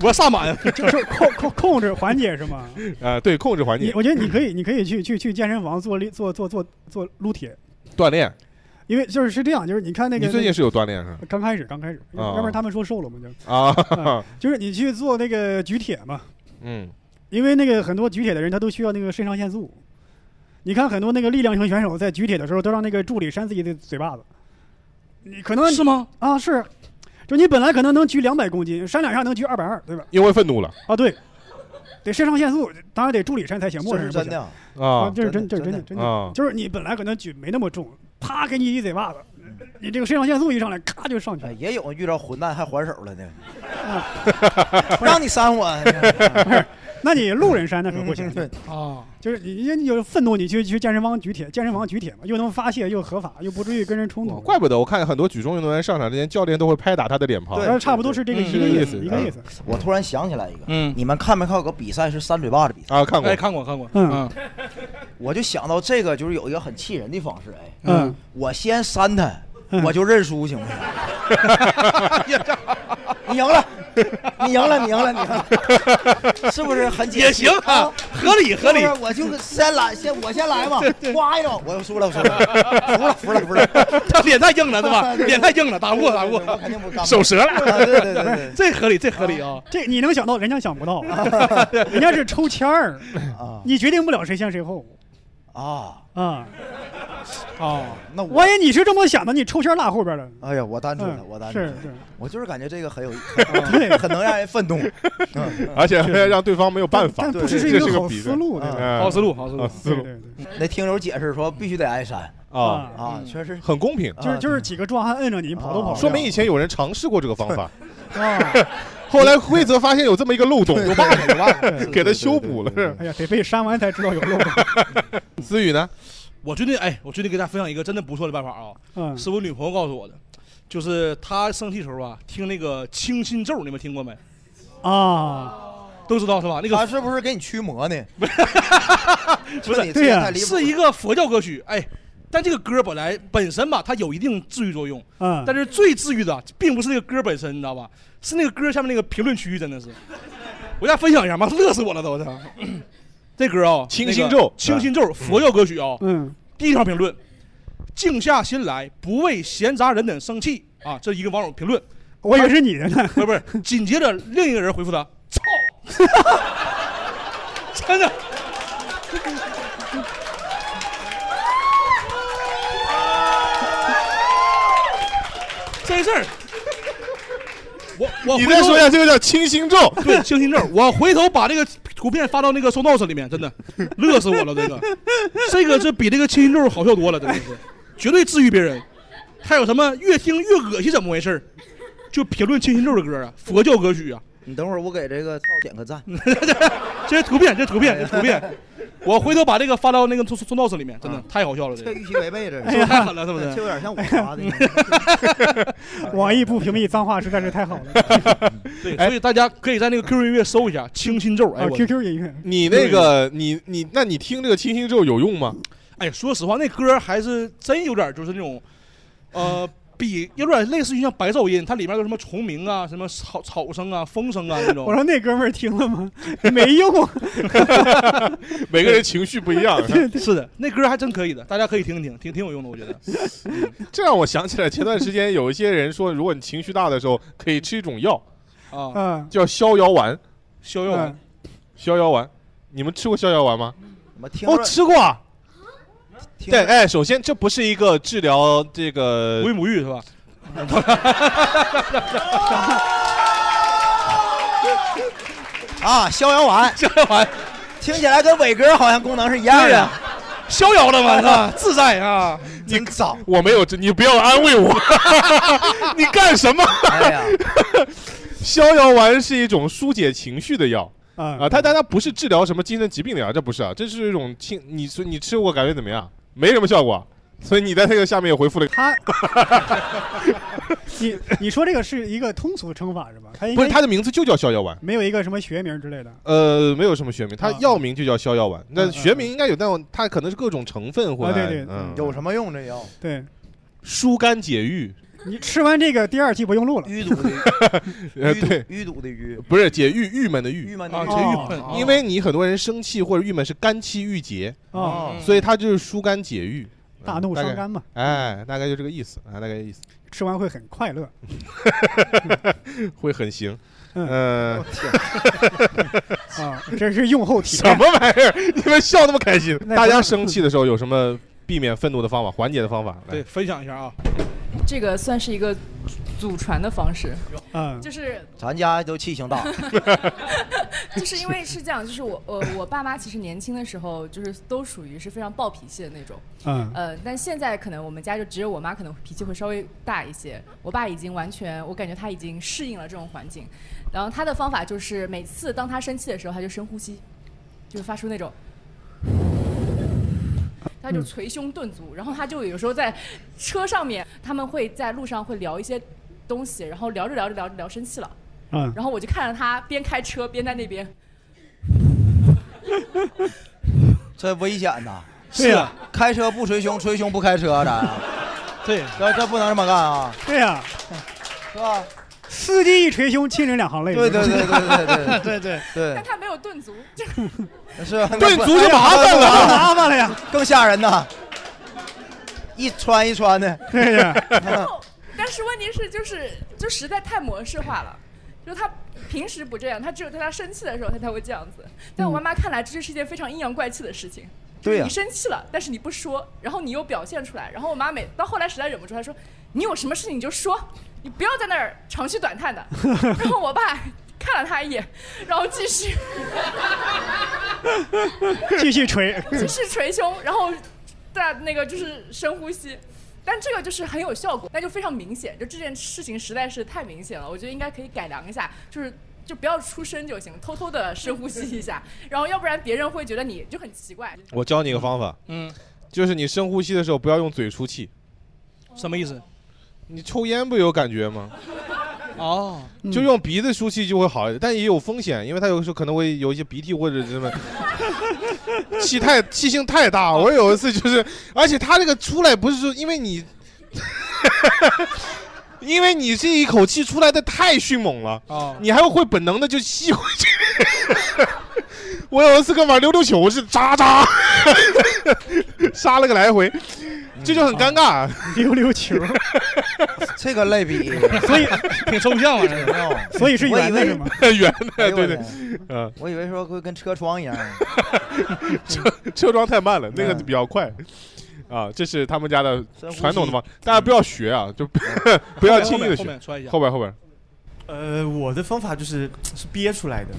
E: 我上马呀，
D: 就是控控控制缓解是 吗？
B: 啊，对，控制环
D: 你
B: 节，
D: 我觉得你可以，你可以去去去健身房做力做做做做撸铁，
B: 嗯锻炼。
D: 因为就是是这样，就是你看那个
B: 你最近是有锻炼是吧？
D: 刚开始刚开始，
B: 啊
D: 要不然他们说瘦了嘛就
B: 啊
D: 嗯，就是你去做那个举铁嘛，
B: 嗯，
D: 因为那个很多举铁的人他都需要那个肾上腺素。你看很多那个力量型选手在举铁的时候，都让那个助理扇自己的嘴巴子。你可能
E: 是吗？
D: 啊，是，就你本来可能能举两百公斤，扇两下能举二百二，对吧？
B: 因为愤怒了
D: 啊，对，得肾上腺素，当然得助理扇才行，默
F: 这
D: 认
F: 是
D: 不
F: 真
D: 行
F: 的
B: 啊
D: 这是真，这是真的，真
B: 啊
D: 的，就是你本来可能举没那么重，啪给你一嘴巴子，你这个肾上腺素一上来，咔就上去了。
F: 哎也有遇到混 蛋还还手了呢，
D: 不是
F: 让你扇我， 嗯
D: 不是那你路人扇那可不行。
F: 对
E: 啊，
D: 就是你你你有愤怒，你去去健身房举铁，健身房举铁嘛，又能发泄又合法，又不至于跟人冲
F: 嗯
D: 突。
B: 怪不得我看很多举重运动员上场之前，教练都会拍打他的脸庞。
D: 对差不多是这个一个意思
B: 嗯
D: 一个意思。
F: 我突然想起来一个，
E: 嗯，
F: 你们看没看过有个比赛是扇嘴巴子比赛
B: 啊？看
E: 过哎看过看过
D: 嗯，
F: 我就想到这个，就是有一个很气人的方式，哎，
D: 嗯，
F: 我先扇他，我就认输， 行不行？你赢了，你赢了，你赢了，你赢了，是不是很解
E: 也行啊合理合理
F: 是不是我就先来，先我先来嘛，夸一掌，我输了，我输了，服了，服了，服了，
E: 他脸太硬了，对 吧？脸太硬了，打不过，打不过，手折了。
F: 啊对对对对，
E: 这合理，这合理啊！
D: 这你能想到，人家想不 到，人家是抽签儿，你决定不了谁先谁后
F: 啊
D: 啊。
E: 啊，
F: 那我
D: 万一你是这么想的，你抽签儿落后边了。
F: 哎呀，我单纯了，
D: 嗯
F: 我单纯了
D: 是是，
F: 我就是感觉这个 很有意
D: 对，嗯
F: 很能让人 愤怒，嗯
B: 而且还让对方没有办法。
F: 但但不
B: 这
F: 失是一
B: 这
F: 个
B: 是个
F: 好
B: 比
F: 思
B: 赛
F: 路对吧
B: 嗯
F: 好思路好
E: 思
F: 路
B: 啊思路
F: 对那听友解释说必须得挨扇
B: 啊
F: 啊，确实啊
B: 很公平，
D: 嗯
B: 啊
D: 就是就是几个壮汉摁着你，跑都跑不了。
B: 说明以前有人尝试过这个方 法，
D: 啊，
B: 后来规则发现有这么一个漏洞，有
D: 对
B: 给他修补了。
F: 嗯
B: 是
D: 哎呀，得被扇完才知道 有漏洞。
B: 思雨呢？
E: 我最近哎，我最近给大家分享一个真的不错的办法啊，
D: 嗯
E: 是我女朋友告诉我的，就是她生气的时候啊，听那个清心咒，你们听过没？
D: 啊，
E: 都知道是吧？那个
F: 他是不是给你驱 魔呢？
E: 不
F: 你
E: 是，
F: 这也太离谱了
E: 是一个佛教歌曲，哎。但这个歌本来本身吧，它有一定治愈作用，
D: 嗯
E: 但是最治愈的并不是那个歌本身，你知道吧？是那个歌下面那个评论区，真的是，我给大家分享一下嘛，乐死我了都！这这歌啊，
B: 清
E: 那个
B: 心咒
E: 清心咒，佛教歌曲啊，
D: 嗯，
E: 第一条评论，静下心来，不为闲杂人等生气啊！这一个网友评论，
D: 我以为是你的呢，
E: 不是不是。紧接着另一个人回复他：“操！”真 的，这事儿，我我
B: 你再说下去有
E: 点清新症， 对清新症。我回头把这个图片发到那个 show notes 里面，真的乐死我了。这个，这个这比这个清新症好笑多了，真的是，绝对治愈别人。还有什么越听越恶心，怎么回事儿？就评论清新咒的歌啊，佛教歌曲啊。
F: 你等会儿我给这个操点 个赞。
E: 这是图片，这是图片，这是图片。我回头把这个发到那个送送 notes 里面，真的太好笑了，这
F: 这
E: 个
F: 预期违背这是，
D: 哎
E: 是不是太狠了，是不是？
F: 这有点像我发的。
D: 网易不屏蔽脏话实在是太好
F: 哎
D: 了。
E: 对，所以大家可以在那个 QQ 音乐搜一下《清心咒》。哎
D: 哦
E: 我
D: ，QQ 音乐，
B: 你那个你你，那你听这个清新咒有用吗？
E: 哎，说实话，那歌还是真有点就是那种，呃， 比有点类似于像白噪音，它里面有什么虫鸣啊、什么草草声啊、风声啊那种。
D: 我说那哥们儿听了吗？没用啊。
B: 每个人情绪不一样
E: 对对是的，那歌还真可以的，大家可以听一听，挺挺有用的，我觉得。
B: 这让我想起来前段时间有一些人说，如果你情绪大的时候，可以吃一种药，
E: 啊，
B: 叫逍遥丸。
E: 逍遥丸，
B: 逍遥丸，你们吃过逍遥丸吗？
F: 我听
B: 哦，
F: 着
B: 吃过啊。对，哎，首先这不是一个治疗这个
E: 不孕不育 是吧？
F: 啊，逍遥丸，
E: 逍遥丸，
F: 听起来跟伟哥好像功能是一样
E: 对
F: 的
E: 呀。逍遥了嘛是吧自在啊！
F: 你早，
B: 我没有，你不要安慰我， 你干什么？
F: 哎
B: 逍遥丸是一种疏解情绪的药。
D: 啊、
B: 它但它不是治疗什么精神疾病的药，这不是啊，这是一种清你所以你吃过感觉怎么样？没什么效果，啊所以你在这个下面也回复了，
D: 他你你说这个是一个通俗的称法是吧？他应
B: 不
D: 该
B: 是它的名字就叫逍遥丸，
D: 没有一个什么学名之类的。
B: 呃，没有什么学名，
D: 啊
B: 它药名就叫逍遥丸，那学名应该有，但它可能是各种成分混
D: 嗯啊
B: 合，
D: 对对
B: 嗯，
F: 有什么用这药？
D: 对，
B: 疏肝解郁，
D: 你吃完这个第二期不用录了。
F: 淤堵的，
B: 呃，对，
F: 淤堵的淤，
B: 不是解郁郁闷的郁，
F: 郁闷的
B: 啊
F: 郁
B: 解
F: 哦
B: 郁闷，因为你很多人生气或者郁闷是肝气郁结，
D: 哦
B: 所以它就是疏肝解郁，嗯
D: 大怒
B: 大概
D: 伤肝嘛，
B: 哎，大概就这个意思啊，大概意思
D: 吃完会很快乐。
B: 会很行，嗯，
D: 哦 啊，这是用后体
B: 什么玩意儿？你们笑那么开心，
D: 那
B: 大家生气的时候有什么避免愤怒的方法、缓解的方法？来
E: 对，分享一下啊。
M: 这个算是一个祖传的方式，
D: 嗯
M: 就是
F: 咱家都气性 大，
M: 就是因为是这样，就是我呃我爸妈其实年轻的时候就是都属于是非常暴脾气的那种，
D: 嗯
M: 呃，但现在可能我们家就只有我妈可能脾气会稍微大一些，我爸已经完全，我感觉他已经适应了这种环境，然后他的方法就是每次当他生气的时候，他就深呼吸，就发出那种。他就捶胸顿足，然后他就有时候在车上面，他们会在路上会聊一些东西，然后聊着聊着聊着聊生气了，
D: 嗯
M: 然后我就看着他边开车边在那边，
F: 这危险呐！
E: 对呀，
F: 开车不捶胸，捶胸不开车，咱
E: 对，
F: 这这不能这么干啊！
D: 对呀、
F: 是吧？
D: 司机一捶胸，亲人两行泪。
F: 对对对对对对
D: 对对
F: 对，
M: 他没有顿足，
F: 是吧
D: 对足就麻烦了啊麻烦了呀，
F: 更吓人呐！一穿一穿的，
D: 对
M: 然后， 但是问题是，就是就实在太模式化了，就是他平时不这样，他只有在他生气的时候，他才会这样子。在我妈妈看来，这就是一件非常阴阳怪气的事情。就是
F: 嗯对呀
M: 你生气了，但是你不说，然后你又表现出来，然后我妈每到后来实在忍不住，她说：“你有什么事情你就说，你不要在那儿长吁 短叹的。”然后我爸看了他一眼，然后继续
D: 继续捶。
M: 继续捶胸，然后在那个就是深呼吸。但这个就是很有效果，但就非常明显，就这件事情实在是太明显了，我觉得应该可以改良一下，就是就不要出声就行，偷偷的深呼吸一下，然后要不然别人会觉得你就很奇怪。
B: 我教你一个方法，
E: 嗯，
B: 就是你深呼吸的时候不要用嘴出气。
E: 什么意思？
B: 你抽烟不有感觉吗？
E: 哦，
D: 嗯
B: 就用鼻子出气就会好一点，但也有风险，因为它有时候可能会有一些鼻涕或者什么气太气性太大。我有一次就是，而且它这个出来不是说因为你， 因为你这一口气出来的太迅猛了，
E: 哦
B: 你还会本能的就吸回去。 我有一次跟玩溜溜球似的，渣渣，杀了个来回，这就很尴尬。
D: 嗯哦溜溜球，
F: 这个类比，
D: 所以
E: 挺抽象啊，这
F: 个
D: 所以是
F: 我以
D: 圆的
F: 为
D: 是吗
B: 圆的
F: 哎呦
B: 对
F: 我
B: 对
F: 天
B: 嗯，
F: 我以为说会跟车窗一样。
B: 车车 窗太慢了，那个比较快。啊，这是他们家的
F: 深呼吸
B: 传统的嘛，大家不要学啊，就 不要轻易的学。
E: 后面说一下
B: 后边后边，
I: 呃，我的方法就是是憋出来的。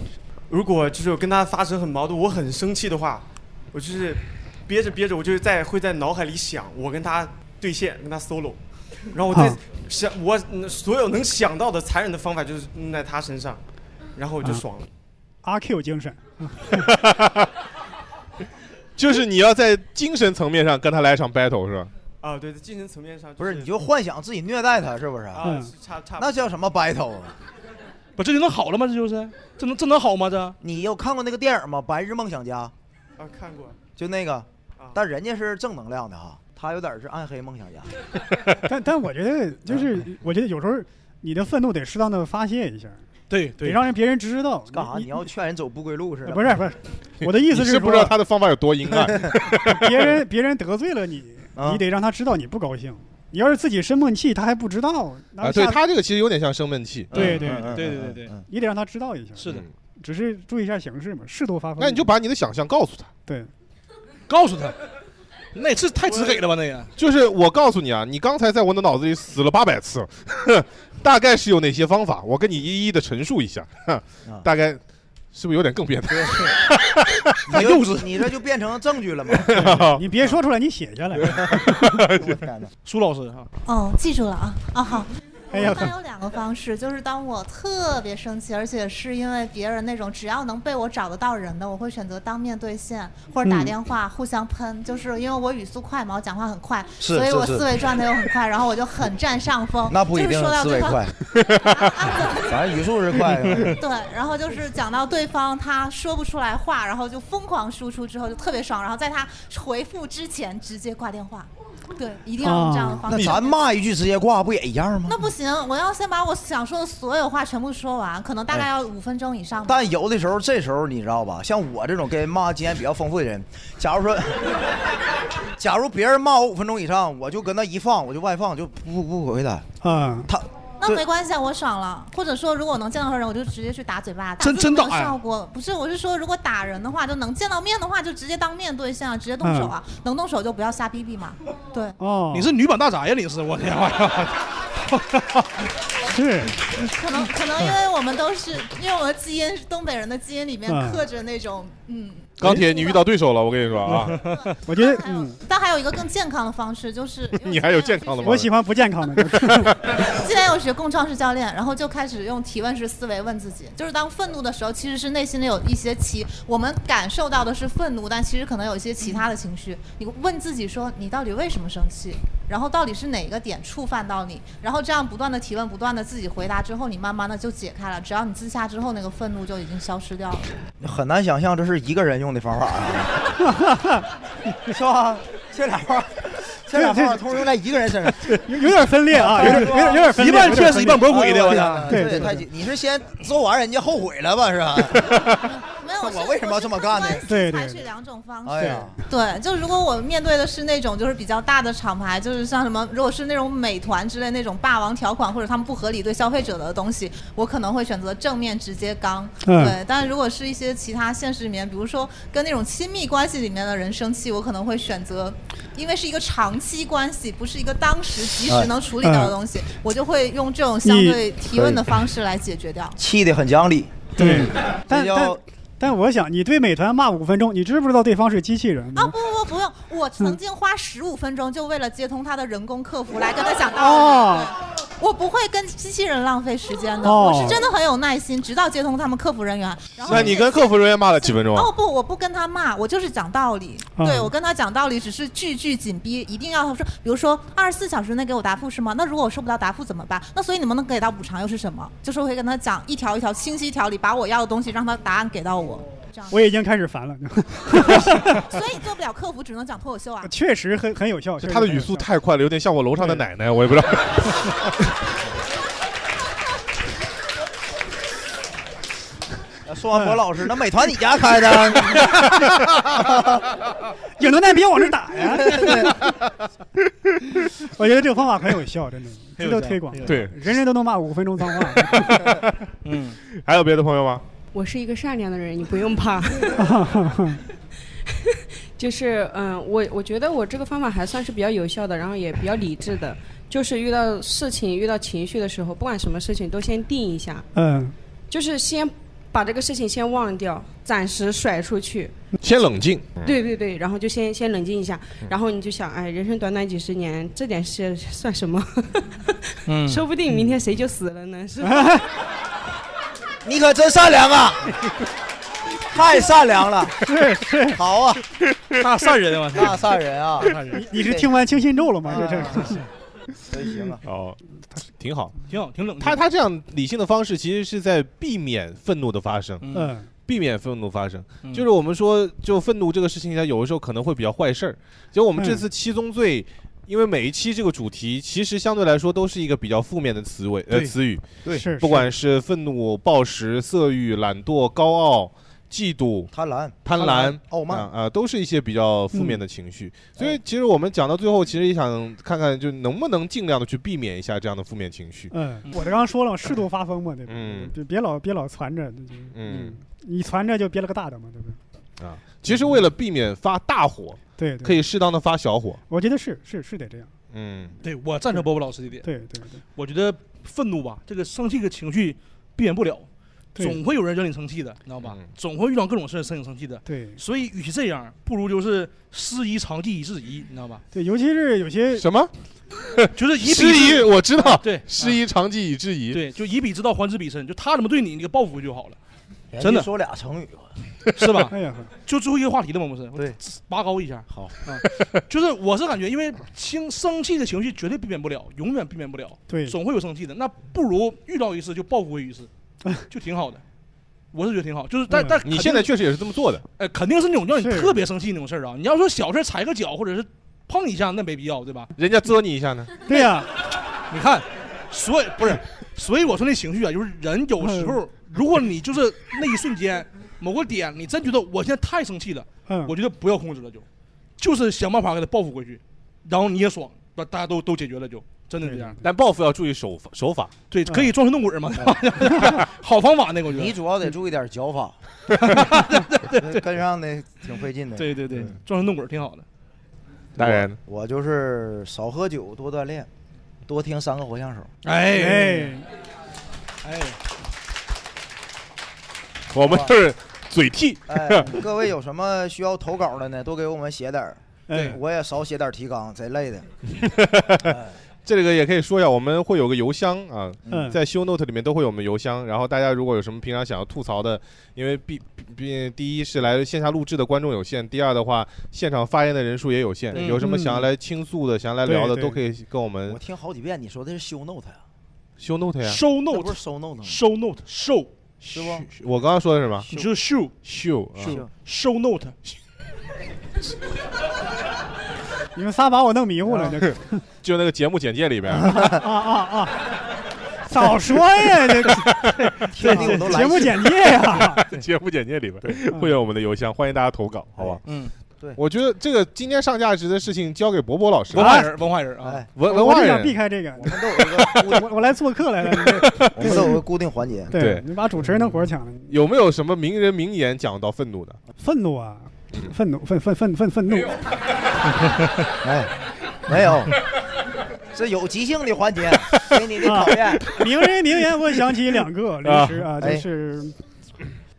I: 如果就是我跟他发生很矛盾，我很生气的话，我就是憋着憋着，我就是在会在脑海里想我跟他对线，跟他 solo，然后我再
D: 啊
I: 想我嗯所有能想到的残忍的方法就是用在他身上，然后我就
D: 啊
I: 爽了。
D: 阿 Q 精神，
B: 就是你要在精神层面上跟他来一场 battle 是吧？
I: 啊，对，在精神层面上、
F: 不是，你就幻想自己虐待他，是不是？
I: 啊，是差差不多
F: 那叫什么 battle 啊？
E: 嗯不，这就能好了吗？这就是，这能这能好吗？这
F: 你有看过那个电影吗？《白日梦想家》
I: 啊，看过。
F: 就那个，
I: 啊
F: 但人家是正能量的哈，他有点是暗黑梦想家。
D: 但但我觉得就是，我觉得有时候你的愤怒得适当的发泄一下，
E: 对
D: 得让人别人知道。
F: 干啥？
D: 你
F: 你要劝人走不归路似的？
D: 不是不是，我的意思
B: 你
D: 说，
B: 不知道他的方法有多阴 暗。啊
D: 别人别人得罪了你，你得让他知道你不高兴。你要是自己生闷气，他还不知道，
B: 啊，
D: 那
B: 对
D: 下
B: 他这个其实有点像生闷气。
D: 对
B: 嗯
D: 对
B: 嗯嗯
E: 对对
B: 嗯
E: 对对
B: 嗯
D: 你得让他知道一下。
E: 是的，
D: 只是注意一下形式嘛，适度发挥。
B: 那你就 把你的想象告诉他。
D: 对，
E: 告诉他，那也是太直给了吧？那也
B: 就是我告诉你啊，你刚才在我的脑子里死了八百次， 大概是有哪些方法？我跟你一一的陈述一下，
D: 啊
B: 哼大概是不是有点更变态？
F: 你就
B: 幼稚
F: 你这就变成证据了 吗？
D: 你别说出来，你写下来。
E: 苏老师哈，
J: 哦，记住了啊啊好。我
E: 哎呀
J: 一般有 两个方式，就是当我特别生气，而且是因为别人那种只要能被我找得到人的，我会选择当面对线或者打
Q: 嗯
J: 电话互相喷，就是因为我语速快嘛，我讲话很快，
F: 是
J: 所以
F: 是
J: 我
F: 是
J: 思维状态又很快，然后我就很占上风。
F: 那不一
J: 哦就
F: 定
J: 是说到
F: 思维
J: 对方
F: 快， 反正语速是快。啊
J: 对，然后就是讲到对方他说不出来话，然后就疯狂输出之后就特别爽，然后在他回复之前直接挂电话。对，一定要用这样的方式。
F: 那咱骂一句直接挂不也一样吗？
J: 那不行，我要先把我想说的所有话全部说完，可能大概要五分钟以上吧。
F: 哎但有的时候，这时候你知道吧？像我这种跟人骂经验比较丰富的人，假如说， 假如别人骂我五分钟以上，我就搁那一放，我就外放，就不不回答。
D: 嗯，
F: 他
J: 那
F: 这
J: 没关系，啊，我爽了。或者说，如果我能见到的人，我就直接去打嘴巴。打
F: 真
J: 字
F: 真哎
J: 没有
F: 打呀
J: 效果不是，我是说，如果打人的话，就能见到面的话，就直接当面对线啊，直接动
F: 嗯
J: 手啊，能动手就不要瞎逼逼嘛。对，
D: 哦
E: 你是女版大宅呀？你是我天啊！
D: 是，
J: 可能可能因为我们都是，因为我们基因东北人的基因里面
B: 嗯
J: 刻着那种嗯。
B: 钢铁，你遇到对手了，我跟你说啊，
D: 我觉得嗯，
J: 但还有一个更健康的方式，就是
B: 你还有健康的吗？
D: 我喜欢不健康的。
J: 既然嗯有学共创式教练，然后就呃开始用提问式思维问自己，就是当愤怒的时候，其实是内心里有一些其我们感受到的是愤怒，但其实可能有一些其他的情绪。你问自己说，你到底为什么生气？然后到底是哪个点触犯到你？然后这样不断的提问，不断的自己回答之后，你慢慢的就解开了。只要你自洽之后，那个愤怒就已经消失掉了。
F: 很难想象这是一个人用的方法啊，是吧？这俩方法，这俩方法通用在一个人身上，
D: 有有点分 裂啊，有点有点有点分裂，
F: 一半
D: 有点
F: 确实
D: 分裂
F: 一半魔鬼哎的，我
D: 啊
F: 操！
D: 对
F: 这也
D: 对
F: 太
D: 对
F: 急，你是先做完人家后悔了吧？是吧？ 我为什么要这么干呢？
D: 对
J: 采取
D: 对，
J: 两种方式。
F: 哎呀，
J: 对，就如果我面对的是那种就是比较大的厂牌，就是像什么，如果是那种美团之类那种霸王条款或者他们不合理对消费者的东西，我可能会选择正面直接刚。
R: 嗯
J: 对，但如果是一些其他现实里面，比如说跟那种亲密关系里面的人生气，我可能会选择，因为是一个长期关系，不是一个当时及时能处理掉的东西，我就会用这种相对提问的方式来解决掉。
F: 气的很讲理。
D: 对，
F: 这
D: 但
F: 叫
D: 但但我想，你对美团骂五分钟，你知不知道对方是机器
B: 嗯
D: 人？
J: 啊不不不不用，我曾经花十五分钟就为了接通他的人工客服来跟他讲道理。
D: 哦
J: 对我不会跟机器人浪费时间的，
B: 哦
J: 我是真的很有耐心，直到接通他们客服人员。然后
B: 那你跟客服人员骂了几分钟啊？
J: 哦不，我不跟他骂，我就是讲道理。
B: 嗯
J: 对我跟他讲道理，只是句句紧逼，一定要说，比如说二十四小时内给我答复是吗？那如果我收不到答复怎么办？那所以你们能给到补偿又是什么？就是我会跟他讲一条一条清晰条理，把我要的东西让他答案给 到我。
D: 我已经开始烦了。
J: 所以做不了客服，只能讲脱口秀啊。
D: 确实很很有效，
B: 他的语速太快了，有点像我楼上的奶奶，我也不知 道。
F: 宋万啊博老师，那美团你家 开 的？
D: 影留难别往这打呀！ 我觉得这个方法很有效，真的
B: 很有
D: 值得
B: 效
D: 推广。
B: 对
D: 人人都能骂五分钟脏话。
B: 嗯，还有别的朋友吗？
N: 我是一个善良的人，你不用怕。就是嗯，我我觉得我这个方法还算是比较有效的，然后也比较理智的。就是遇到事情、遇到情绪的时候，不管什么事情都先定一下，
D: 嗯，
N: 就是先把这个事情先忘掉，暂时甩出去。
B: 先冷静。
N: 对对对，然后就先先冷静一下，然后你就想，哎，人生短短几十年，这点事算什么？
B: 嗯
N: 说不定明天谁就死了呢，是吧？
F: 你可真善良 啊！太善良了，是是， 好啊，
E: 大善人啊
F: 大善人啊！
D: 你你是听完清心咒了吗？这这
F: 真行啊！
B: 哦，挺好，
E: 挺好，挺冷。
B: 他他这样理性的方式，其实是在避免愤怒的发生。
D: 嗯，
B: 避免愤怒发生，
E: 嗯
B: 就是我们说，就愤怒这个事情，它有的时候可能会比较坏事儿。就我们这次七宗罪，因为每一期这个主题，其实相对来说都是一个比较负面的词尾呃
A: 对
B: 词语，
A: 对是
B: 不管是愤怒、暴食、色欲、懒惰、高傲。嫉妒、
F: 贪婪、
B: 贪
F: 贪
B: 婪
F: 婪、傲慢
B: 啊、啊都是一些比较负面的情绪。
E: 哎
B: 所以，其实我们讲到最后，其实也想看看，就能不能尽量的去避免一下这样的负面情绪。
D: 嗯，我这刚刚说了，适度发疯嘛，对吧？
B: 嗯
D: 别别老别老攒着，
B: 嗯
D: 你攒着就憋了个大的嘛，对不对？
B: 啊，其实为了避免发大火，
D: 对对
B: 可以适当的发小火。
D: 我觉得是是是得这样。
B: 嗯，
E: 对我赞成波波老师这点。
D: 对对对，
E: 我觉得愤怒吧，这个生气的情绪避免不了，
D: 对
E: 总会有人惹你生气的，你知道
I: 嗯
E: 吧？总会遇到各种事儿惹你生气的。
D: 对
E: 所以与其这样，不如就是师夷长技以制夷，你知道吧？
D: 对，尤其是有些
B: 什么，
E: 就是以彼
B: 师夷
E: 之
B: 我知道
E: 啊对，
B: 师夷长技以制夷。
E: 对，就以彼之道还之彼身，就他怎么对你，你给报复回去就好了。
F: 人家
E: 真的
F: 哎说俩成语，
E: 是吧？
F: 哎呀
E: 就最后一个话题了吗？不是，对，拔高一下。好啊，就是我是感觉，因为轻生气的情绪绝对避免不了，永远避免不了，
D: 对
E: 总会有生气的。那不如遇到一次就报复回一次，就挺好的。我是觉得挺好，就是但、但
B: 你现在确
E: 实，
B: 实也是这么做的。
E: 哎，肯定是那种让你
B: 嗯是
E: 特别生气那种事儿啊。你要说小事儿踩个脚或者是碰一下，那没必要，对吧？
B: 人家嘬你一下
E: 嗯
B: 呢？
D: 对呀、
E: 你看，所以不是，所以我说那情绪啊，就是人有时
D: 嗯
E: 候，如果你就是那一瞬间某个点，你真觉得我现在太生气了，
D: 嗯
E: 我觉得不要控制了就，就是想办法给他报复回去，然后你也爽，把大家都都解决了就，真的是这样。
B: 但报复要注意手法手法。
E: 对，可
D: 嗯
E: 以装神弄鬼嘛， 好方法那个我觉得。
F: 你主要得注意点脚 法，跟上那挺费劲的。
E: 对对对，
D: 嗯
E: 装神弄鬼挺好的。
B: 当然，
F: 我就是少喝酒，多锻炼，多听三个活相声。
E: 哎哎，
B: 我们就是嘴替。
F: 哎，各位有什么需要投稿的呢？多给我们写点儿，
B: 哎
F: 我也少写点儿提纲，贼累的。
B: 这个也可以说一下，我们会有个邮箱啊，
F: 嗯
B: 在 show note 里面都会有我们邮箱。然后大家如果有什么平常想要吐槽的，因为毕毕毕第一是来线下录制的观众有限，第二的话现场发言的人数也有限，
F: 对
B: 有什么
F: 嗯
B: 想要来倾诉的、想要来聊的
F: 对对
B: 都可以跟我们
F: 我听好几遍，你说的是修 note 呀？
B: show note 呀。
E: 收 note
F: 那不是收 note 吗？
E: 收 note 收
F: 是不？
B: 我刚刚说的是什么？
E: 你就是 show
B: show 啊
E: 收收 note，
D: 你们仨把我弄迷糊了，这个
B: 就那个节目简介里边。
D: 啊啊啊！早说 呀，这个
B: 听得我都来气
D: 节目简介呀，
B: 节目简介里边会有我们的邮箱，欢迎大家投稿，好吧？
E: 嗯，
F: 对，
B: 我觉得这个今天上价值的事情交给博博老师，
E: 文化人文化人啊，
B: 文文
D: 哎我
B: 化
D: 就想避
B: 人，
D: 开这个。我
F: 们都有
D: 我我来做客来了，
F: 我们都有个固定环节。
D: 对你把主持人的活儿抢了。
B: 有没有什么名人名言讲到愤怒的？
D: 愤怒啊，愤怒，愤愤愤愤愤怒。
F: 哎，没有，这有即兴的环节，给你的考验。
D: 啊名人名言，我想起 两个临时啊，
F: 啊
D: 就
F: 哎
D: 是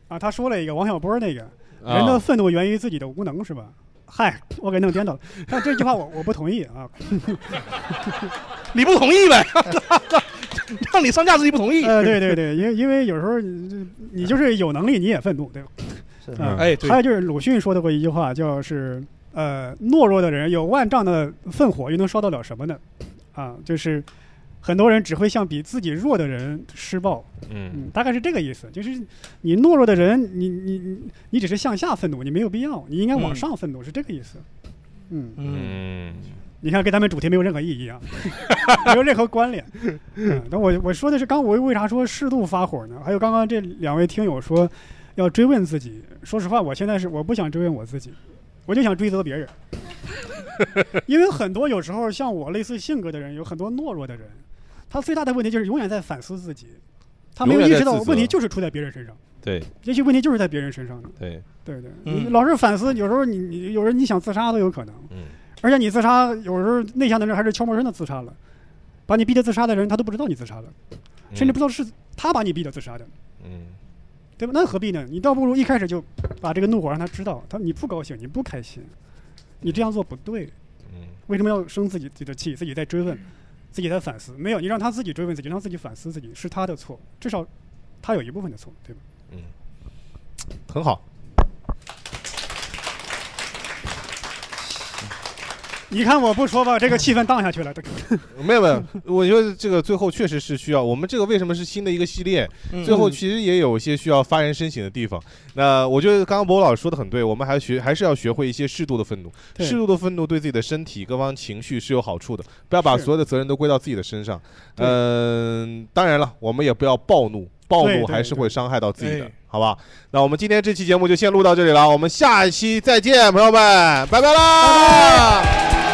D: 啊，他说了一个王小波那个
F: 啊
D: 人的愤怒源于自己的无能是吧？嗨，我给弄颠倒了。但这句话我我不同意啊，
E: 你不同意呗？ 让你上架自己不同意。
D: 呃，对对对，因为因为有时候你你就是有能力你也愤怒，对吧？嗯
E: 哎对
D: 还有就是鲁迅说的过一句话，叫是呃，懦弱的人有万丈的烽火，又能烧得了什么呢？啊，就是很多人只会向比自己弱的人施暴，
B: 嗯，
D: 大概是这个意思。就是你懦弱的人，你你你你只是向下愤怒，你没有必要，你应该往上愤怒，是这个意思。嗯
B: 嗯，
D: 你看跟他们主题没有任何意义啊，没有任何关联。嗯那、我我说的是刚我为啥说适度发火呢？还有刚刚这两位听友说要追问自己。说实话，我现在是我不想追问我自己，我就想追责别人，因为很多有时候像我类似性格的人，有很多懦弱的人，他最大的问题就是永远在反思自己，他没有
B: 永
D: 意
B: 远在
D: 识到
B: 自责
D: 问题就是出在别人身上，
B: 对
D: 也许问题就是在别人身上的。
B: 对
D: 对对，
B: 嗯
D: 你老是反思，有时候你你有人你想自杀都有可能，
B: 嗯
D: 而且你自杀有时候内向的人还是悄无声的自杀了，把你逼的自杀的人他都不知道你自杀了，甚至不知道是他把你逼的自杀的，
B: 嗯，
D: 对吧？那何必呢？你倒不如一开始就把这个怒火让他知道，他你不高兴，你不开心，你这样做不对，为什么要生自己自己的气，自己在追问，自己在反思？没有，你让他自己追问自己，让自己反思自己是他的错，至少他有一部分的错，对吧？
B: 很好。
D: 你看我不说吧，这个气氛荡下去了。这个
B: 没有没有，我觉得这个最后确实是需要。我们这个为什么是新的一个系列？
D: 嗯
B: 最后其实也有一些需要发人深省的地方。那我觉得刚刚博老师说的很对，我们还学还是要学会一些适度的愤怒，
D: 对
B: 适度的愤怒对自己的身体各方情绪是有好处的，不要把
D: 是
B: 所有的责任都归到自己的身上。嗯、当然了，我们也不要暴怒，暴
D: 对
B: 怒
D: 对哎
B: 还是会伤害到自己的
D: 对，
B: 好吧？那我们今天这期节目就先录到这里了，我们下一期再见，朋友们，拜拜啦！